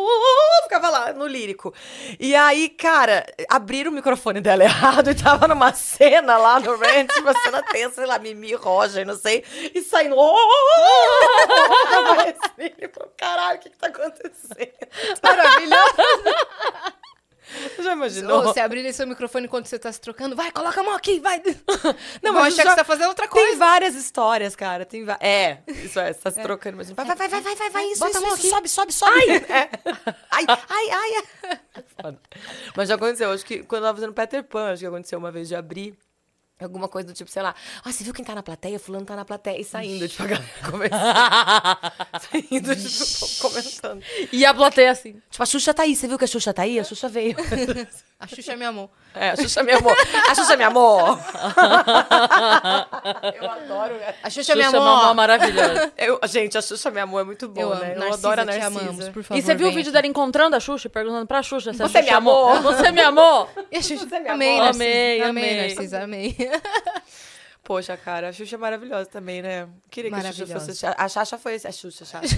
Speaker 3: Ficava lá no lírico. E aí, cara, abriram o microfone dela errado e tava numa cena lá no Ranch, uma cena tensa, sei lá, Mimi Roger, não sei, e saindo. "Uh", da Maestrine. Eu falei, Caralho, o que, que tá acontecendo?
Speaker 2: Maravilhoso.
Speaker 3: Já
Speaker 2: Ou
Speaker 3: imaginou?
Speaker 2: você abrir seu microfone quando você tá se trocando. Vai, coloca a mão aqui, vai. Não,
Speaker 3: Não,
Speaker 2: vou
Speaker 3: mas
Speaker 2: achar
Speaker 3: já-
Speaker 2: que você tá fazendo outra
Speaker 3: Tem
Speaker 2: coisa.
Speaker 3: várias histórias, cara. Tem va- É, isso é, você tá se trocando, mas vai, vai, vai, vai, vai, vai, vai, isso,
Speaker 2: Bota a
Speaker 3: isso,
Speaker 2: mão
Speaker 3: isso,
Speaker 2: aqui.
Speaker 3: sobe, sobe, sobe. É. Ai, ai, ai, ai. Foda. Mas já aconteceu, acho que quando eu tava fazendo Peter Pan, acho que aconteceu uma vez de abrir. Alguma coisa do tipo, sei lá, ah, você viu quem tá na plateia? Fulano tá na plateia. E saindo, tipo, a galera conversando. saindo, tipo, comentando.
Speaker 1: E a plateia assim.
Speaker 3: Tipo, a Xuxa tá aí, você viu que a Xuxa tá aí? A Xuxa veio.
Speaker 2: A Xuxa me amou.
Speaker 3: É, a Xuxa me amou. A Xuxa me amou. eu adoro, né?
Speaker 2: A Xuxa,
Speaker 1: Xuxa
Speaker 2: me
Speaker 1: é uma
Speaker 2: amou.
Speaker 1: maravilhosa.
Speaker 3: Eu, gente, a Xuxa Meu Amor é muito bom,
Speaker 2: Eu amo.
Speaker 3: né? Eu
Speaker 2: Narcisa,
Speaker 3: adoro a
Speaker 2: te
Speaker 3: Narcisa.
Speaker 2: amamos, por favor.
Speaker 1: E você viu o
Speaker 2: vem
Speaker 1: vídeo
Speaker 2: aqui.
Speaker 1: dela encontrando a Xuxa, perguntando pra Xuxa se a
Speaker 3: Você
Speaker 1: Xuxa
Speaker 3: me amou?
Speaker 1: Você é me amou?
Speaker 2: E a Xuxa...
Speaker 3: Você é me
Speaker 2: Amei,
Speaker 3: amou.
Speaker 2: Narcisa.
Speaker 1: Amei,
Speaker 2: amei,
Speaker 1: amei.
Speaker 2: Narcisa, amei.
Speaker 3: Poxa, cara, a Xuxa é maravilhosa também, né? Queria que a Xuxa
Speaker 2: Maravilhosa.
Speaker 3: fosse assistir. A Sasha foi... A Xuxa, a Sasha.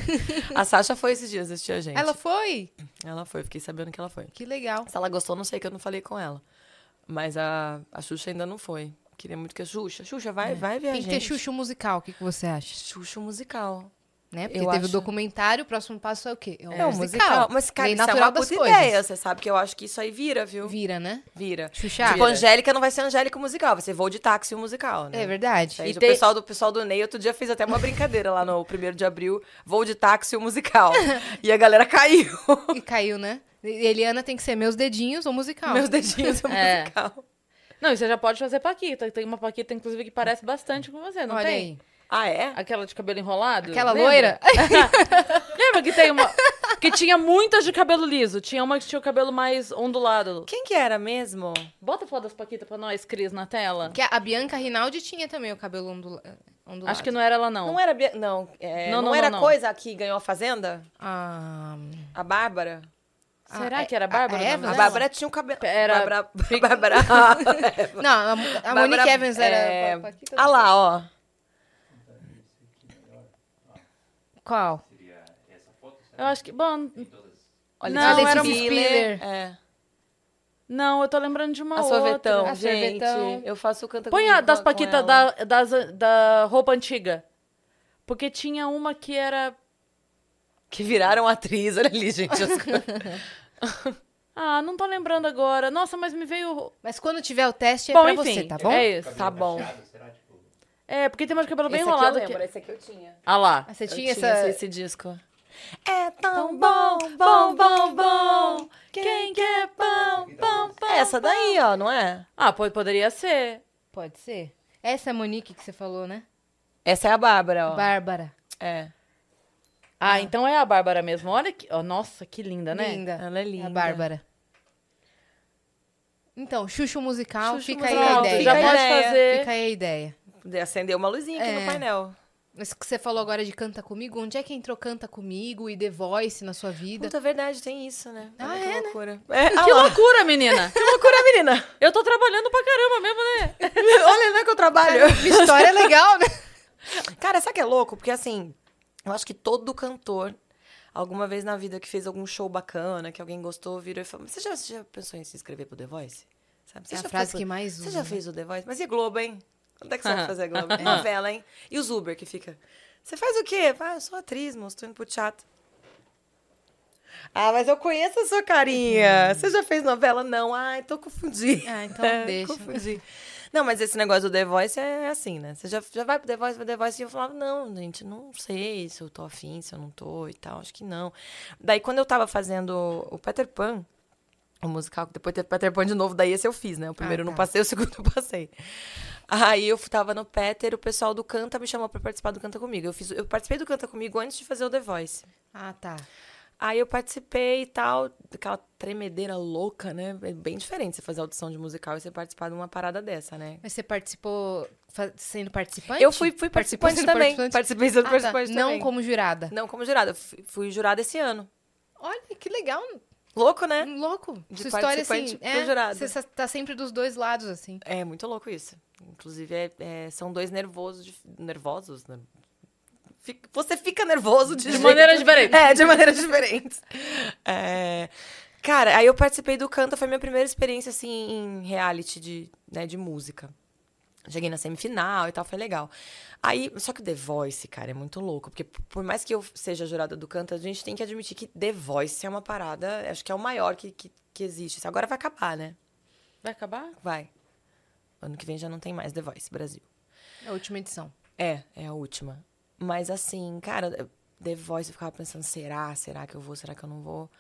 Speaker 3: a Sasha foi esses dias assistir a gente.
Speaker 2: Ela foi?
Speaker 3: Ela foi, fiquei sabendo que ela foi.
Speaker 2: Que legal.
Speaker 3: Se ela gostou, não sei, que eu não falei com ela. Mas a, a Xuxa ainda não foi. Queria muito que a Xuxa... Xuxa, vai, vai ver a
Speaker 2: É. Tem que
Speaker 3: gente.
Speaker 2: ter Xuxa musical, o que, que você acha?
Speaker 3: Xuxa musical.
Speaker 2: Né? Porque
Speaker 3: Eu
Speaker 2: teve o
Speaker 3: acho.
Speaker 2: documentário, o próximo passo é o quê? É o
Speaker 3: É, um musical. Mas, cara,
Speaker 2: Lei
Speaker 3: isso é
Speaker 2: natural
Speaker 3: uma
Speaker 2: das
Speaker 3: puta
Speaker 2: coisas.
Speaker 3: ideia. Você sabe que eu acho que isso aí vira, viu?
Speaker 2: Vira, né?
Speaker 3: Vira.
Speaker 2: Xuxa.
Speaker 3: Tipo, Angélica não vai ser Angélica musical, vai ser voo de táxi musical, né?
Speaker 2: É verdade.
Speaker 3: Isso aí
Speaker 1: E
Speaker 3: do
Speaker 1: tem-
Speaker 3: pessoal do pessoal do Ney, outro dia fez até uma brincadeira lá no 1 de abril, voo de táxi o musical. e a galera caiu.
Speaker 2: E caiu, né? E- Eliana tem que ser meus dedinhos ou musical.
Speaker 3: Meus dedinhos o
Speaker 1: É.
Speaker 3: musical.
Speaker 1: Não, e você já pode fazer Paquita. Tem uma Paquita, inclusive, que parece bastante com você, não
Speaker 2: Olha
Speaker 1: tem?
Speaker 2: aí.
Speaker 3: Ah, é?
Speaker 1: Aquela de cabelo enrolado.
Speaker 2: Aquela
Speaker 1: lembra?
Speaker 2: loira.
Speaker 1: Lembra que tem uma. Que tinha muitas de cabelo liso. Tinha uma que tinha o cabelo mais ondulado.
Speaker 3: Quem que era mesmo?
Speaker 1: Bota a foto das Paquita pra nós, Cris, na tela.
Speaker 2: Que a- a Bianca Rinaldi tinha também o cabelo ondula- ondulado.
Speaker 1: Acho que não era ela, não.
Speaker 3: Não era Bia- não, é,
Speaker 1: Não,
Speaker 3: não,
Speaker 1: não,
Speaker 3: era
Speaker 1: não, não.
Speaker 3: coisa que ganhou a fazenda?
Speaker 2: Ah,
Speaker 3: A Bárbara?
Speaker 1: Será
Speaker 2: é-
Speaker 1: que era
Speaker 2: a-
Speaker 1: Bárbara
Speaker 2: a
Speaker 1: o nome
Speaker 2: Evans?
Speaker 3: Ah, A
Speaker 1: dela?
Speaker 3: Bárbara tinha um cabelo.
Speaker 1: Era
Speaker 3: Bárbara.
Speaker 1: Pic-
Speaker 3: Bárbara.
Speaker 2: Não, a, Mo- a
Speaker 3: Bárbara-
Speaker 2: Monique Evans era.
Speaker 3: é,
Speaker 1: tá
Speaker 2: Paquita-
Speaker 3: Ah lá, ó.
Speaker 2: Qual?
Speaker 3: é-
Speaker 1: Eu acho que. Bom,
Speaker 3: Olha,
Speaker 1: Não,
Speaker 3: Alice
Speaker 1: era um
Speaker 2: Spiller.
Speaker 3: É.
Speaker 1: não, eu tô lembrando de uma
Speaker 3: A
Speaker 1: outra.
Speaker 3: sorvetão,
Speaker 2: A
Speaker 3: gente.
Speaker 2: Sorvetão.
Speaker 3: Eu faço o canta
Speaker 1: Põe
Speaker 3: com-
Speaker 1: a das
Speaker 3: com
Speaker 1: Paquitas
Speaker 3: ela.
Speaker 1: da, das- da roupa antiga. Porque tinha uma que era.
Speaker 3: Que viraram atriz. Olha ali, gente. as-
Speaker 1: Ah, não tô lembrando agora. Nossa, mas me veio.
Speaker 2: Mas quando tiver o teste é
Speaker 1: bom,
Speaker 2: pra
Speaker 1: enfim.
Speaker 2: você, tá bom?
Speaker 1: É isso.
Speaker 3: tá bom. tipo?
Speaker 1: É, porque tem mais cabelo bem
Speaker 3: Esse aqui eu
Speaker 1: enrolado.
Speaker 3: lembro.
Speaker 1: que-
Speaker 3: Esse aqui eu tinha.
Speaker 1: Ah lá.
Speaker 2: Ah, Você
Speaker 3: Eu
Speaker 2: tinha,
Speaker 3: tinha
Speaker 2: essa.
Speaker 3: esse, esse disco. É tão bom, bom, bom, bom.
Speaker 1: Quem quer pão, pão, pão.
Speaker 3: É essa daí, ó, não é?
Speaker 1: Ah, po- poderia ser.
Speaker 2: Pode ser. Essa é a Monique que você falou, né?
Speaker 3: Essa é a Bárbara, ó.
Speaker 2: Bárbara.
Speaker 3: é.
Speaker 1: Ah, então é a Bárbara mesmo. Olha que. ó, nossa, que linda, né?
Speaker 2: Linda.
Speaker 3: Ela é linda.
Speaker 2: A Bárbara. Então, Xuxo Musical,
Speaker 3: Xuxa
Speaker 2: fica aí a
Speaker 3: Musical,
Speaker 1: Pronto,
Speaker 2: ideia.
Speaker 1: já
Speaker 3: Ah, Fica a
Speaker 1: pode
Speaker 3: ideia.
Speaker 1: fazer.
Speaker 2: Fica aí a ideia.
Speaker 3: Acendeu uma luzinha aqui
Speaker 2: É.
Speaker 3: no painel.
Speaker 2: Mas que você falou agora de Canta Comigo, onde é que entrou Canta Comigo e The Voice na sua vida?
Speaker 3: Puta é verdade, tem isso, né?
Speaker 2: Ah,
Speaker 3: Olha que
Speaker 2: é, né?
Speaker 3: loucura. É, ah
Speaker 1: Que
Speaker 3: lá.
Speaker 1: loucura, menina!
Speaker 3: Que loucura, menina.
Speaker 1: Eu tô trabalhando pra caramba mesmo, né?
Speaker 3: Olha, né, que eu trabalho.
Speaker 2: Minha história é legal, né?
Speaker 3: Cara, sabe que é louco? Porque assim, eu acho que todo cantor, alguma vez na vida que fez algum show bacana, que alguém gostou, virou e falou: Você já, você já pensou em se inscrever pro The Voice? Sabe? Você
Speaker 2: É a
Speaker 3: já
Speaker 2: frase
Speaker 3: foi pro-
Speaker 2: que mais
Speaker 3: Você
Speaker 2: usa,
Speaker 3: já
Speaker 2: né?
Speaker 3: fez o The Voice? Mas e Globo, hein? Quando é que você vai fazer a Globo? Que Novela, hein? E os Uber que fica. Você faz o quê? Ah, eu sou atriz, moço, tô indo pro teatro. Ah, mas eu conheço a sua carinha. Você já fez novela? Não. Ai, tô confundindo.
Speaker 2: Uhum. Ah, então deixa.
Speaker 3: Confundi. Não, mas esse negócio do The Voice é assim, né? Você já, já vai pro The Voice, vai pro The Voice. E eu falava, não, gente, não sei se eu tô afim, se eu não tô e tal. Acho que não. Daí, quando eu tava fazendo o Peter Pan, o musical, que depois teve Peter Pan de novo, daí esse eu fiz, né? O primeiro eu
Speaker 2: tá.
Speaker 3: não passei, o segundo eu passei. Aí eu tava no Peter, o pessoal do Canta me chamou pra participar do Canta Comigo. Eu, fiz, eu participei do Canta Comigo antes de fazer o The Voice.
Speaker 2: Ah, tá.
Speaker 3: Aí eu participei e tal, aquela tremedeira louca, né? É bem diferente você fazer audição de musical e você participar de uma parada dessa, né?
Speaker 2: Mas você participou fa- sendo participante?
Speaker 3: Eu fui, fui
Speaker 2: Participou
Speaker 3: participante
Speaker 2: sendo
Speaker 3: também.
Speaker 2: participante?
Speaker 3: Participei sendo
Speaker 2: Ah, tá.
Speaker 3: participante
Speaker 2: Não
Speaker 3: também.
Speaker 2: como jurada.
Speaker 3: Não como jurada. Eu Fui, fui jurada esse ano.
Speaker 2: Olha, que legal.
Speaker 3: Louco, né?
Speaker 2: Louco.
Speaker 3: De
Speaker 2: Sua história, assim,
Speaker 3: participante pro
Speaker 2: é,
Speaker 3: jurado.
Speaker 2: você sa- tá sempre dos dois lados, assim.
Speaker 3: É muito louco isso. Inclusive, é- é, são dois nervosos. dif- nervosos, né? Fica- Você fica nervoso de,
Speaker 1: De maneira
Speaker 3: jeito-
Speaker 1: diferente.
Speaker 3: É, de maneiras diferentes. É, Cara, aí eu participei do Canta, foi minha primeira experiência, assim, em reality de, né, de música. Cheguei na semifinal e tal, foi legal. Aí, só que The Voice, cara, é muito louco. Porque p- por mais que eu seja jurada do Canta, a gente tem que admitir que The Voice é uma parada, acho que é o maior que, que, que existe. Agora vai acabar, né?
Speaker 1: Vai acabar?
Speaker 3: Vai. Ano que vem já não tem mais The Voice Brasil.
Speaker 2: É a última edição.
Speaker 3: É, é a última. Mas assim, cara, The Voice eu ficava pensando, será? Será que eu vou? Será que eu não vou?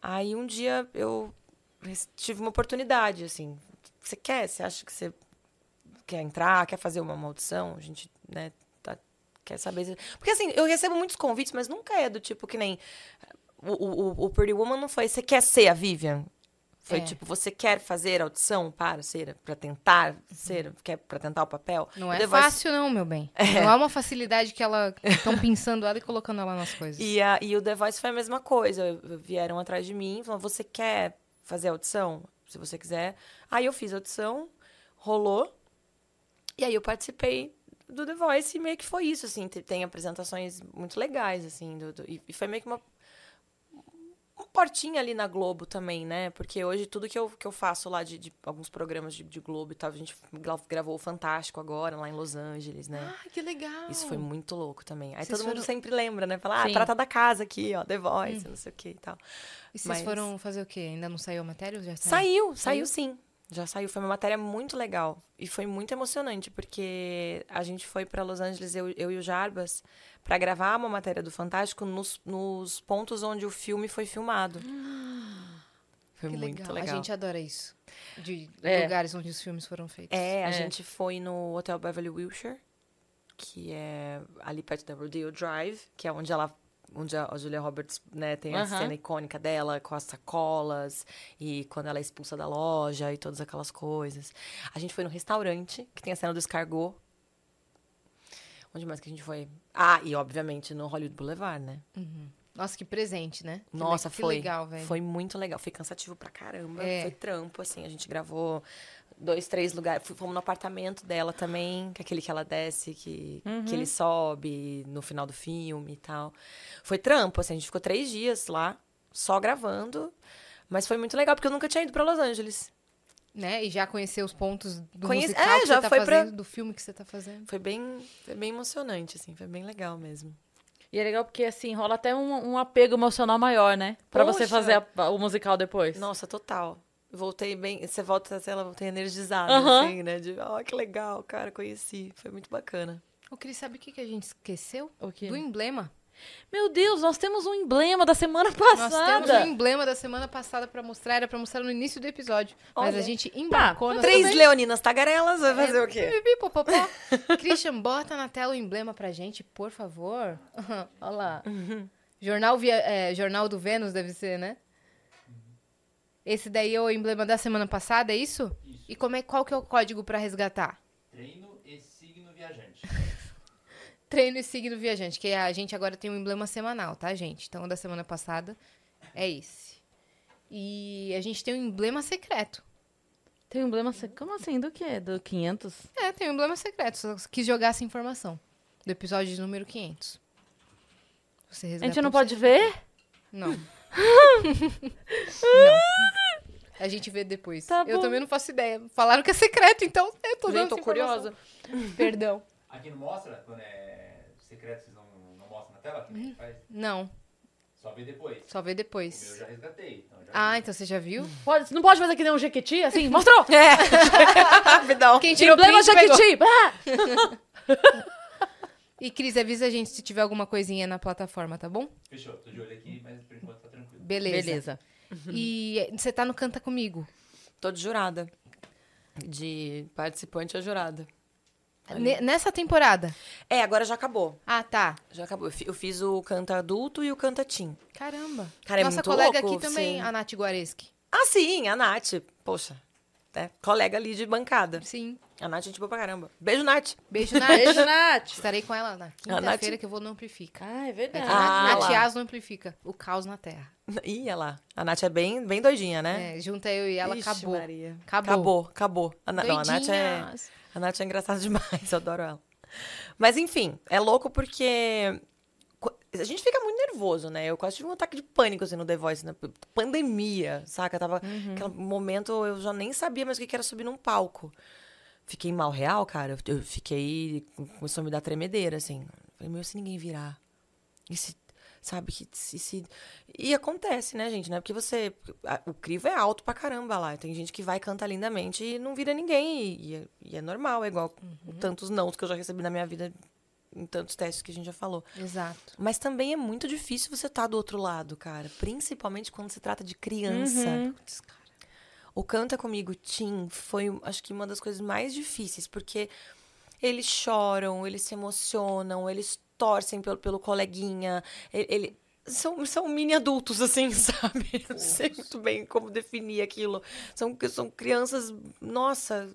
Speaker 3: Aí um dia eu res- tive uma oportunidade, assim. Você quer? Você acha que você quer entrar? Quer fazer uma maldição? A gente, né, tá- quer saber. se- Porque assim, eu recebo muitos convites, mas nunca é do tipo que nem. O, o, o Pretty Woman não foi, você quer ser a Vivian? Foi
Speaker 2: É.
Speaker 3: tipo, você quer fazer audição para ser, para tentar ser, quer para tentar o papel?
Speaker 2: Uhum. Não
Speaker 3: O
Speaker 2: é
Speaker 3: The Voice-
Speaker 2: fácil, não, meu bem. Não é uma facilidade que ela estão pensando ela e colocando ela nas coisas.
Speaker 3: E, a, e o The Voice foi a mesma coisa. Vieram atrás de mim e falaram: você quer fazer audição? Se você quiser. Aí eu fiz a audição, rolou. E aí eu participei do The Voice e meio que foi isso, assim. Te- Tem apresentações muito legais, assim. do- do- e e foi meio que uma, uma portinha ali na Globo também, né? Porque hoje tudo que eu, que eu faço lá de, de alguns programas de, de Globo e tal, a gente gra- gravou o Fantástico agora, lá em Los Angeles, né?
Speaker 2: Ah, que legal.
Speaker 3: Isso foi muito louco também. Aí
Speaker 2: Vocês
Speaker 3: todo mundo
Speaker 2: foram- Hum.
Speaker 3: sempre lembra, né? Fala, ah,
Speaker 1: Sim.
Speaker 3: trata da casa aqui, ó, The Voice, não sei o que e tal.
Speaker 2: É. E vocês
Speaker 3: Mas-
Speaker 2: foram fazer o quê? Ainda não saiu a matéria? ou Já tá? saiu?
Speaker 3: Saiu, saiu sim. Já saiu. Foi uma matéria muito legal. E foi muito emocionante, porque a gente foi pra Los Angeles, eu, eu e o Jarbas, pra gravar uma matéria do Fantástico nos, nos pontos onde o filme foi filmado. Foi
Speaker 2: Ah, Que
Speaker 3: muito legal.
Speaker 2: A gente adora isso. De
Speaker 1: É.
Speaker 2: lugares onde os filmes foram feitos.
Speaker 3: É, a
Speaker 1: É.
Speaker 3: gente foi no Hotel Beverly Wilshire, que é ali perto da Rodeo Drive, que é onde ela. Onde a a Julia Roberts, né, tem a
Speaker 1: Aham.
Speaker 3: cena icônica dela com as sacolas e quando ela é expulsa da loja e todas aquelas coisas. A gente foi no restaurante, que tem a cena do escargot. Onde mais que a gente foi? Ah, e obviamente no Hollywood Boulevard, né?
Speaker 2: Nossa, que presente, né? Que le-
Speaker 3: Nossa,
Speaker 2: que
Speaker 3: foi.
Speaker 2: legal, velho.
Speaker 3: Foi muito legal. Foi cansativo pra caramba.
Speaker 2: É.
Speaker 3: Foi trampo, assim. A gente gravou dois, três lugares. Fui- Fomos no apartamento dela também, que é aquele que ela desce, que, que
Speaker 2: Uhum.
Speaker 3: ele sobe no final do filme e tal. Foi trampo, assim. A gente ficou três dias lá, só gravando. Mas foi muito legal, porque eu nunca tinha ido pra Los Angeles.
Speaker 2: Né? E já conhecer os pontos do
Speaker 3: Conhece-
Speaker 2: musical
Speaker 3: é,
Speaker 2: que
Speaker 3: já
Speaker 2: você tá
Speaker 3: foi pra-
Speaker 2: fazendo, do filme que você tá fazendo.
Speaker 3: Foi bem, foi bem emocionante, assim. Foi bem legal mesmo.
Speaker 1: E é legal porque, assim, rola até um, um apego emocional maior, né? Pra você
Speaker 3: Poxa!
Speaker 1: fazer a- o musical depois.
Speaker 3: Nossa, total. Voltei bem. Você volta, sei lá, voltei energizada,
Speaker 1: Aham.
Speaker 3: assim, né? De, ó, que legal, cara, conheci. Foi muito bacana.
Speaker 2: Ô, Cris, sabe o que, que a gente esqueceu?
Speaker 1: O quê?
Speaker 2: Do emblema.
Speaker 1: Meu Deus, nós temos um emblema da semana
Speaker 2: Nós
Speaker 1: passada.
Speaker 2: temos um o emblema da semana passada pra mostrar, era pra mostrar no início do episódio. Mas
Speaker 3: Olha.
Speaker 2: a gente embarcou na
Speaker 3: Três leoninas tagarelas,
Speaker 2: É.
Speaker 3: vai fazer o quê?
Speaker 2: Pipipi, popopó. Christian, bota na tela o emblema pra gente, por favor. Olha lá. Jornal, via, é, Jornal do Vênus deve ser, né? Esse daí é o emblema da semana passada, é isso? E como é, qual que é o código pra resgatar?
Speaker 4: Treino e signo viajante.
Speaker 2: Treino e signo viajante, que a gente agora tem um emblema semanal, tá, gente? Então, o da semana passada é esse. E a gente tem um emblema secreto.
Speaker 1: Tem um emblema... se- Como assim? Do quê? Do 500?
Speaker 2: É, tem um emblema secreto. Só quis jogar essa informação do episódio de número 500. Você
Speaker 1: A gente não
Speaker 2: resgatou
Speaker 1: pode ver?
Speaker 2: Não. não. A gente vê depois.
Speaker 1: Tá
Speaker 2: eu
Speaker 1: bom.
Speaker 2: também não faço ideia. Falaram que é secreto, então eu tô dando essa informação. Perdão.
Speaker 4: Aqui não mostra quando é secreto, vocês não, não mostram na tela? Que nem faz?
Speaker 2: Não,
Speaker 4: Só vê depois.
Speaker 2: só vê
Speaker 4: O meu eu
Speaker 2: depois.
Speaker 4: já resgatei. Então já
Speaker 2: Ah, então você já viu?
Speaker 1: Pode, você não pode fazer que nem um jequiti, assim? Mostrou!
Speaker 3: Rapidão.
Speaker 2: Quem tirou
Speaker 1: emblema
Speaker 2: print, pegou.
Speaker 1: jequiti! Ah!
Speaker 2: E Cris, avisa a gente se tiver alguma coisinha na plataforma, tá bom?
Speaker 4: Fechou, tô de olho aqui, mas por enquanto tá tranquilo.
Speaker 2: Beleza.
Speaker 1: Beleza.
Speaker 2: E eh, você tá no Canta Comigo.
Speaker 3: Tô de jurada. De participante a jurada.
Speaker 2: Ne- nessa temporada.
Speaker 3: É, agora já acabou.
Speaker 2: Ah, tá.
Speaker 3: Já acabou. Eu fi- Eu fiz o canta adulto e o canta teen.
Speaker 2: Caramba.
Speaker 3: Cara, é
Speaker 2: Nossa
Speaker 3: muito
Speaker 2: colega
Speaker 3: louco,
Speaker 2: aqui também,
Speaker 3: sim.
Speaker 2: a Nath Guareschi.
Speaker 3: Ah, sim, a Nath. Poxa. né? colega ali de bancada.
Speaker 2: Sim.
Speaker 3: A Nath é gente boa pra caramba. Beijo, Nath.
Speaker 2: Beijo, Nath.
Speaker 1: Beijo, Nath!
Speaker 2: Estarei com ela na quinta-feira que eu vou no Amplifica.
Speaker 1: Ah, é
Speaker 2: É que
Speaker 1: verdade.
Speaker 3: Ah,
Speaker 2: a
Speaker 3: lá.
Speaker 2: Tias não amplifica. O caos na Terra.
Speaker 3: Ih, olha lá. A Nath é bem, bem doidinha, né?
Speaker 2: É, junta eu e ela,
Speaker 3: Ixi,
Speaker 2: acabou.
Speaker 3: Maria.
Speaker 2: Acabou.
Speaker 3: Acabou, acabou. A, Na- não, a Nath é.
Speaker 2: Doidinhas.
Speaker 3: A Nath é engraçada demais, eu adoro ela. Mas enfim, é louco porque co- a gente fica muito nervoso, né? Eu quase tive um ataque de pânico assim no The Voice, na p- pandemia, saca? Tava aquele momento eu já nem sabia mais o que que era subir num palco. Fiquei mal real, cara. Eu eu fiquei começou a me dar tremedeira assim. Falei, meu, se ninguém virar. E se, sabe que se, se- e acontece, né, gente? Não é porque você a- o crivo é alto pra caramba lá. Tem gente que vai cantar lindamente e não vira ninguém e, e é, e é normal, é igual tantos não que eu já recebi na minha vida em tantos testes que a gente já falou.
Speaker 2: Exato.
Speaker 3: Mas também é muito difícil você estar do outro lado, cara, principalmente quando se trata de criança.
Speaker 2: Putz, cara.
Speaker 3: O Canta Comigo Tim foi, acho que, uma das coisas mais difíceis, porque eles choram, eles se emocionam, eles torcem pelo, pelo coleguinha, e- ele- são, são mini adultos, assim, sabe? Eu Não sei muito bem como definir aquilo. São, são crianças, nossa.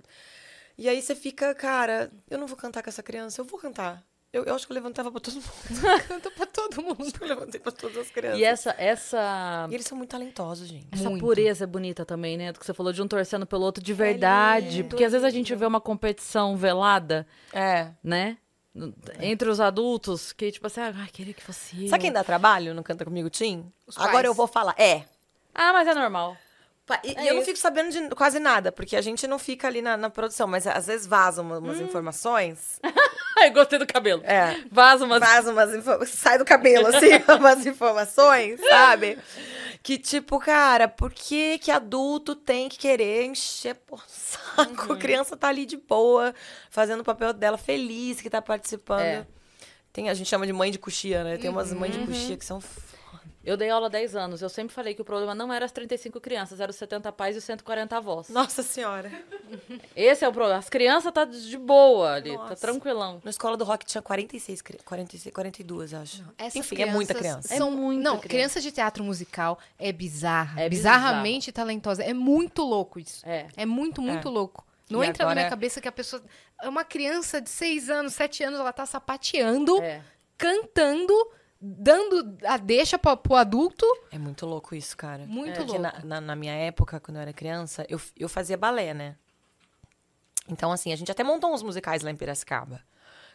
Speaker 3: E aí você fica, cara, eu não vou cantar com essa criança, eu vou cantar. Eu, eu acho que eu levantava pra todo mundo.
Speaker 2: Canto pra todo mundo.
Speaker 3: Eu levantei pra todas as crianças.
Speaker 1: E é essa, essa,
Speaker 3: E eles são muito talentosos, gente.
Speaker 1: essa
Speaker 2: Muito.
Speaker 1: pureza é bonita também, né? Do que você falou de um torcendo pelo outro de verdade. porque às vezes a gente vê uma competição velada,
Speaker 3: É.
Speaker 1: né? No- Entre os adultos, que tipo assim, ah, queria que fosse.
Speaker 3: Sabe
Speaker 1: eu."
Speaker 3: quem dá trabalho no Canta Comigo, Tim?
Speaker 2: Os pais.
Speaker 3: Agora eu vou falar. É.
Speaker 1: Ah, mas é normal.
Speaker 3: Pa- E,
Speaker 1: É
Speaker 3: e eu não
Speaker 1: isso.
Speaker 3: fico sabendo de quase nada, porque a gente não fica ali na, na produção, mas às vezes vazam uma- umas informações.
Speaker 1: Ai, gostei do cabelo.
Speaker 3: É.
Speaker 1: Vaza umas.
Speaker 3: Vaza umas info- sai do cabelo, assim, umas informações, sabe? Que tipo, cara, por que que adulto tem que querer encher pô, o saco? A criança tá ali de boa, fazendo o papel dela, feliz que tá participando.
Speaker 1: É.
Speaker 3: Tem, a gente chama de mãe de coxia, né? Tem umas mães de coxia que são
Speaker 1: Eu dei aula há 10 anos. Eu sempre falei que o problema não era as 35 crianças, era os 70 pais e os 140 avós.
Speaker 3: Nossa senhora.
Speaker 1: Esse é o problema. As crianças tá de boa ali, tá
Speaker 3: Nossa.
Speaker 1: tranquilão.
Speaker 3: Na escola do rock tinha 46, cri- 46 42, acho.
Speaker 2: Essas
Speaker 3: Enfim, é muita
Speaker 2: crianças
Speaker 3: criança.
Speaker 1: É
Speaker 2: São,
Speaker 1: muita
Speaker 2: não,
Speaker 1: criança.
Speaker 2: de teatro musical é bizarra.
Speaker 1: É
Speaker 2: bizarramente talentosa. É muito louco isso.
Speaker 1: É.
Speaker 2: É muito, muito
Speaker 3: É.
Speaker 2: louco. Não
Speaker 3: E
Speaker 2: entra na
Speaker 3: agora-
Speaker 2: minha cabeça que a pessoa. É uma criança de 6 anos, 7 anos, ela tá sapateando,
Speaker 1: É.
Speaker 2: cantando, dando a deixa pra, pro adulto.
Speaker 3: É muito louco isso, cara.
Speaker 2: Muito
Speaker 3: Porque
Speaker 2: louco.
Speaker 3: na- Na, na minha época, quando eu era criança, eu, eu fazia balé, né? Então, assim, a gente até montou uns musicais lá em Piracicaba.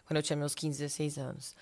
Speaker 3: Quando eu tinha meus 15, 16 anos.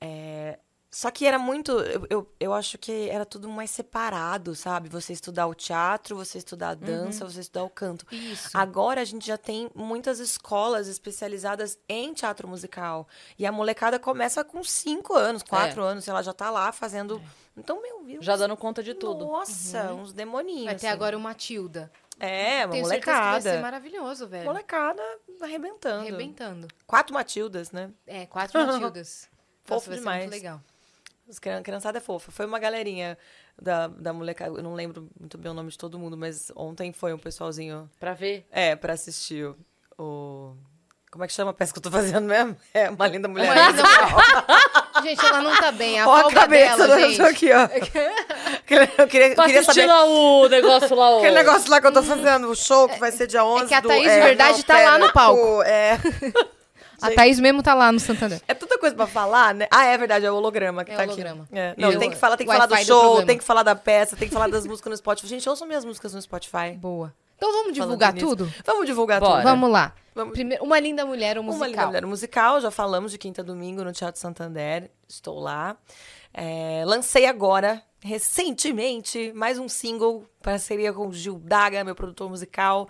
Speaker 3: É, Só que era muito. Eu, eu, eu acho que era tudo mais separado, sabe? Você estudar o teatro, você estudar a dança,
Speaker 2: Uhum.
Speaker 3: você estudar o canto.
Speaker 2: Isso.
Speaker 3: Agora a gente já tem muitas escolas especializadas em teatro musical. E a molecada começa com 5 anos,
Speaker 2: É.
Speaker 3: 4 anos, sei lá, já tá lá fazendo. Então, meu Deus.
Speaker 1: Já dando conta de tudo.
Speaker 3: Nossa, uns demoninhos.
Speaker 2: Uhum. Vai ter
Speaker 3: assim.
Speaker 2: agora o Matilda.
Speaker 3: É, uma
Speaker 2: Tenho certeza que vai ser
Speaker 3: molecada.
Speaker 2: maravilhoso, velho.
Speaker 3: Molecada arrebentando.
Speaker 2: Arrebentando.
Speaker 3: Quatro Matildas, né?
Speaker 2: É, quatro Matildas. Nossa,
Speaker 3: Fofo
Speaker 2: vai
Speaker 3: demais.
Speaker 2: ser muito legal.
Speaker 3: Os crian- criançada é fofa. Foi uma galerinha da, da molecada. Eu não lembro muito bem o nome de todo mundo, mas ontem foi um pessoalzinho.
Speaker 1: Pra ver.
Speaker 3: É, pra assistir o. o- Como é que chama a peça que eu tô fazendo mesmo? É uma linda mulher.
Speaker 2: Uma linda mulher. gente, ela não tá bem. A né?
Speaker 3: Ó É a
Speaker 2: folga
Speaker 3: cabeça
Speaker 2: dela,
Speaker 3: dela,
Speaker 2: gente.
Speaker 3: aqui, ó. Eu queria, eu
Speaker 1: Tá
Speaker 3: queria
Speaker 1: assistindo
Speaker 3: saber
Speaker 1: lá o negócio lá, o...
Speaker 3: Aquele negócio lá que eu tô fazendo, o show que vai ser dia 11
Speaker 2: É, que a
Speaker 3: do- é,
Speaker 2: Thaís de verdade tá
Speaker 3: pera,
Speaker 2: lá no palco.
Speaker 3: pô, É,
Speaker 2: A Thaís mesmo tá lá no Santander.
Speaker 3: é tanta coisa pra falar, né? Ah, é verdade, é o holograma que
Speaker 2: É
Speaker 3: tá
Speaker 2: holograma.
Speaker 3: aqui. É. Não,
Speaker 2: Eu-
Speaker 3: tem que falar, tem que
Speaker 2: Wi-Fi
Speaker 3: falar
Speaker 2: do
Speaker 3: do show,
Speaker 2: programa.
Speaker 3: tem que falar da peça, tem que falar das músicas no Spotify. Gente, ouçam minhas músicas no Spotify.
Speaker 2: Boa. Então vamos
Speaker 3: Falando
Speaker 2: divulgar
Speaker 3: nisso.
Speaker 2: tudo?
Speaker 3: Vamos divulgar
Speaker 1: Bora.
Speaker 3: tudo.
Speaker 2: Vamos lá.
Speaker 3: Vamos.
Speaker 2: Primeiro, uma linda mulher, um musical.
Speaker 3: Uma linda mulher no musical, já falamos de quinta a domingo no Teatro Santander, estou lá. É, lancei agora, recentemente, mais um single, parceria com o Gil Daga, meu produtor musical,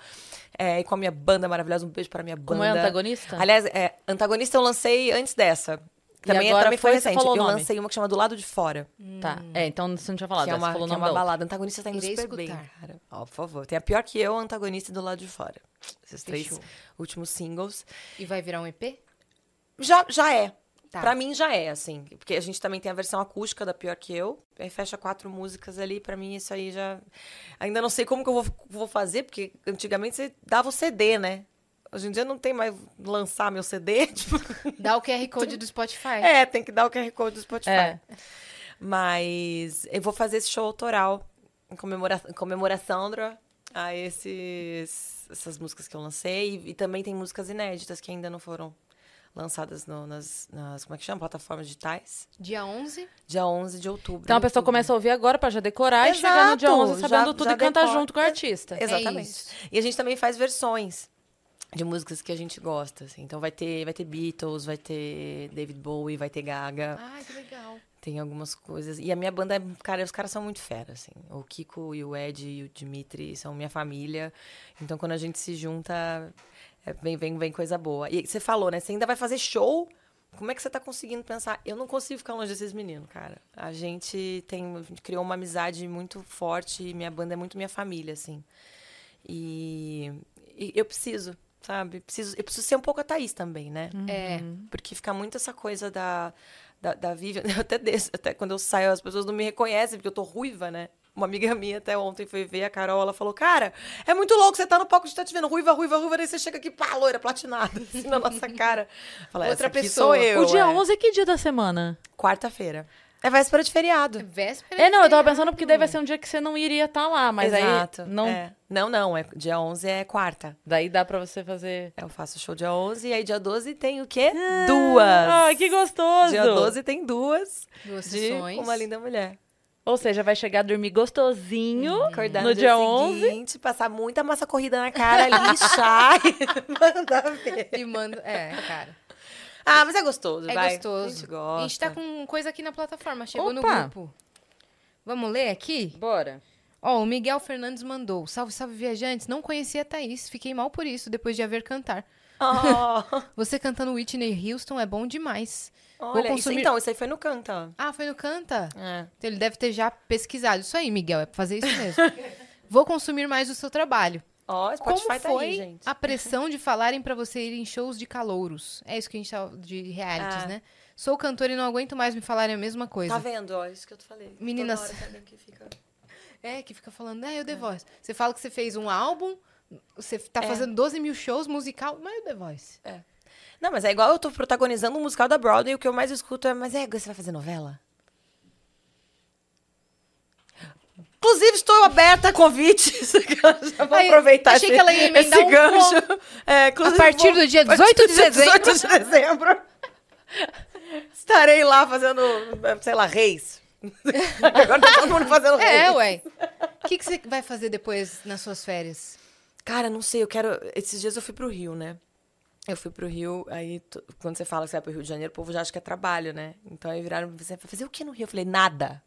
Speaker 3: é, e com a minha banda maravilhosa. Um beijo para minha banda.
Speaker 1: Como é antagonista?
Speaker 3: Aliás, é, antagonista eu lancei antes dessa.
Speaker 1: E
Speaker 3: Também,
Speaker 1: agora
Speaker 3: também foi,
Speaker 1: foi, você
Speaker 3: recente.
Speaker 1: falou o
Speaker 3: Eu
Speaker 1: nome.
Speaker 3: lancei uma que chama Do Lado de Fora,
Speaker 1: Tá, é, então você não tinha falado.
Speaker 3: que é
Speaker 1: essa
Speaker 3: uma,
Speaker 1: falou o
Speaker 3: que é
Speaker 1: nome
Speaker 3: uma
Speaker 1: da outra.
Speaker 3: balada. Antagonista tá indo
Speaker 2: Irei
Speaker 3: super bem,
Speaker 2: escutar.
Speaker 3: cara. Ó, por favor. Tem a pior que eu, antagonista e Do Lado de Fora. Esses três
Speaker 2: Fechou.
Speaker 3: últimos singles.
Speaker 2: E vai virar um EP?
Speaker 3: Já, já é.
Speaker 2: Tá.
Speaker 3: Pra mim já é, assim. Porque a gente também tem a versão acústica da Pior Que Eu. Aí fecha quatro músicas ali. Pra mim, isso aí já. Ainda não sei como que eu vou, vou fazer, porque antigamente você dava o CD, né? Hoje em dia não tem mais lançar meu CD. Tipo,
Speaker 2: Dá o QR Code do Spotify.
Speaker 3: é, tem que dar o QR Code do Spotify.
Speaker 1: É.
Speaker 3: Mas eu vou fazer esse show autoral em comemora- em comemoração Sandra, a esses, essas músicas que eu lancei. E, e também tem músicas inéditas que ainda não foram lançadas no- nas, nas- como é que chama? Plataformas digitais.
Speaker 2: Dia 11.
Speaker 3: Dia 11 de outubro.
Speaker 1: Então a pessoa
Speaker 3: YouTube.
Speaker 1: começa a ouvir agora pra já decorar e chegar no dia
Speaker 3: Exato,
Speaker 1: 11 sabendo
Speaker 3: já-
Speaker 1: tudo
Speaker 3: já
Speaker 1: e cantar
Speaker 3: decora.
Speaker 1: junto com o artista.
Speaker 3: Exatamente.
Speaker 2: é isso.
Speaker 3: E a gente também faz versões de músicas que a gente gosta, assim. Então vai ter, vai ter Beatles, vai ter David Bowie, vai ter Gaga.
Speaker 2: Ai, que legal.
Speaker 3: Tem algumas coisas. E a minha banda, é- cara, os caras são muito fera, assim. O Kiko e o Ed e o Dimitri são minha família. Então, quando a gente se junta, é, vem, vem, vem coisa boa. E você falou, né? Você ainda vai fazer show? Como é que você tá conseguindo pensar? Eu não consigo ficar longe desses meninos, cara. A gente tem, a gente criou uma amizade muito forte. E minha banda é muito minha família, assim. E, e eu preciso, sabe? Preciso, eu preciso ser um pouco a Thaís também, né?
Speaker 2: É.
Speaker 3: Porque fica muito essa coisa da, da, da Vivian. Eu até desço, até quando eu saio, as pessoas não me reconhecem, porque eu tô ruiva, né? Uma amiga minha até ontem foi ver a Carol, ela falou: Cara, é muito louco, você tá no palco, a gente tá te vendo ruiva, ruiva, ruiva, daí você chega aqui, pá, loira, platinada, assim, na nossa cara. Fala,
Speaker 2: Outra
Speaker 3: "Essa aqui
Speaker 2: pessoa.
Speaker 3: Sou eu,
Speaker 1: o dia
Speaker 3: é.
Speaker 1: 11 é que dia da semana?
Speaker 3: Quarta-feira. É véspera de feriado.
Speaker 2: Véspera.
Speaker 1: É,
Speaker 2: de
Speaker 1: não, eu tava
Speaker 2: feriado.
Speaker 1: pensando porque daí vai ser um dia que você não iria estar lá, mas
Speaker 3: Exato.
Speaker 1: aí não,
Speaker 3: é. Não, não, é, dia 11 é quarta.
Speaker 1: daí dá pra você fazer.
Speaker 3: Eu faço show dia 11 e aí dia 12 tem o quê? Duas.
Speaker 1: Ah, Ai, que gostoso!
Speaker 3: Dia 12 tem duas.
Speaker 2: Duas
Speaker 3: de
Speaker 2: sessões.
Speaker 3: Uma linda mulher.
Speaker 1: Ou seja, vai chegar a dormir gostosinho
Speaker 3: Acordar
Speaker 1: no dia 11.
Speaker 3: Uhum. seguinte, passar muita massa corrida na cara, lixar e mandar ver.
Speaker 2: E manda. É, cara.
Speaker 3: Ah, mas é gostoso,
Speaker 2: É
Speaker 3: vai.
Speaker 2: gostoso.
Speaker 3: A gente gosta.
Speaker 2: A gente tá com coisa aqui na plataforma. Chegou no
Speaker 1: Opa!
Speaker 2: grupo. Vamos ler aqui?
Speaker 1: Bora.
Speaker 2: Ó, o Miguel Fernandes mandou. Salve, salve, viajantes. Não conhecia a Thaís. Fiquei mal por isso, depois de a ver cantar.
Speaker 3: Oh,
Speaker 2: Você cantando Whitney Houston é bom demais.
Speaker 3: olha, isso-
Speaker 2: consumir-
Speaker 3: então, isso aí foi no Canta.
Speaker 2: Ah, foi no Canta?
Speaker 3: É.
Speaker 2: Então ele deve ter já pesquisado. Isso aí, Miguel, é pra fazer isso mesmo. Vou consumir mais o seu trabalho.
Speaker 3: Ó, o Spotify
Speaker 2: Como
Speaker 3: tá
Speaker 2: foi
Speaker 3: aí, gente.
Speaker 2: a pressão de falarem pra você ir em shows de calouros? É isso que a gente tá de realities,
Speaker 3: Ah.
Speaker 2: né? Sou cantora e não aguento mais me falarem a mesma coisa.
Speaker 3: Tá vendo, ó, isso que eu te falei. Toda
Speaker 2: Meninas-
Speaker 3: hora tem alguém que fica-
Speaker 2: É, que fica falando, é, eu The Voice. Você fala que você fez um álbum, você tá
Speaker 3: É.
Speaker 2: fazendo 12 mil shows musical, mas é o The Voice.
Speaker 3: Não, mas é igual eu tô protagonizando um musical da Broadway, o que eu mais escuto é, mas é, você vai fazer novela? Inclusive, estou aberta a convites. Já vou
Speaker 2: Ai,
Speaker 3: aproveitar
Speaker 2: achei
Speaker 3: esse,
Speaker 2: que ela ia emendar
Speaker 3: esse
Speaker 2: um
Speaker 3: gancho. É, inclusive,
Speaker 2: partir
Speaker 3: vou-
Speaker 2: do dia
Speaker 3: a partir
Speaker 2: 18 de
Speaker 3: do dia 18 de dezembro. Estarei lá fazendo, sei lá, reis. Agora tá todo mundo fazendo reis.
Speaker 2: É, ué. O que, que você vai fazer depois nas suas férias?
Speaker 3: Cara, não sei, eu quero. Esses dias eu fui pro Rio, né? Eu fui pro Rio, aí t- quando você fala que você vai pro Rio de Janeiro, o povo já acha que é trabalho, né? Então aí viraram pra você vai fazer o que no Rio? Eu falei, nada.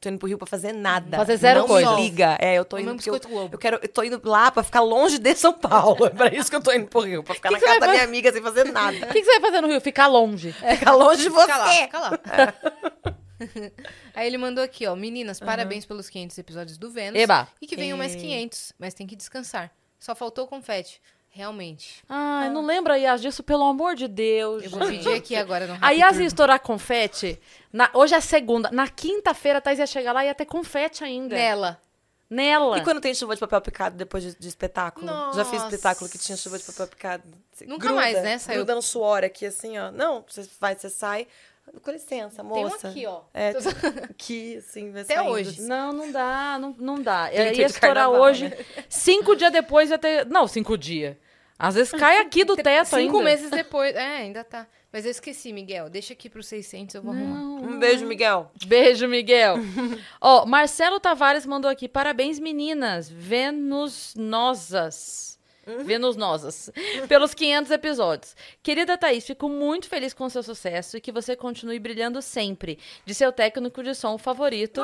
Speaker 3: Tô indo pro Rio pra fazer nada.
Speaker 1: Fazer zero
Speaker 3: não
Speaker 1: coisa.
Speaker 3: Não liga. É, eu tô
Speaker 2: Comer
Speaker 3: indo
Speaker 2: um
Speaker 3: porque eu,
Speaker 2: biscoito Globo.
Speaker 3: eu quero, eu tô indo lá pra ficar longe de São Paulo. É pra isso que eu tô indo pro Rio, pra ficar
Speaker 1: Que
Speaker 3: na
Speaker 1: que
Speaker 3: casa
Speaker 1: você
Speaker 3: da
Speaker 1: vai
Speaker 3: minha amiga sem fazer nada.
Speaker 1: O que, que você vai fazer no Rio? Ficar longe.
Speaker 3: É, Ficar longe de você.
Speaker 2: Fica lá, fica lá. É. Aí ele mandou aqui, ó. Meninas, parabéns pelos 500 episódios do Vênus.
Speaker 1: Eba.
Speaker 2: E que venham mais 500, mas tem que descansar. Só faltou o confete. Realmente.
Speaker 1: Ai, não lembra, Yas, disso, pelo amor de Deus.
Speaker 2: Eu vou pedir aqui agora no
Speaker 1: A
Speaker 2: Rappi
Speaker 1: Yas ia
Speaker 2: Turbo.
Speaker 1: estourar confete. na- hoje é segunda. Na quinta-feira, a Thais ia chegar lá e ia ter confete ainda.
Speaker 2: Nela.
Speaker 1: Nela.
Speaker 3: E quando tem chuva de papel picado depois de, de espetáculo? Já fiz
Speaker 2: Nossa.
Speaker 3: espetáculo que tinha chuva de papel picado. Você
Speaker 2: Nunca mais, né? Saiu.
Speaker 3: Gruda no suor aqui, assim, ó. Não, você vai, você sai. Com licença,
Speaker 2: Tem um
Speaker 3: moça.
Speaker 2: aqui, ó.
Speaker 3: É, aqui, assim, vai
Speaker 2: Até
Speaker 3: saindo.
Speaker 2: hoje.
Speaker 1: Não, não dá, não, não dá.
Speaker 3: Tem
Speaker 1: Eu
Speaker 3: que
Speaker 1: ia
Speaker 3: ter de
Speaker 1: estourar
Speaker 3: carnaval,
Speaker 1: hoje.
Speaker 3: né?
Speaker 1: Cinco dias depois ia ter. Não, cinco dias. Às vezes cai aqui do teto
Speaker 2: Cinco
Speaker 1: ainda.
Speaker 2: meses depois. É, ainda tá. Mas eu esqueci, Miguel. Deixa aqui pros 600, eu vou arrumar.
Speaker 3: Um beijo, Miguel.
Speaker 1: Beijo, Miguel. Ó, Marcelo Tavares mandou aqui. Parabéns, meninas. Vênus nosas. Vênus nosas. Pelos 500 episódios. Querida Thaís, fico muito feliz com o seu sucesso e que você continue brilhando sempre. De seu técnico de som favorito,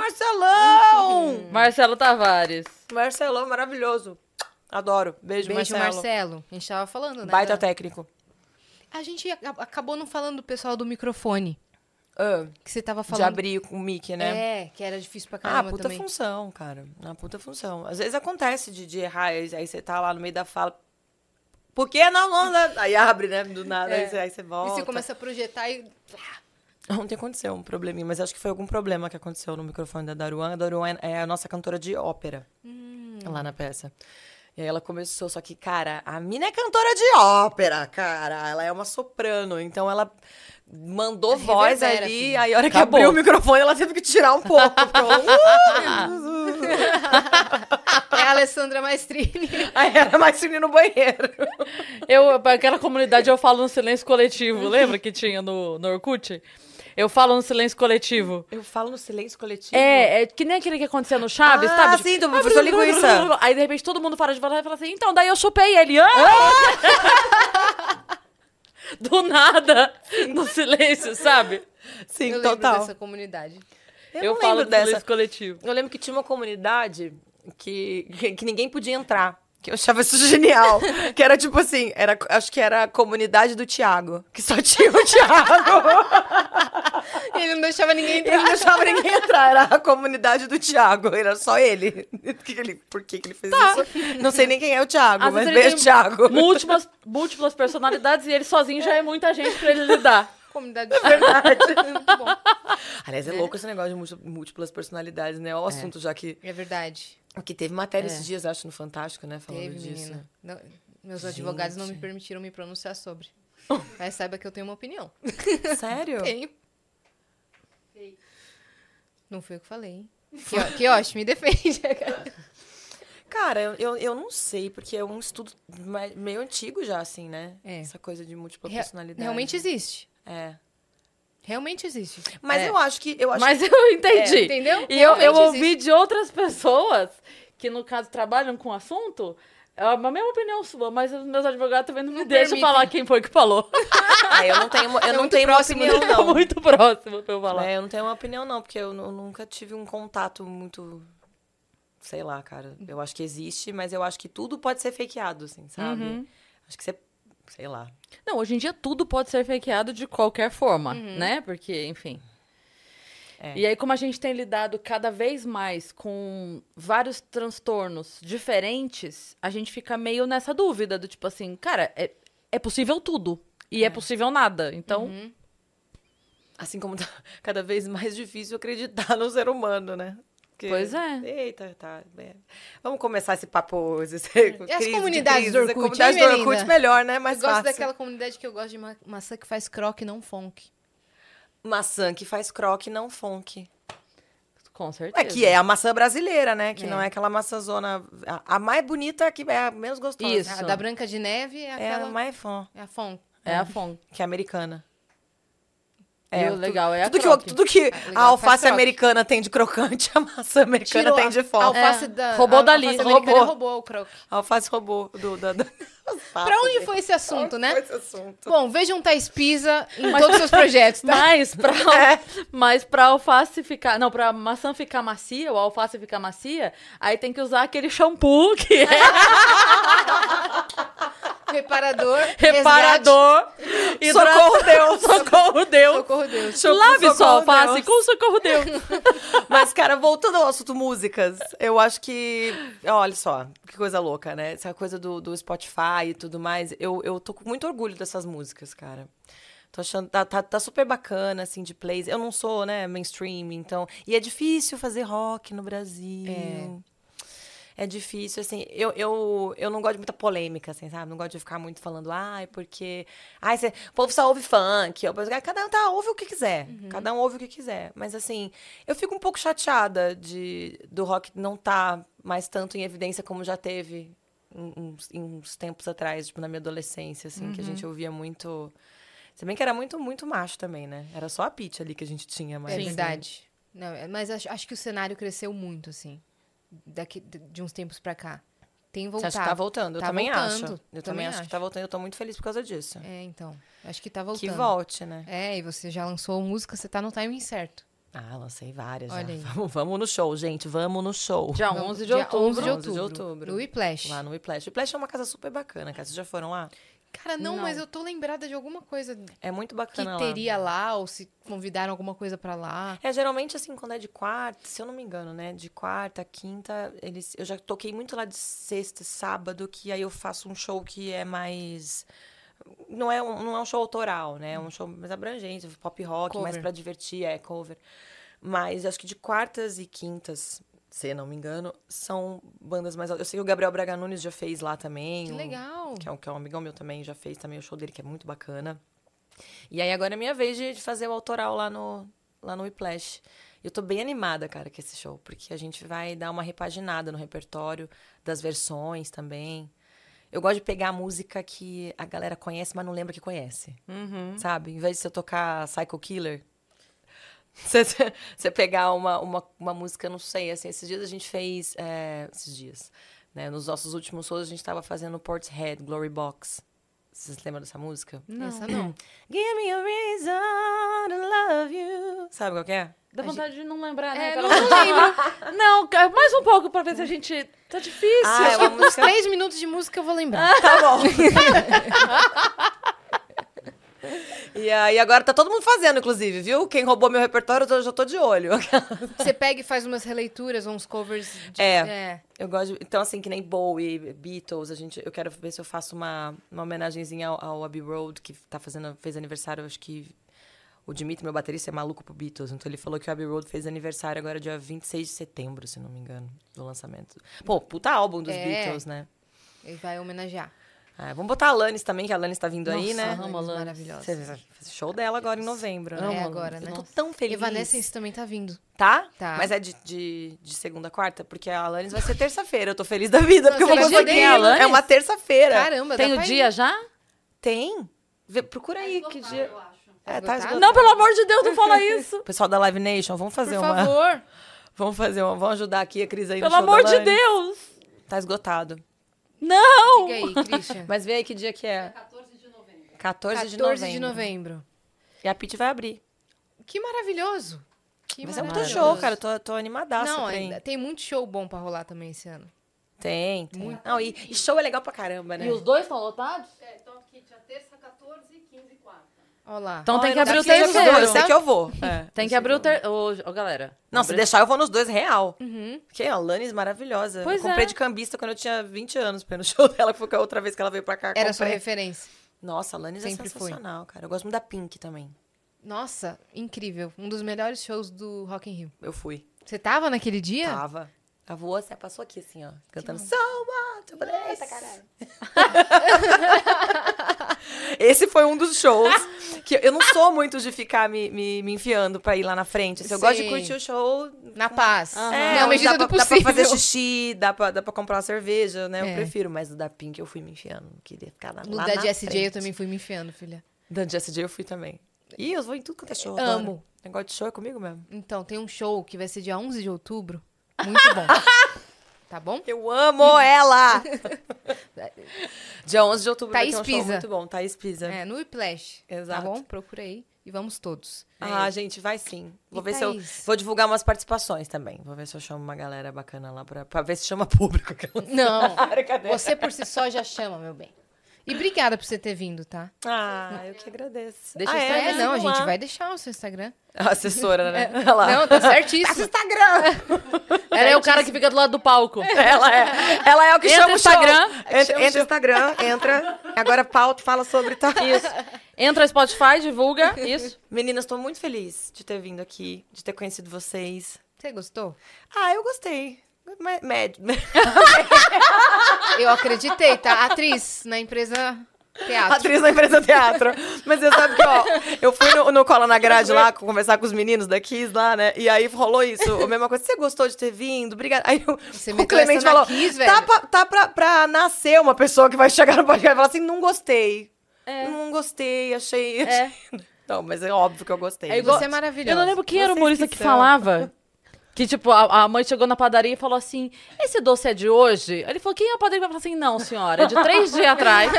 Speaker 3: Marcelão!
Speaker 1: Marcelo Tavares.
Speaker 3: Marcelão, maravilhoso. Adoro. Beijo,
Speaker 2: Beijo,
Speaker 3: Marcelo.
Speaker 2: Marcelo. A gente tava falando, né?
Speaker 3: Baita
Speaker 2: da-
Speaker 3: técnico.
Speaker 2: A gente ac- acabou não falando do pessoal do microfone.
Speaker 3: Ah,
Speaker 2: Que você tava
Speaker 3: de
Speaker 2: falando.
Speaker 3: abrir com o Mickey, né?
Speaker 2: É, que era difícil pra
Speaker 3: Ah,
Speaker 2: caramba
Speaker 3: puta
Speaker 2: também.
Speaker 3: função, cara. Uma puta função. Às vezes acontece de, de errar, aí aí você tá lá no meio da fala. Por que não, não, não? Aí abre, né? Do nada,
Speaker 2: É.
Speaker 3: aí, você, aí você
Speaker 2: E
Speaker 3: volta.
Speaker 2: você começa a projetar e.
Speaker 3: Ontem aconteceu um probleminha, mas acho que foi algum problema que aconteceu no microfone da Daruan. A Daruan é a nossa cantora de ópera lá na peça. E aí ela começou, só que, cara, a mina é cantora de ópera, cara. Ela é uma soprano, então ela mandou
Speaker 2: Reverbera,
Speaker 3: voz ali,
Speaker 2: filho.
Speaker 3: aí a hora que
Speaker 1: Acabou.
Speaker 3: abriu o microfone, ela teve que tirar um pouco. Ficou, "Uh, Jesus."
Speaker 2: É a Alessandra Maestrini.
Speaker 3: aí era mais sumindo no banheiro.
Speaker 1: Eu, pra aquela comunidade eu falo no silêncio coletivo. Lembra que tinha no, no Orkut? Eu falo no silêncio coletivo.
Speaker 3: Eu falo no silêncio coletivo.
Speaker 1: É, é que nem aquele que acontecia no Chaves,
Speaker 3: Tipo, Ah,
Speaker 1: sabe?
Speaker 3: sim, do professor Linguiça.
Speaker 1: Aí de repente todo mundo para de falar e fala assim: então, daí eu chupei ele. Ah! do nada, no silêncio, sabe?
Speaker 3: sim,
Speaker 2: eu lembro
Speaker 3: total.
Speaker 2: dessa comunidade.
Speaker 3: Eu, não
Speaker 1: falo
Speaker 3: lembro
Speaker 1: do
Speaker 3: dessa.
Speaker 1: silêncio coletivo.
Speaker 3: Eu lembro que tinha uma comunidade que, que, que ninguém podia entrar. Que eu achava isso genial. que era tipo assim, era, acho que era a comunidade do Thiago. Que só tinha o Thiago.
Speaker 2: Ele não deixava ninguém
Speaker 3: ele não deixava ninguém entrar. Era a comunidade do Thiago. Era só ele. Que que ele- por que, que ele fez isso? Não sei nem quem é o Thiago,
Speaker 1: Às
Speaker 3: mas
Speaker 1: vezes ele
Speaker 3: beijo,
Speaker 1: tem
Speaker 3: Thiago.
Speaker 1: Múltiplas, múltiplas personalidades e ele sozinho já é muita gente pra ele lidar.
Speaker 2: Comunidade
Speaker 3: É
Speaker 2: de verdade. Muito bom.
Speaker 3: Aliás, é louco esse negócio de múlti- múltiplas personalidades, né? Olha o assunto já que.
Speaker 2: É verdade.
Speaker 3: Que teve matéria esses dias, acho, no Fantástico, né? Falando
Speaker 2: Teve,
Speaker 3: disso.
Speaker 2: menina. Não, meus advogados não me permitiram me pronunciar sobre. Mas saiba que eu tenho uma opinião.
Speaker 3: Sério?
Speaker 2: Tenho. Não foi eu que falei, hein? Que- Que ótimo, me defende.
Speaker 3: Cara, eu, eu, eu não sei, porque é um estudo mai- meio antigo já, assim, né?
Speaker 2: É.
Speaker 3: Essa coisa de múltipla
Speaker 2: Rea-
Speaker 3: personalidade.
Speaker 2: Realmente existe.
Speaker 3: É.
Speaker 2: Realmente existe.
Speaker 3: Mas
Speaker 1: É.
Speaker 3: eu acho que. Eu acho
Speaker 1: Mas eu entendi.
Speaker 2: É, entendeu?
Speaker 1: E eu, eu
Speaker 2: Realmente
Speaker 1: ouvi de outras pessoas que, no caso, trabalham com o assunto. É a mesma opinião sua, mas os meus advogados também não, me deixam
Speaker 2: permitem.
Speaker 1: falar quem foi que falou.
Speaker 3: que- Ah, eu não tenho, uma- eu não
Speaker 2: É muito
Speaker 3: tenho uma
Speaker 2: próximo,
Speaker 3: opinião,
Speaker 1: Tá
Speaker 3: não.
Speaker 1: muito próximo pra eu falar.
Speaker 3: É, eu não tenho uma opinião, não, porque eu, nu- nunca tive um contato muito. Sei lá, cara. Eu acho que existe, mas eu acho que tudo pode ser fakeado, assim, sabe?
Speaker 2: Uhum.
Speaker 3: Acho que você. Sei lá.
Speaker 1: Não, hoje em dia tudo pode ser fakeado de qualquer forma, né? Porque, enfim.
Speaker 3: Uhum. É.
Speaker 1: E aí, como a gente tem lidado cada vez mais com vários transtornos diferentes, a gente fica meio nessa dúvida do tipo assim, cara, é, é possível tudo. E é, possível nada. Então,
Speaker 3: Uhum. Assim como tá cada vez mais difícil acreditar no ser humano, né? Porque-
Speaker 1: Pois é.
Speaker 3: Eita, tá. é. Vamos começar esse papo hoje. Esse
Speaker 2: E as comunidades do
Speaker 3: de crises. A
Speaker 2: Orkut,
Speaker 3: comunidade
Speaker 2: hein,
Speaker 3: do Orkut
Speaker 2: Melinda?
Speaker 3: melhor, né? Mais
Speaker 2: Eu gosto
Speaker 3: fácil.
Speaker 2: daquela comunidade que eu gosto de ma- maçã que faz croque, não funk.
Speaker 3: Maçã que faz croque, não funk.
Speaker 1: com
Speaker 3: É
Speaker 1: certeza.
Speaker 3: que é a maçã brasileira, né? Que
Speaker 2: É.
Speaker 3: não é aquela maçã zona... A, a mais bonita que é a menos gostosa.
Speaker 1: Isso.
Speaker 2: A da Branca de Neve é
Speaker 3: É a
Speaker 2: aquela.
Speaker 3: mais fã,
Speaker 2: É a funk.
Speaker 1: É a fome.
Speaker 3: que é americana.
Speaker 1: E o legal é a
Speaker 3: tudo que,
Speaker 1: croque.
Speaker 3: tudo que a
Speaker 2: Ah, faz
Speaker 3: alface
Speaker 2: croque.
Speaker 3: americana tem de crocante, a maçã americana
Speaker 2: Tirou
Speaker 3: tem
Speaker 2: a-
Speaker 3: de
Speaker 2: a
Speaker 3: fome.
Speaker 2: Alface
Speaker 1: É.
Speaker 2: da,
Speaker 1: Roubou
Speaker 2: a
Speaker 1: dali,
Speaker 2: alface americana
Speaker 3: roubou.
Speaker 2: roubou o croque.
Speaker 3: A Alface roubou do, da, da...
Speaker 2: Pra onde foi esse assunto, né?
Speaker 3: Ah, Foi esse assunto.
Speaker 2: Bom, vejam Thais Pisa em todos os seus projetos, tá?
Speaker 1: Mas pra,
Speaker 3: É,
Speaker 1: mas pra alface ficar. Não, pra maçã ficar macia, ou a alface ficar macia, aí tem que usar aquele shampoo que é
Speaker 2: Reparador.
Speaker 1: reparador.
Speaker 3: Socorro,
Speaker 1: Deus! Socorro Deus!
Speaker 2: resgate, Socorro Deus.
Speaker 1: Lave sua
Speaker 3: socorro,
Speaker 1: alface
Speaker 3: Deus.
Speaker 1: com socorro Deus!
Speaker 3: Mas, cara, voltando ao assunto músicas, eu acho que. Olha só, que coisa louca, né? Essa coisa do, do Spotify e tudo mais. Eu, eu tô com muito orgulho dessas músicas, cara. Tô achando. Tá, tá, tá super bacana, assim, de plays. Eu não sou, né, mainstream, então. E é difícil fazer rock no Brasil. É. difícil, assim, eu, eu, eu não gosto de muita polêmica, assim, sabe? Não gosto de ficar muito falando, ai, porque. Ai, cê- o povo só ouve funk. ou- Cada um tá, ouve o que quiser.
Speaker 2: Uhum.
Speaker 3: Cada um ouve o que quiser. Mas assim, eu fico um pouco chateada de do rock não tá mais tanto em evidência como já teve em- uns, em uns tempos atrás, tipo, na minha adolescência, assim,
Speaker 2: Uhum.
Speaker 3: que a gente ouvia muito. Se bem que era muito, muito macho também, né? Era só a Pitty ali que a gente tinha, mas.
Speaker 2: É verdade. Não, é- mas acho, acho que o cenário cresceu muito, assim. Daqui, de de uns tempos pra cá. Tem
Speaker 3: Você
Speaker 2: voltado.
Speaker 3: acha que tá voltando? Eu
Speaker 2: Tá
Speaker 3: também
Speaker 2: voltando.
Speaker 3: acho. Eu também, acho, que tá voltando. Eu tô muito feliz por causa disso.
Speaker 2: É, então. Acho que tá voltando.
Speaker 3: que volte, né?
Speaker 2: É, e você já lançou música, você tá no timing certo.
Speaker 3: Ah, lancei várias.
Speaker 2: Olha
Speaker 3: já.
Speaker 2: aí.
Speaker 3: Vamos, vamos no show, gente. Vamos no show.
Speaker 1: Dia
Speaker 2: Vamos-
Speaker 1: 11 Então, de
Speaker 2: dia
Speaker 1: outubro.
Speaker 2: 11 de
Speaker 3: 11 de
Speaker 2: outubro.
Speaker 3: outubro.
Speaker 2: No Whiplash.
Speaker 3: Lá no Whiplash. Whiplash é uma casa super bacana, cara. Vocês já foram lá?
Speaker 2: Cara, não,
Speaker 1: Não.
Speaker 2: mas eu tô lembrada de alguma coisa que
Speaker 3: É muito bacana lá.
Speaker 2: teria lá, ou se convidaram alguma coisa pra lá.
Speaker 3: É, geralmente, assim, quando é de quarta, se eu não me engano, né? De quarta, quinta, eles. Eu já toquei muito lá de sexta, sábado, que aí eu faço um show que é mais. Não é um, não é um show autoral, né? É um show mais abrangente, pop rock, mais
Speaker 2: Cover.
Speaker 3: pra divertir, é cover. Mas acho que de quartas e quintas, se eu não me engano, são bandas mais. Eu sei que o Gabriel Braga Nunes já fez lá também.
Speaker 2: Que
Speaker 3: um-
Speaker 2: legal.
Speaker 3: que é, um, que é um amigão meu também, já fez também o show dele, que é muito bacana. E aí agora é minha vez de, de fazer o autoral lá no, lá no Whiplash. Eu tô bem animada, cara, com esse show, porque a gente vai dar uma repaginada no repertório, das versões também. Eu gosto de pegar a música que a galera conhece, mas não lembra que conhece.
Speaker 1: Uhum.
Speaker 3: Sabe? Em vez de você tocar Psycho Killer, você, você pegar uma, uma, uma música, não sei, assim, esses dias a gente fez. é, esses dias. Né, nos nossos últimos shows a gente tava fazendo Portishead, Glory Box. Vocês lembram dessa música?
Speaker 2: Essa não.
Speaker 3: Give me a reason to love you. Sabe qual que é?
Speaker 1: Dá vontade de não lembrar, né?
Speaker 2: É,
Speaker 1: Aquela-
Speaker 2: não lembro.
Speaker 1: Não, cara, mais um pouco pra ver se a gente. Tá difícil.
Speaker 3: Ah, é uma
Speaker 2: Uns
Speaker 3: música.
Speaker 2: três minutos de música eu vou lembrar.
Speaker 3: Tá bom. E aí, agora tá todo mundo fazendo, inclusive, viu? Quem roubou meu repertório, eu já tô de olho.
Speaker 2: Você pega e faz umas releituras, uns covers. De...
Speaker 3: É. Eu gosto de- Então, assim, que nem Bowie, Beatles, a gente, eu quero ver se eu faço uma, uma homenagenzinha ao, ao Abbey Road, que tá fazendo, fez aniversário, acho que. O Dimitri, meu baterista, é maluco pro Beatles. Então ele falou que o Abbey Road fez aniversário agora dia 26 de setembro, se não me engano, do lançamento. Pô, puta álbum dos
Speaker 2: É.
Speaker 3: Beatles, né?
Speaker 2: E vai homenagear.
Speaker 3: Ah, vamos botar a Alanis também, que a Alanis tá vindo aí,
Speaker 2: Nossa,
Speaker 3: né?
Speaker 2: Alanis
Speaker 1: Alanis.
Speaker 2: maravilhosa.
Speaker 3: Você- você- Show dela agora em novembro, né?
Speaker 2: É, agora, né?
Speaker 3: Eu tô tão feliz.
Speaker 2: Evanescence também tá vindo.
Speaker 3: Tá?
Speaker 2: Tá.
Speaker 3: Mas é de, de, de segunda a quarta? Porque a Alanis vai ser terça-feira. Eu tô feliz da vida, porque eu vou
Speaker 2: Nossa,
Speaker 3: fazer
Speaker 2: imagina
Speaker 3: quem é
Speaker 2: aí,
Speaker 3: a Alanis.
Speaker 1: Alanis?
Speaker 3: É uma terça-feira.
Speaker 2: Caramba, dá
Speaker 1: Tem o
Speaker 2: pra ir.
Speaker 1: dia já?
Speaker 3: Tem? Vê- procura aí que dia. É, tá
Speaker 2: esgotado?
Speaker 3: esgotado.
Speaker 1: Não, pelo amor de Deus, não fala isso.
Speaker 3: Pessoal da Live Nation, vamos
Speaker 2: Por
Speaker 3: fazer uma.
Speaker 2: favor.
Speaker 3: Vamos fazer uma. Vamos ajudar aqui a Cris aí
Speaker 1: Pelo
Speaker 3: no show da
Speaker 1: amor de
Speaker 3: Alanis.
Speaker 1: Deus.
Speaker 3: Tá esgotado.
Speaker 1: Não.
Speaker 2: Diga aí, Christian.
Speaker 3: Mas vê aí que dia que é. 14 de novembro. 14 de
Speaker 2: 14 de
Speaker 3: novembro.
Speaker 2: novembro.
Speaker 3: E a Pete vai abrir.
Speaker 2: Que maravilhoso. Que
Speaker 3: Vai ser é muito
Speaker 2: maravilhoso.
Speaker 3: show, cara. Eu Tô, tô animadaça.
Speaker 2: Não,
Speaker 3: pra ir.
Speaker 2: ainda tem muito show bom pra rolar também esse ano.
Speaker 3: Tem, tem. Não, e, e show é legal pra caramba, né?
Speaker 1: dois estão lotados?
Speaker 2: Olha lá.
Speaker 1: Então tem que
Speaker 3: Não,
Speaker 1: abrir o
Speaker 3: daqui eu já
Speaker 1: terceiro.
Speaker 3: vou, Eu sei que eu vou. É.
Speaker 1: Tem que abrir o terceiro. Ô, j- ô, galera.
Speaker 3: Não, se
Speaker 1: abre-
Speaker 3: deixar, eu vou nos dois real. Que a Alanis maravilhosa.
Speaker 1: Pois
Speaker 3: eu comprei
Speaker 1: é.
Speaker 3: de cambista quando eu tinha 20 anos, pra ir no show dela, que foi a outra vez que ela veio pra cá.
Speaker 2: Era sua
Speaker 3: comprei.
Speaker 2: referência.
Speaker 3: Nossa, a Alanis
Speaker 2: Sempre
Speaker 3: é
Speaker 2: foi.
Speaker 3: sensacional, cara. Eu gosto muito da Pink também.
Speaker 2: Nossa, incrível. Um dos melhores shows do Rock in Rio.
Speaker 3: Eu fui.
Speaker 2: Você tava naquele dia?
Speaker 3: Tava. A voa, você passou aqui, assim, ó. Cantando So What? Eu falei, "É Eita, caralho. Esse foi um dos shows que eu não sou muito de ficar me, me, me enfiando pra ir lá na frente. Assim, eu gosto de
Speaker 2: Sim.
Speaker 3: curtir o show
Speaker 2: Na paz.
Speaker 1: Aham.
Speaker 2: Na
Speaker 3: onde
Speaker 2: medida
Speaker 3: É, dá
Speaker 2: do
Speaker 3: pra-
Speaker 2: possível.
Speaker 3: Dá pra fazer xixi, dá pra, dá pra comprar uma cerveja, né?
Speaker 2: É.
Speaker 3: Eu prefiro, mas o da Pink eu fui me enfiando. Não queria ficar lá,
Speaker 2: No
Speaker 3: lá
Speaker 2: da
Speaker 3: na
Speaker 2: Jessie J eu
Speaker 3: frente.
Speaker 2: também fui me enfiando, filha.
Speaker 3: Da Jessie J eu fui também. Ih, eu vou em tudo quanto é show. adoro.
Speaker 2: Amo.
Speaker 3: Negócio de show é comigo mesmo.
Speaker 2: Então, tem um show que vai ser dia 11 de outubro. Muito bom. tá bom?
Speaker 3: Eu amo ela! Dia 11 de outubro
Speaker 2: Thaís
Speaker 3: vai ter um show
Speaker 2: Pisa.
Speaker 3: muito bom. Thaís Pisa.
Speaker 2: É, no Whiplash.
Speaker 3: Exato.
Speaker 2: Tá bom? Procura aí e vamos todos.
Speaker 3: Ah, gente, vai sim. Vou
Speaker 2: é. E
Speaker 3: ver se eu...
Speaker 2: Thaís?
Speaker 3: Vou divulgar umas participações também. Vou ver se eu chamo uma galera bacana lá pra, pra ver se chama público.
Speaker 2: Não,
Speaker 3: Brincadeira.
Speaker 2: você por si só já chama, meu bem. E obrigada por você ter vindo, tá?
Speaker 3: Ah, eu que agradeço.
Speaker 1: Deixa
Speaker 3: ah,
Speaker 1: eu
Speaker 2: É,
Speaker 1: É,
Speaker 2: não, a
Speaker 3: sigam
Speaker 2: gente
Speaker 3: lá.
Speaker 2: vai deixar o seu Instagram.
Speaker 3: A assessora, né? Olha lá.
Speaker 2: Não, tá certíssimo.
Speaker 3: Instagram!
Speaker 1: Ela é o cara que fica do lado do palco.
Speaker 3: Ela é, ela é o que
Speaker 1: Entra
Speaker 3: chama
Speaker 1: no
Speaker 3: o show.
Speaker 1: Instagram,
Speaker 3: Entra, entra no Instagram, entra. Agora pauta, fala sobre tá.
Speaker 1: Isso. Entra no Spotify, divulga. Isso.
Speaker 3: Meninas, tô muito feliz de ter vindo aqui, de ter conhecido vocês.
Speaker 2: Você gostou?
Speaker 3: Ah, eu gostei. Me- Médio.
Speaker 2: Eu acreditei, tá? Atriz na empresa teatro.
Speaker 3: Atriz na empresa teatro. Mas você sabe que, ó, eu fui no, no Cola na Grade lá conversar com os meninos da Kiss lá, né? E aí rolou isso, a mesma coisa. Você gostou de ter vindo? Obrigada. Aí o,
Speaker 2: Você
Speaker 3: o
Speaker 2: meteu
Speaker 3: Clemente
Speaker 2: essa na
Speaker 3: falou:
Speaker 2: Kiss,
Speaker 3: tá,
Speaker 2: velho."
Speaker 3: pra, tá pra, pra nascer uma pessoa que vai chegar no podcast e falar assim: não gostei.
Speaker 2: É.
Speaker 3: Não gostei, achei.
Speaker 1: É.
Speaker 3: Não, mas é óbvio que eu gostei.
Speaker 1: É
Speaker 2: Você é maravilhosa.
Speaker 1: Eu não lembro quem era o
Speaker 3: Vocês
Speaker 1: humorista
Speaker 3: que
Speaker 1: que,
Speaker 3: são.
Speaker 1: falava. Que, tipo, a, a mãe chegou na padaria e falou assim: esse doce é de hoje? Aí ele falou: quem é o padeiro vai falar assim? Não, senhora, é de três dias atrás.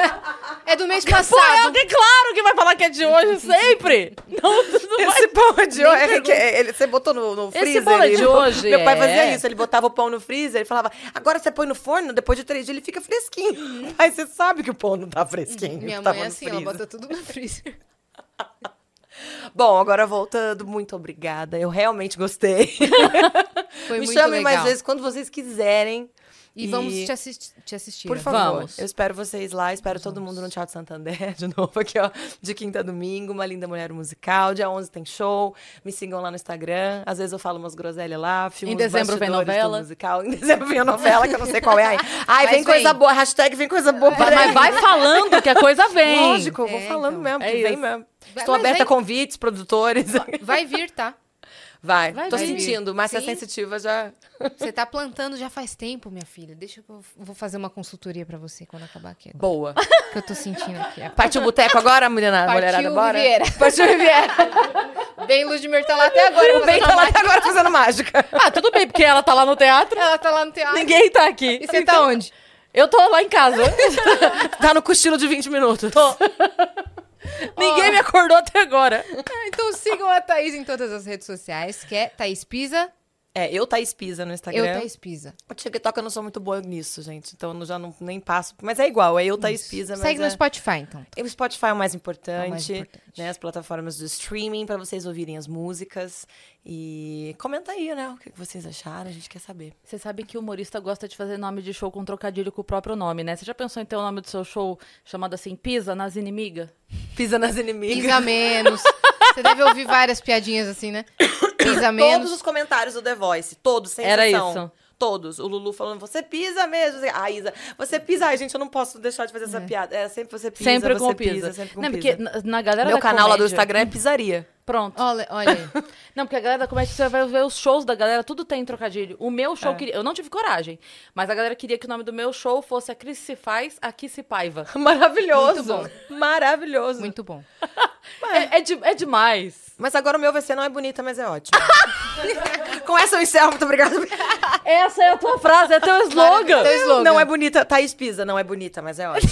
Speaker 2: É do mês
Speaker 1: Pô, é
Speaker 2: passado.
Speaker 1: alguém, claro que vai falar que é de hoje, sempre! Não, tudo bem.
Speaker 3: Esse pão é de hoje. é que ele, você botou no, no freezer.
Speaker 1: bolo é de
Speaker 3: ele-
Speaker 1: hoje,
Speaker 3: Meu pai
Speaker 1: é.
Speaker 3: fazia isso. Ele botava o pão no freezer e falava: agora você põe no forno, depois de três dias ele fica fresquinho. Aí você sabe que o pão não tá fresquinho.
Speaker 2: Uhum. Minha
Speaker 3: tava
Speaker 2: mãe é
Speaker 3: no
Speaker 2: assim, ela
Speaker 3: freezer.
Speaker 2: bota tudo no freezer.
Speaker 3: Bom, agora voltando, muito obrigada. Eu realmente gostei.
Speaker 2: Foi
Speaker 3: Me
Speaker 2: muito
Speaker 3: chamem
Speaker 2: legal.
Speaker 3: mais vezes quando vocês quiserem.
Speaker 2: E vamos te, assisti- te assistir.
Speaker 3: Por
Speaker 2: né?
Speaker 3: favor,
Speaker 1: Vamos.
Speaker 3: eu espero vocês lá, espero todo mundo no Teatro Santander de novo aqui, ó, de quinta a domingo, uma linda mulher musical, dia 11 tem show, me sigam lá no Instagram, às vezes eu falo umas groselhas lá, filmo
Speaker 1: Em
Speaker 3: os
Speaker 1: dezembro vem
Speaker 3: bastidores do
Speaker 1: novela.
Speaker 3: musical, em dezembro vem a novela, que eu não sei qual é, ai, ai
Speaker 2: Mas
Speaker 3: vem coisa
Speaker 2: vem.
Speaker 3: boa, hashtag vem coisa boa,
Speaker 1: Vai- Mas vai falando que a coisa vem.
Speaker 3: lógico, eu vou
Speaker 2: É,
Speaker 3: falando
Speaker 2: então.
Speaker 3: mesmo,
Speaker 1: É
Speaker 3: que vem
Speaker 1: isso.
Speaker 3: mesmo,
Speaker 2: Vai-
Speaker 3: estou
Speaker 2: mas
Speaker 3: aberta
Speaker 2: vem.
Speaker 3: a convites, produtores,
Speaker 2: Vai vir, tá?
Speaker 3: vai,
Speaker 1: Vai
Speaker 3: tô
Speaker 1: vir.
Speaker 3: sentindo, mas se é
Speaker 2: Sim.
Speaker 3: sensitiva já,
Speaker 2: Você tá plantando já faz tempo, minha filha. Deixa que eu vou fazer uma consultoria pra você quando acabar aqui. agora,
Speaker 3: boa.
Speaker 2: Que eu tô sentindo aqui. A
Speaker 3: Partiu o boteco agora, mulherada,
Speaker 2: Partiu
Speaker 3: mulherada, bora?
Speaker 2: Riviera.
Speaker 3: Partiu Riviera.
Speaker 2: pa- Bem, Luz de Mer tá lá até agora.
Speaker 3: O bem
Speaker 2: fazendo
Speaker 3: tá lá
Speaker 2: uma-
Speaker 3: até agora fazendo mágica.
Speaker 1: Ah, tudo bem, porque ela tá lá no teatro,
Speaker 2: Ela tá lá no teatro.
Speaker 1: ninguém tá aqui.
Speaker 2: E você tá
Speaker 3: então.
Speaker 2: onde?
Speaker 1: Eu tô lá em casa.
Speaker 3: Tá no cochilo de 20 minutos.
Speaker 1: Ninguém me acordou até agora.
Speaker 2: Ah, então sigam a Thaís em todas as redes sociais, que é Thaís Pisa,
Speaker 3: É, eu Thaís Pisa no
Speaker 2: eu
Speaker 3: Instagram.
Speaker 2: Thaís Pisa.
Speaker 3: O TikTok eu não sou muito boa nisso, gente. Então eu não- já não, nem passo. Mas é igual, é eu Thaís Pisa. Mas
Speaker 2: Segue
Speaker 3: é...
Speaker 2: no Spotify, então.
Speaker 3: E O Spotify é o mais importante,
Speaker 2: É o mais importante.
Speaker 3: né? As plataformas do streaming pra vocês ouvirem as músicas. E comenta aí, né? O que vocês acharam, a gente quer saber.
Speaker 1: Vocês sabem que o humorista gosta de fazer nome de show com trocadilho com o próprio nome, né? Você já pensou em ter o nome do seu show chamado assim, Pisa nas Inimigas?
Speaker 3: Pisa nas inimigas.
Speaker 2: Pisa menos. Você deve ouvir várias piadinhas assim, né? Pisa
Speaker 3: Todos
Speaker 2: menos.
Speaker 3: os comentários do The Voice, todos, sem
Speaker 1: Era
Speaker 3: exceção.
Speaker 1: isso.
Speaker 3: Todos. O Lulu falando, você pisa mesmo. A Isa, você pisa. Ai, gente, eu não posso deixar de fazer essa piada. É, sempre você pisa,
Speaker 1: sempre
Speaker 3: você
Speaker 1: com o
Speaker 3: pisa,
Speaker 1: Pisa.
Speaker 3: sempre com
Speaker 1: Não,
Speaker 3: pisa.
Speaker 1: porque na, na galera
Speaker 3: Meu
Speaker 1: da
Speaker 3: canal lá do
Speaker 1: comédia-
Speaker 3: Instagram é pisaria.
Speaker 1: Pronto.
Speaker 2: Olha, olha aí.
Speaker 1: Não, porque a galera da comédia, você vai ver os shows da galera, tudo tem trocadilho. O meu
Speaker 3: É.
Speaker 1: show, queria, eu não tive coragem, mas a galera queria que o nome do meu show fosse A Cris se faz, Aqui se paiva.
Speaker 3: Maravilhoso.
Speaker 2: Muito
Speaker 3: Maravilhoso.
Speaker 2: Muito bom.
Speaker 1: É, é de- é demais.
Speaker 3: Mas agora o meu VC não é bonita, mas é ótimo. Com essa eu encerro, muito obrigada.
Speaker 1: Essa é a tua frase, é teu slogan.
Speaker 2: Teu Então, slogan.
Speaker 3: Não é bonita, Thaís Pisa, não é bonita, mas é ótimo.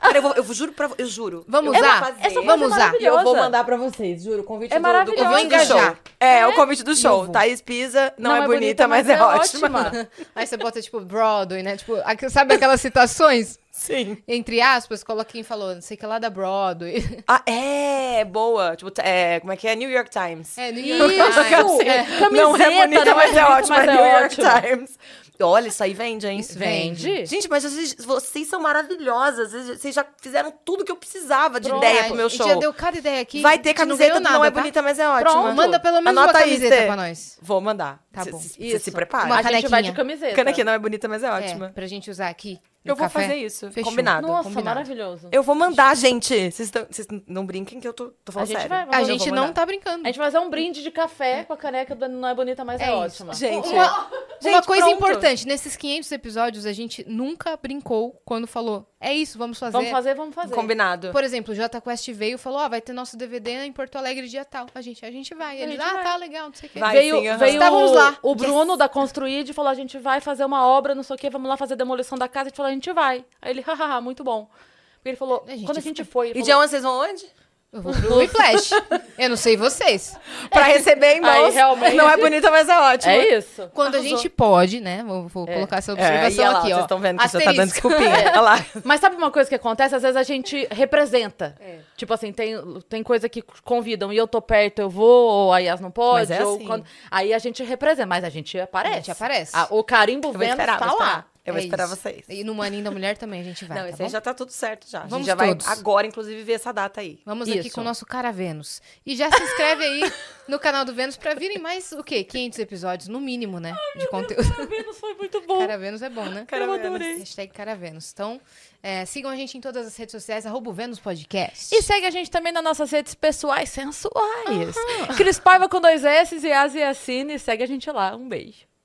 Speaker 3: Cara, eu, vou, eu juro pra vo- eu juro.
Speaker 2: Vamos
Speaker 3: eu
Speaker 2: usar?
Speaker 3: Vou fazer.
Speaker 2: Essa Vamos
Speaker 1: é
Speaker 2: usar.
Speaker 1: maravilhosa.
Speaker 3: Eu vou mandar pra vocês, juro. O convite
Speaker 1: É
Speaker 3: do, do
Speaker 1: maravilhosa.
Speaker 2: Eu vou engajar.
Speaker 3: É, o convite do show. Thaís Pisa não, é, bonita, mas, é, ótima.
Speaker 2: Aí você bota, tipo, Broadway, né? Tipo, aqu- sabe aquelas citações?
Speaker 3: Sim.
Speaker 2: Entre aspas, coloca quem falou, não sei o que lá da Broadway.
Speaker 3: Ah, é, boa. Tipo, é, como é que é? New York Times.
Speaker 2: É, New York Times.
Speaker 1: Isso,
Speaker 3: É,
Speaker 1: camiseta,
Speaker 3: não é bonita,
Speaker 1: né?
Speaker 3: mas é
Speaker 1: Bonita,
Speaker 3: ótima.
Speaker 1: mas é
Speaker 3: New York
Speaker 1: ótima.
Speaker 3: Times. Olha, isso aí vende, hein?
Speaker 2: Isso
Speaker 1: Vende.
Speaker 3: Gente, mas vocês, vocês são maravilhosas. Vocês vocês já fizeram tudo que eu precisava de
Speaker 2: Pronto.
Speaker 3: ideia pro meu
Speaker 2: A gente
Speaker 3: show.
Speaker 2: Já deu um cada ideia aqui.
Speaker 3: Vai ter
Speaker 2: a gente
Speaker 3: camiseta que
Speaker 2: ganhou
Speaker 3: não,
Speaker 2: nada,
Speaker 3: é
Speaker 2: tá?
Speaker 3: bonita, mas é ótima.
Speaker 2: Pronto. Manda pelo menos
Speaker 3: Anota
Speaker 2: uma
Speaker 3: aí,
Speaker 2: camiseta
Speaker 3: Tê.
Speaker 2: pra nós.
Speaker 3: Você. Vou mandar.
Speaker 2: Tá
Speaker 3: Cê-
Speaker 2: bom.
Speaker 3: cê- Você
Speaker 1: Isso.
Speaker 3: se prepara.
Speaker 2: Uma
Speaker 1: a gente vai de
Speaker 2: canequinha.
Speaker 1: camiseta.
Speaker 3: Cana aqui não é bonita, mas é
Speaker 2: É,
Speaker 3: ótima.
Speaker 2: pra gente usar aqui. no
Speaker 3: Eu vou
Speaker 2: café.
Speaker 3: fazer isso.
Speaker 2: Fechou.
Speaker 3: Combinado.
Speaker 1: Nossa,
Speaker 2: Combinado.
Speaker 1: maravilhoso.
Speaker 3: Eu vou mandar, gente. Vocês tão- vocês não brinquem que eu tô, tô
Speaker 1: A
Speaker 3: falando
Speaker 1: gente
Speaker 3: sério.
Speaker 1: vai-
Speaker 2: A
Speaker 1: Eu
Speaker 2: gente
Speaker 3: vou
Speaker 2: não
Speaker 3: mandar.
Speaker 2: tá brincando.
Speaker 1: A gente vai fazer um brinde de café com a caneca do Não é bonita, mas é,
Speaker 2: É isso.
Speaker 1: ótima.
Speaker 3: Gente,
Speaker 2: Uma, uma
Speaker 3: gente,
Speaker 2: coisa
Speaker 3: pronto.
Speaker 2: importante, nesses 500 episódios a gente nunca brincou quando falou É isso, vamos fazer.
Speaker 1: Vamos fazer, vamos fazer.
Speaker 3: Combinado.
Speaker 2: Por exemplo, o Jota Quest veio e falou: Ó, vai ter nosso DVD em Porto Alegre dia tal. A gente, a gente vai. Ele,
Speaker 1: gente
Speaker 2: ah,
Speaker 1: vai.
Speaker 2: tá legal, não sei o quê.
Speaker 3: Vai.
Speaker 1: veio
Speaker 3: sim, aham.
Speaker 1: veio
Speaker 2: Estávamos
Speaker 1: o-
Speaker 2: lá.
Speaker 1: o Bruno da Construíde falou: a gente vai fazer uma obra, não sei o quê, vamos lá fazer a demolição da casa. A gente falou: a gente vai. Aí ele, hahaha, muito bom. Porque ele falou:
Speaker 2: A gente
Speaker 1: quando a gente foi. ele
Speaker 3: E de
Speaker 1: falou,
Speaker 3: onde vocês vão onde?
Speaker 2: Eu vou pro Whiplash. Eu não sei vocês.
Speaker 3: Pra receber em
Speaker 1: Aí,
Speaker 3: mãos.
Speaker 1: realmente.
Speaker 3: Não é bonita, mas é ótimo.
Speaker 1: é isso.
Speaker 2: Quando a gente pode, né? Vou, vou colocar essa observação
Speaker 3: É. olha lá,
Speaker 2: aqui, ó.
Speaker 3: Vocês estão vendo que você tá
Speaker 2: Asterisco.
Speaker 3: dando desculpinha. Olha lá.
Speaker 1: Mas sabe uma coisa que acontece? Às vezes a gente representa.
Speaker 2: É.
Speaker 1: Tipo assim, tem, tem coisa que convidam e eu tô perto, eu vou, ou a Yas não pode.
Speaker 3: Mas é
Speaker 1: ou
Speaker 3: assim.
Speaker 1: quando- Aí a gente representa, mas a gente aparece.
Speaker 2: A gente aparece.
Speaker 1: Ah, o carimbo
Speaker 3: Eu vou
Speaker 1: Vênus
Speaker 3: esperar,
Speaker 1: tá
Speaker 3: vou
Speaker 1: lá.
Speaker 3: esperar. Eu vou
Speaker 2: É
Speaker 3: esperar
Speaker 2: isso.
Speaker 3: vocês.
Speaker 2: E no Maninho da Mulher também a gente vai.
Speaker 3: não,
Speaker 2: tá
Speaker 3: esse aí
Speaker 2: bom?
Speaker 3: já tá tudo certo já. a
Speaker 2: Vamos
Speaker 3: gente já
Speaker 2: todos.
Speaker 3: vai agora, inclusive, ver essa data aí.
Speaker 2: Vamos aqui
Speaker 1: Isso.
Speaker 2: com o nosso cara Vênus. E já se inscreve aí no canal do Vênus pra virem mais, o quê? 500 episódios, no mínimo, né? de conteúdo.
Speaker 3: tá
Speaker 1: Vênus foi muito bom.
Speaker 2: Cara Vênus é bom, né?
Speaker 3: Cara Eu adorei.
Speaker 1: Vênus.
Speaker 2: Hashtag Cara Vênus. Então, é, sigam a gente em todas as redes sociais, arroba o Vênus Podcast.
Speaker 1: E segue a gente também nas nossas redes pessoais sensuais. Cris Paiva com dois S e Asia Cine. Segue a gente lá. Um beijo.